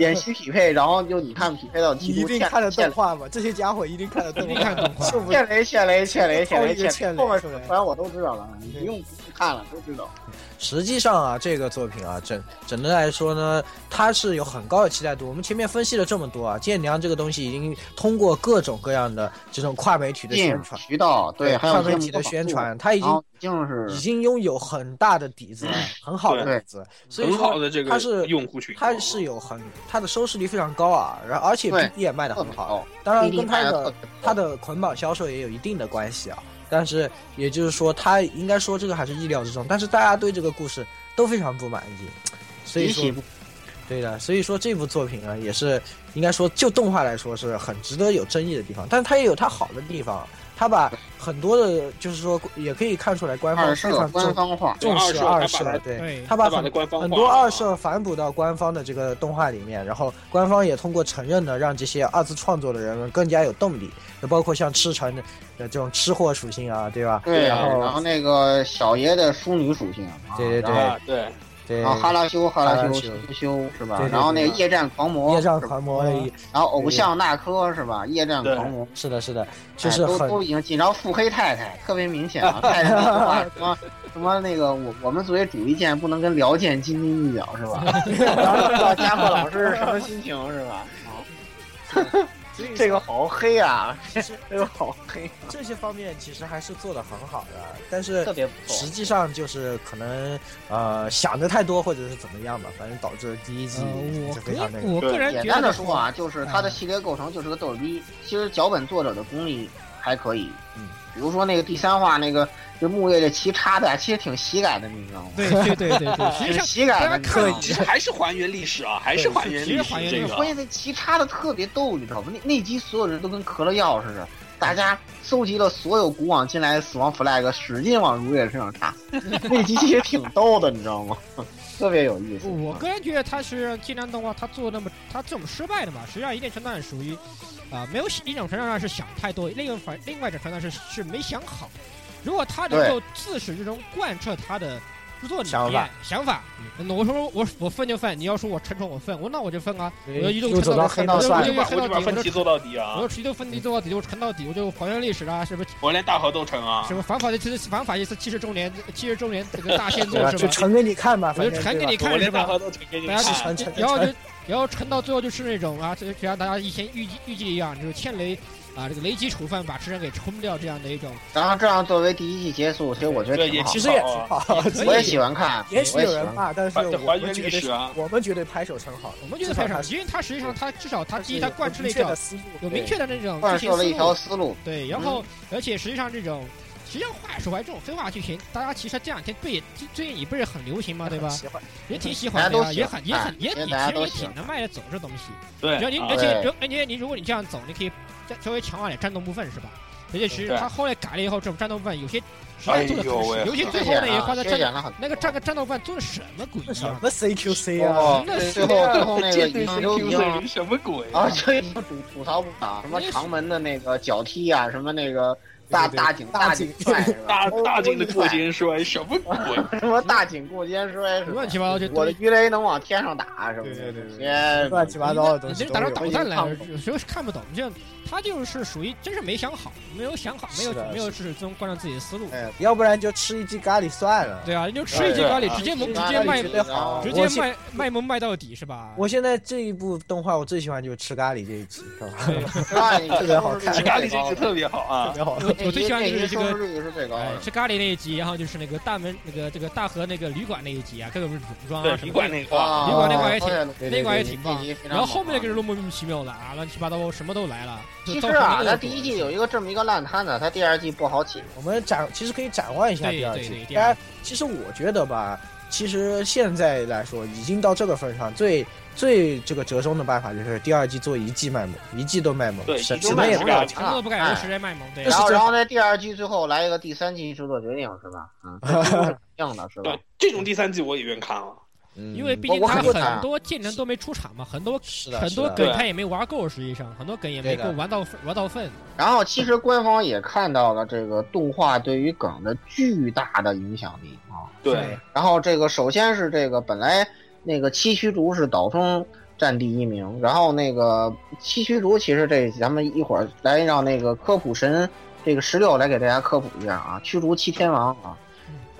演习匹配，然后就你看匹配到
你
提
一
督
定
欠
看得
欠
动画吗？这些家伙一定看得
一
动
定
画
看，动画
就。不
欠雷欠雷欠雷欠
掏
雷
一个
欠
欠
雷，
雷
后面
出来。
反我都知道了，你不用看了都知道。
实际上啊，这个作品啊，整整的来说呢，它是有很高的期待度。我们前面分析了这么多啊，剑娘这个东西已经通过各种各样的这种跨媒体的
电影
宣传，
渠道对，还有
跨
一些
媒体的
模仿
宣
度，
传，它已
然
经
后已经是
已经拥有很大的底子了，很好的
对
底子，所以
很好
说
的这
它
个
是
用户群，
它是有很它的收视率非常高啊，然后而且
对
BD 也卖的
特
很
别
好，
高，
当然
比例
跟它
卖得
的
特别
它
高
的捆绑销售也有一定的关系啊。但是也就是说，它应该说这个还是意料之中，但是大家对这个故事都非常不满意，所以
极
说
其不
对的，所以说这部作品啊，也是应该说就动画来说是很值得有争议的地方，但是它也有它好的地方，它把很多的，就是说也可以看出来官方
二
非
社
常
官
重
方化，
重视二
二社它把
社，
它
对，
对
它
他
把
把它
很
官方
很
化
多
了
二社反哺到官方的这个动画里面，然后官方也通过承认呢，让这些二次创作的人们更加有动力，也包括像赤城的呃这种吃货属性啊，对吧？
对，
然后
然后那个小爷的淑女属性，啊
对对
然后
啊，对，
对，
然后哈拉修哈拉
哈
修
拉修
修修是吧
对对？对
然后那个夜战狂魔
夜
是吧，
战狂魔也
然后偶像那科是吧？夜战狂魔，
是的，是的，就
哎
是
都
很
都已经进，然后腹黑太太特别明显 啊，太太那句话什么什么那个我我们作为主义舰不能跟辽舰斤斤计较 是吧？然后知道家伙老师是什么心情是吧？这个好黑啊，这个好黑，
这些方面其实还是做的很好的，但是
特别不错
实。际上就是可能呃想的太多或者是怎么样吧，反正导致第一季
呃，
是非常那
我
个。
我个人
简
觉
单
得
的说，啊，就是
嗯
它的系列构成就是个逗逼。其实脚本作者的功力还可以，
嗯，
比如说那个第三话那个就木叶这旗插的，啊其实挺喜感的，你知道吗？
对对对对 对，实际
挺
上
喜感的，你知道吗
其实还是还原历史啊，还是还原历史这
关
个。
键那旗插的特别逗，你知道吗？那那集所有人都跟嗑了药似的，大家搜集了所有古往今来的死亡 flag，使劲往如月身上 插。那集其实挺逗的，你知道吗？ 特别有意思。
我个人觉得他是金良动画，他做那么他这么失败的嘛，实际上一定程度上属于啊、没有一种程度上是想太多，另一反另外一种程度上是是没想好。如果他能
对
够自始至终贯彻他的制作理
想
念
法
想法，那我说我我分就分，你要说我沉重我分，我那我就分啊，
对
我就一路
又走
沉
到
到
黑
底
道算
我就我
了
就
我就把
沉
我
到
就把
底，我
分歧
就
做到底啊
我！就一头分题做到底，我就沉到底，我就还原历史啊，什么
我连大河都成啊
什！么反法西斯反法西斯七十周年七十周年这个大献
对
作
吧？
是
就
吧？
呈给你看吧，
我
反
就
正
传给你
对吧
我
看是
连大
吧？
河都成给你
大家
是传
看。
承
然后就然后沉到最后就是那种啊，就就像大家以前预计预计一样，就是欠雷啊这个雷击处分把池人给冲掉这样的一种。
然后这样作为第一季结束，其实我觉得
对
挺
也
好
其
其
实也
实也
挺
挺
好，
我也喜欢看，
哦也许
我也
有
喜
人
欢看。
骂，但是
还
我
还
们
原
觉
历
得
史啊！
我们觉得拍手称好的，
我们觉得非常
至少
因为它实际上它至少它
它
第一它贯彻了一
确的
条
思路，
有明确的那种
贯
剧情
彻了一
思路
条，思路，
对，然后而且实际上这种。实际上话说回来，这种黑化剧情，大家其实这两天不也最最近也不是很流行吗？对吧？
喜欢
也挺喜
大
欢
家都
的呀，
喜
也
欢
很也很也
哎
挺
大家
其实
都
也
喜欢
挺能卖得走这东西。
对
只要你，
啊
而且
对
而且你如果你这样走，你可以再稍微强化点战斗部分是吧？而且其实
对
他后来改了以后，这种战斗部分有些实在做的
哎呦
很
喂
屎，尤其最
缺
后那
点
一块
了，
的
缺
战
点了很多。
那个战个战斗部分做的什么鬼一
什
样？
么 CQC 啊，
哦
那，是
最后啊最后 那个
这
已
对
经
神
都已
经
经
是什么鬼
啊啊，这已经吐吐槽不少，什么长门的那个脚踢啊，什么那个大
对
大井
大
井
井
踹是吧？
大大
井
劲的过肩摔，什么鬼？
什么大井过肩摔是吧？
乱七八糟就
啊我的鱼雷能往天上打什么的，
对对对对
天
乱七八糟的东
你
西
这
都
打
有
成。导弹来了，有时候是看不懂。这样他就是属于真是没想好，没有想好，没有
是的
没有始终贯彻自己的思路。
哎，
要不然就吃一鸡咖喱算了。
对啊，你就吃一斤咖喱，直接
对
蒙，直
啊
接卖
直，接好
直
我
接
现
卖卖萌卖到底是吧？
我现在这一部动画，我最喜欢就是吃咖喱这一集，是吧？
那你
这个好看
吃咖喱这集特别好啊
特！别好。
我我最喜欢
这
就是
集
这
收
个
视率是最高
哎
的，
吃咖喱那一集，然后就是那个大门那个这个大河那个旅馆那一集啊，各种泳装
对
啊，什
旅
么
馆
的。
那个话，
旅馆那块也挺
挺
对
那
对
款也
对
挺棒
这集非，常
然后后面
棒
那个
嗯
是莫名其妙的啊，乱七八糟什么都来了。就
其
到
实
后面
啊，
又
它
多
第一季有一个这么一个烂摊子，它第二季不好起。
我们展其实可以展望一下
对
第二
对
季
对。第
当
二
然，其实我觉得吧，其实现在来说，已经到这个份上，最最这个折中的办法就是第二季做一季卖萌，一季都卖萌，
对
什
一季
什
都
么
卖
也
萌
不
呀
要
这
什么都不干，然后直接卖萌，对
这
然
是
后，
这
然后在第二季最后来一个第三季制作决定，是吧？ 嗯，一样的是吧
对？，这种第三季我也愿看啊了。
嗯
因为毕
我
竟
我
他
很不惨
很多技能都没出场嘛，很多
是的，
很多
是的
梗
对
他也没玩够，实际上很多梗也没
对
够
的
玩到玩到份。
然后其实官方也看到了这个动画对于梗的巨大的影响力啊。
对，
然后这个首先是这个本来那个七须竹是岛中占第一名，然后那个七须竹其实这咱们一会儿来让那个科普神这个十六来给大家科普一下啊，驱逐七天王啊。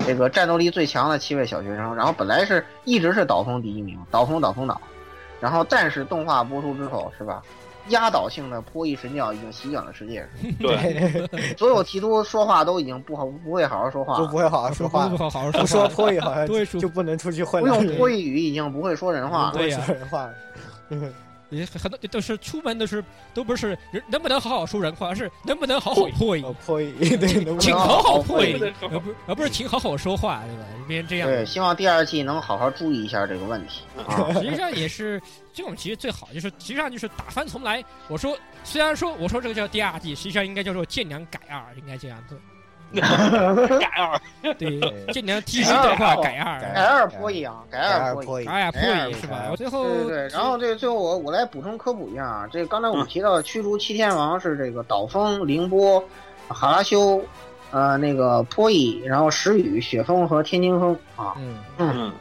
这个战斗力最强的七位小学生，然后本来是一直是岛通第一名，岛通岛通岛，然后但是动画播出之后是吧，压倒性的破译神教已经席卷了世界，
对，
所有提督说话都已经不好不会好好说话
都
了
不，会好好说话
不，好好
不说
说
破译好像
多一说
就不能出去混
不
了，
用脱译语已经不会说人话了。
对呀
不会说人话了。
也很多都是出门都是都不是人能不能好好说人话，而是能不能好好破译，
哦，破译 对，能不
请
能
好好破
对
译，而不而不是请好好说话，对吧？别人这样，
对，希望第二季能好好注意一下这个问 题啊。
实际上也是这种，其实最好就是，实际上就是打翻重来。我说，虽然说我说这个叫第二季，实际上应该叫做建良改二，应该这样做。
改二，
对，
对
建良提升的话改
改
二，
二播 一啊，改
改
二
二
播一。
破译？
哎呀破
改二
译是吧？我最后
对对对，然后这个最后我我来补充科普一下啊，这个刚才我
嗯
提到驱逐七天王是这个岛风、凌波、哈拉修，呃，那个坡伊，然后石雨、雪峰和天津风啊。
嗯
嗯，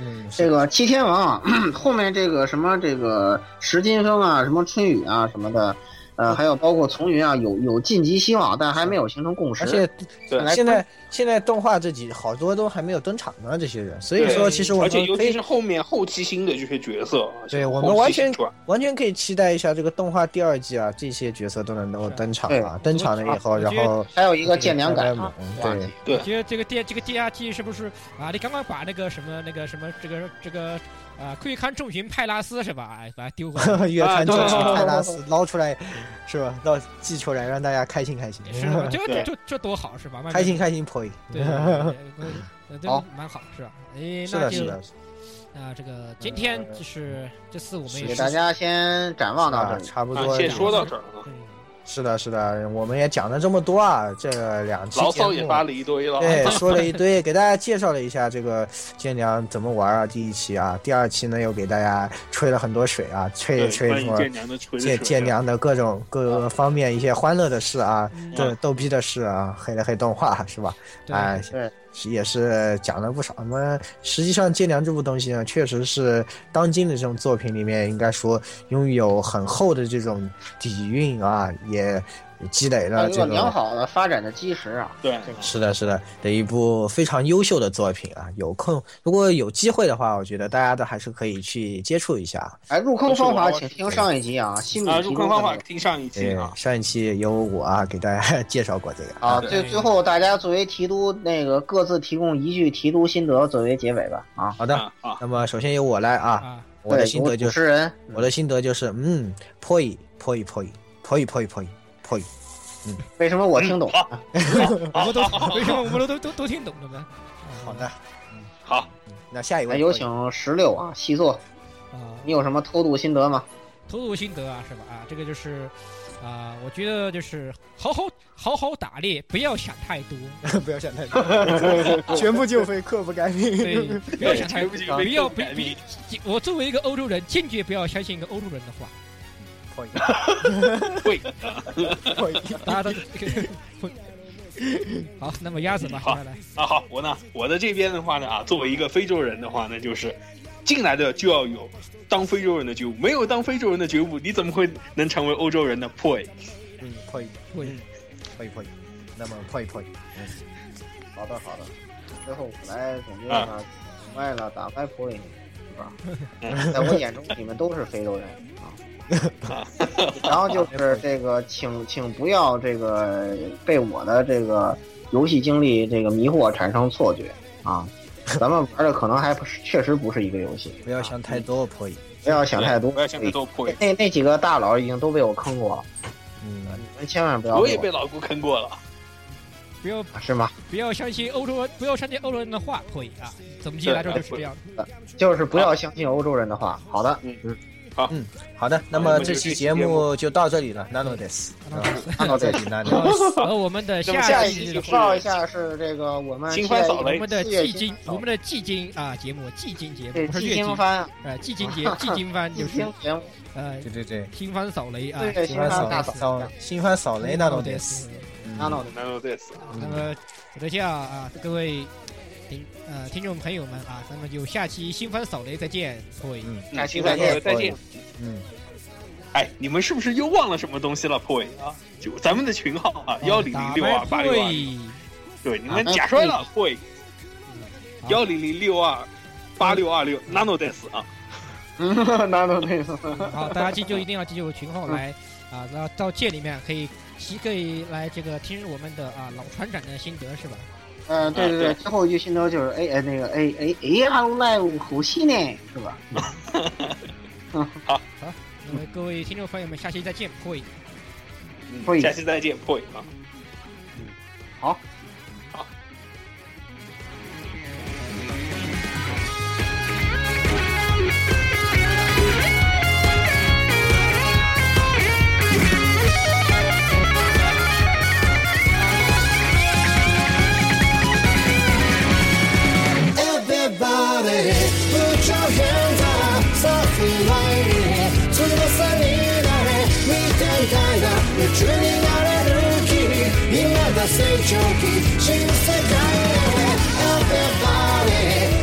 嗯，
这个七天王啊， 后面这个什么这个石金风啊，什么春雨啊什么的，呃，还有包括从云啊，有有晋级希望，但还没有形成共识。
而且
对
现在现在动画这几好多都还没有登场呢，这些人，所以说
对
其实我
而
们
且尤
可
其
以
是后面后期新的这些角色，啊
对
后期
我们完全
新出来
完全可以期待一下这个动画第二季啊，这些角色都能够
是啊
登场
对
啊，登场了以后，
我觉
然
得
后
还有一个建良
慢
感
慢
啊，
猛
忘
对
记，
我觉得这个第这个第二季是不是啊？你刚刚把那个什么那个什么这个这个啊，窥看众群派拉斯是吧？哎把它 丢过来。
月
啊
刊
对
正
对
式
对
派拉斯捞出来，是吧？到寄出来让大家开心开心，
是吧？这
对
这这这多好是吧？慢慢
开心开心破译。嗯
对，对对对对
好
蛮好是吧？哎，
是
那
的，
就是
的，
啊，这个今天就是这次我们也
给
是
大家先展望到这
啊，
里。
差不
啊，
多。
先说到这儿啊，
对
是的，是的，我们也讲了这么多啊，这两期
牢
节
骚也
目
发了一堆了，啊
对，说了一堆，给大家介绍了一下这个剑娘怎么玩啊，第一期啊，第二期呢又给大家吹了很多水啊，吹
对，
吹
关于
说
建娘的吹啊
剑剑娘的各种各个方面一些欢乐的事啊，
嗯
这逗逼的事啊，黑了黑动画是吧？
对
哎，
对
是也是讲了不少。那么实际上，《剑娘》这部东西呢，确实是当今的这种作品里面，应该说拥有很厚的这种底蕴啊，也积累
还有
了
一
这
个
个
哎良好的发展的基石啊。
对，
是的，是的，的一部非常优秀的作品啊！有空如果有机会的话，我觉得大家都还是可以去接触一下。
哎，入坑方法请听上一集啊，心理
啊，
提
入
供
坑方法
的
听上一期
对，
啊，
上一期有我啊给大家 介绍过这个。
啊。最
对
最后，大家作为提督，那个各自提供一句提督心得作为结尾吧啊。
好的，
啊啊，
那么首先由我来啊，
啊，
我的
对
心得就
主
是，
持人，
我的心得就是，嗯，破译破译破译破译破译破译破译，
为什么我
嗯
听懂？
我们都为什么我们都都都都听懂了呢？
好的，
好，
那下一
哎，
位
有
破译
请十六啊，细作，
啊，
你有什么偷渡心得吗？
投入心得啊，是吧？啊，这个就是啊，我觉得就是好好好好打猎，不要想太多，
不要想太多，全部就非刻不改
对
名。，
不要 想
啊
太多，
对
不要不
全部就被
不，我作为一个欧洲人，坚决不要相信一个欧洲人的话。
point
会
point。
大家都好，那么鸭子吧，接下来
啊，好，我呢，我的这边的话呢，啊，作为一个非洲人的话呢，就是进来的就要有当非洲人的觉悟，没有当非洲人的觉悟，你怎么会能成为欧洲人呢？Poi，
嗯，point
会
point point。那么 point point。
好的好的，最后我来总结一
啊
下，明白了，打败普里，是吧？
嗯
在我眼中，你们都是非洲 人啊。然后就是这个，请请不要这个被我的这个游戏经历这个迷惑产生错觉啊！咱们玩的可能还不是确实不是一个游戏，
不要想太多，point。
不要想太多，
不要想太多哎 Poi。
那那几个大佬已经都被我坑过了，
嗯，
你们千万不要。啊
我也被老顾坑过了，
不要
是吗？
不要相信欧洲人，不要相信欧洲人的话，会啊，总结来说就是这样。
就是不要相信欧洲人的话。好的，
好的，那么这期节目就到这里了，nano des。
看到这
这
里
里 nano。
好而我们的
那么
下
下
下
一
一
期
期
期
就
预
是
告一下是这个我们
新番扫
我
雷
们的
四月
季
新
经
番，扫
我们的季经啊节目，季经节目
对
不是
季
月经
经，番，
呃，季经节，季经番就
季
是
经节目，
呃
对对对，
新番扫雷啊，
新
对新
番
番
扫
大
雷
扫
扫新番扫雷 nano des。
看到的
难道对此？
那么，我的下啊，各位听呃听众朋友们啊，咱们就下期新番扫雷再见，会
嗯
嗯
下期
新
再
番
见
扫雷再见。
嗯，
哎，你们是不是又忘了什么东西了？Poi 啊，就咱们的群号啊，幺零零六二八六
啊
二，
呃会
对，你们假摔了 Poi，
好
幺零零六二八六二六 nano des 啊，
嗯，难道这次？
好，大家记住一定要记住群 号来啊，到到界里面可以其可以来这个听我们的啊老船长的心得是吧？
嗯，对对
啊
对，
对
最后一句心得就是哎哎那个哎哎哎还有赖五口气呢，是吧？
那么各位听众朋友们，下期再见，会。
嗯
Poi
下期再见 Poi 啊。
好。
Everybody, put your hands up, softly light it. To the sunny night, we can kind of, we're turning out a rookie. In the same choky, she's the kind of everybody.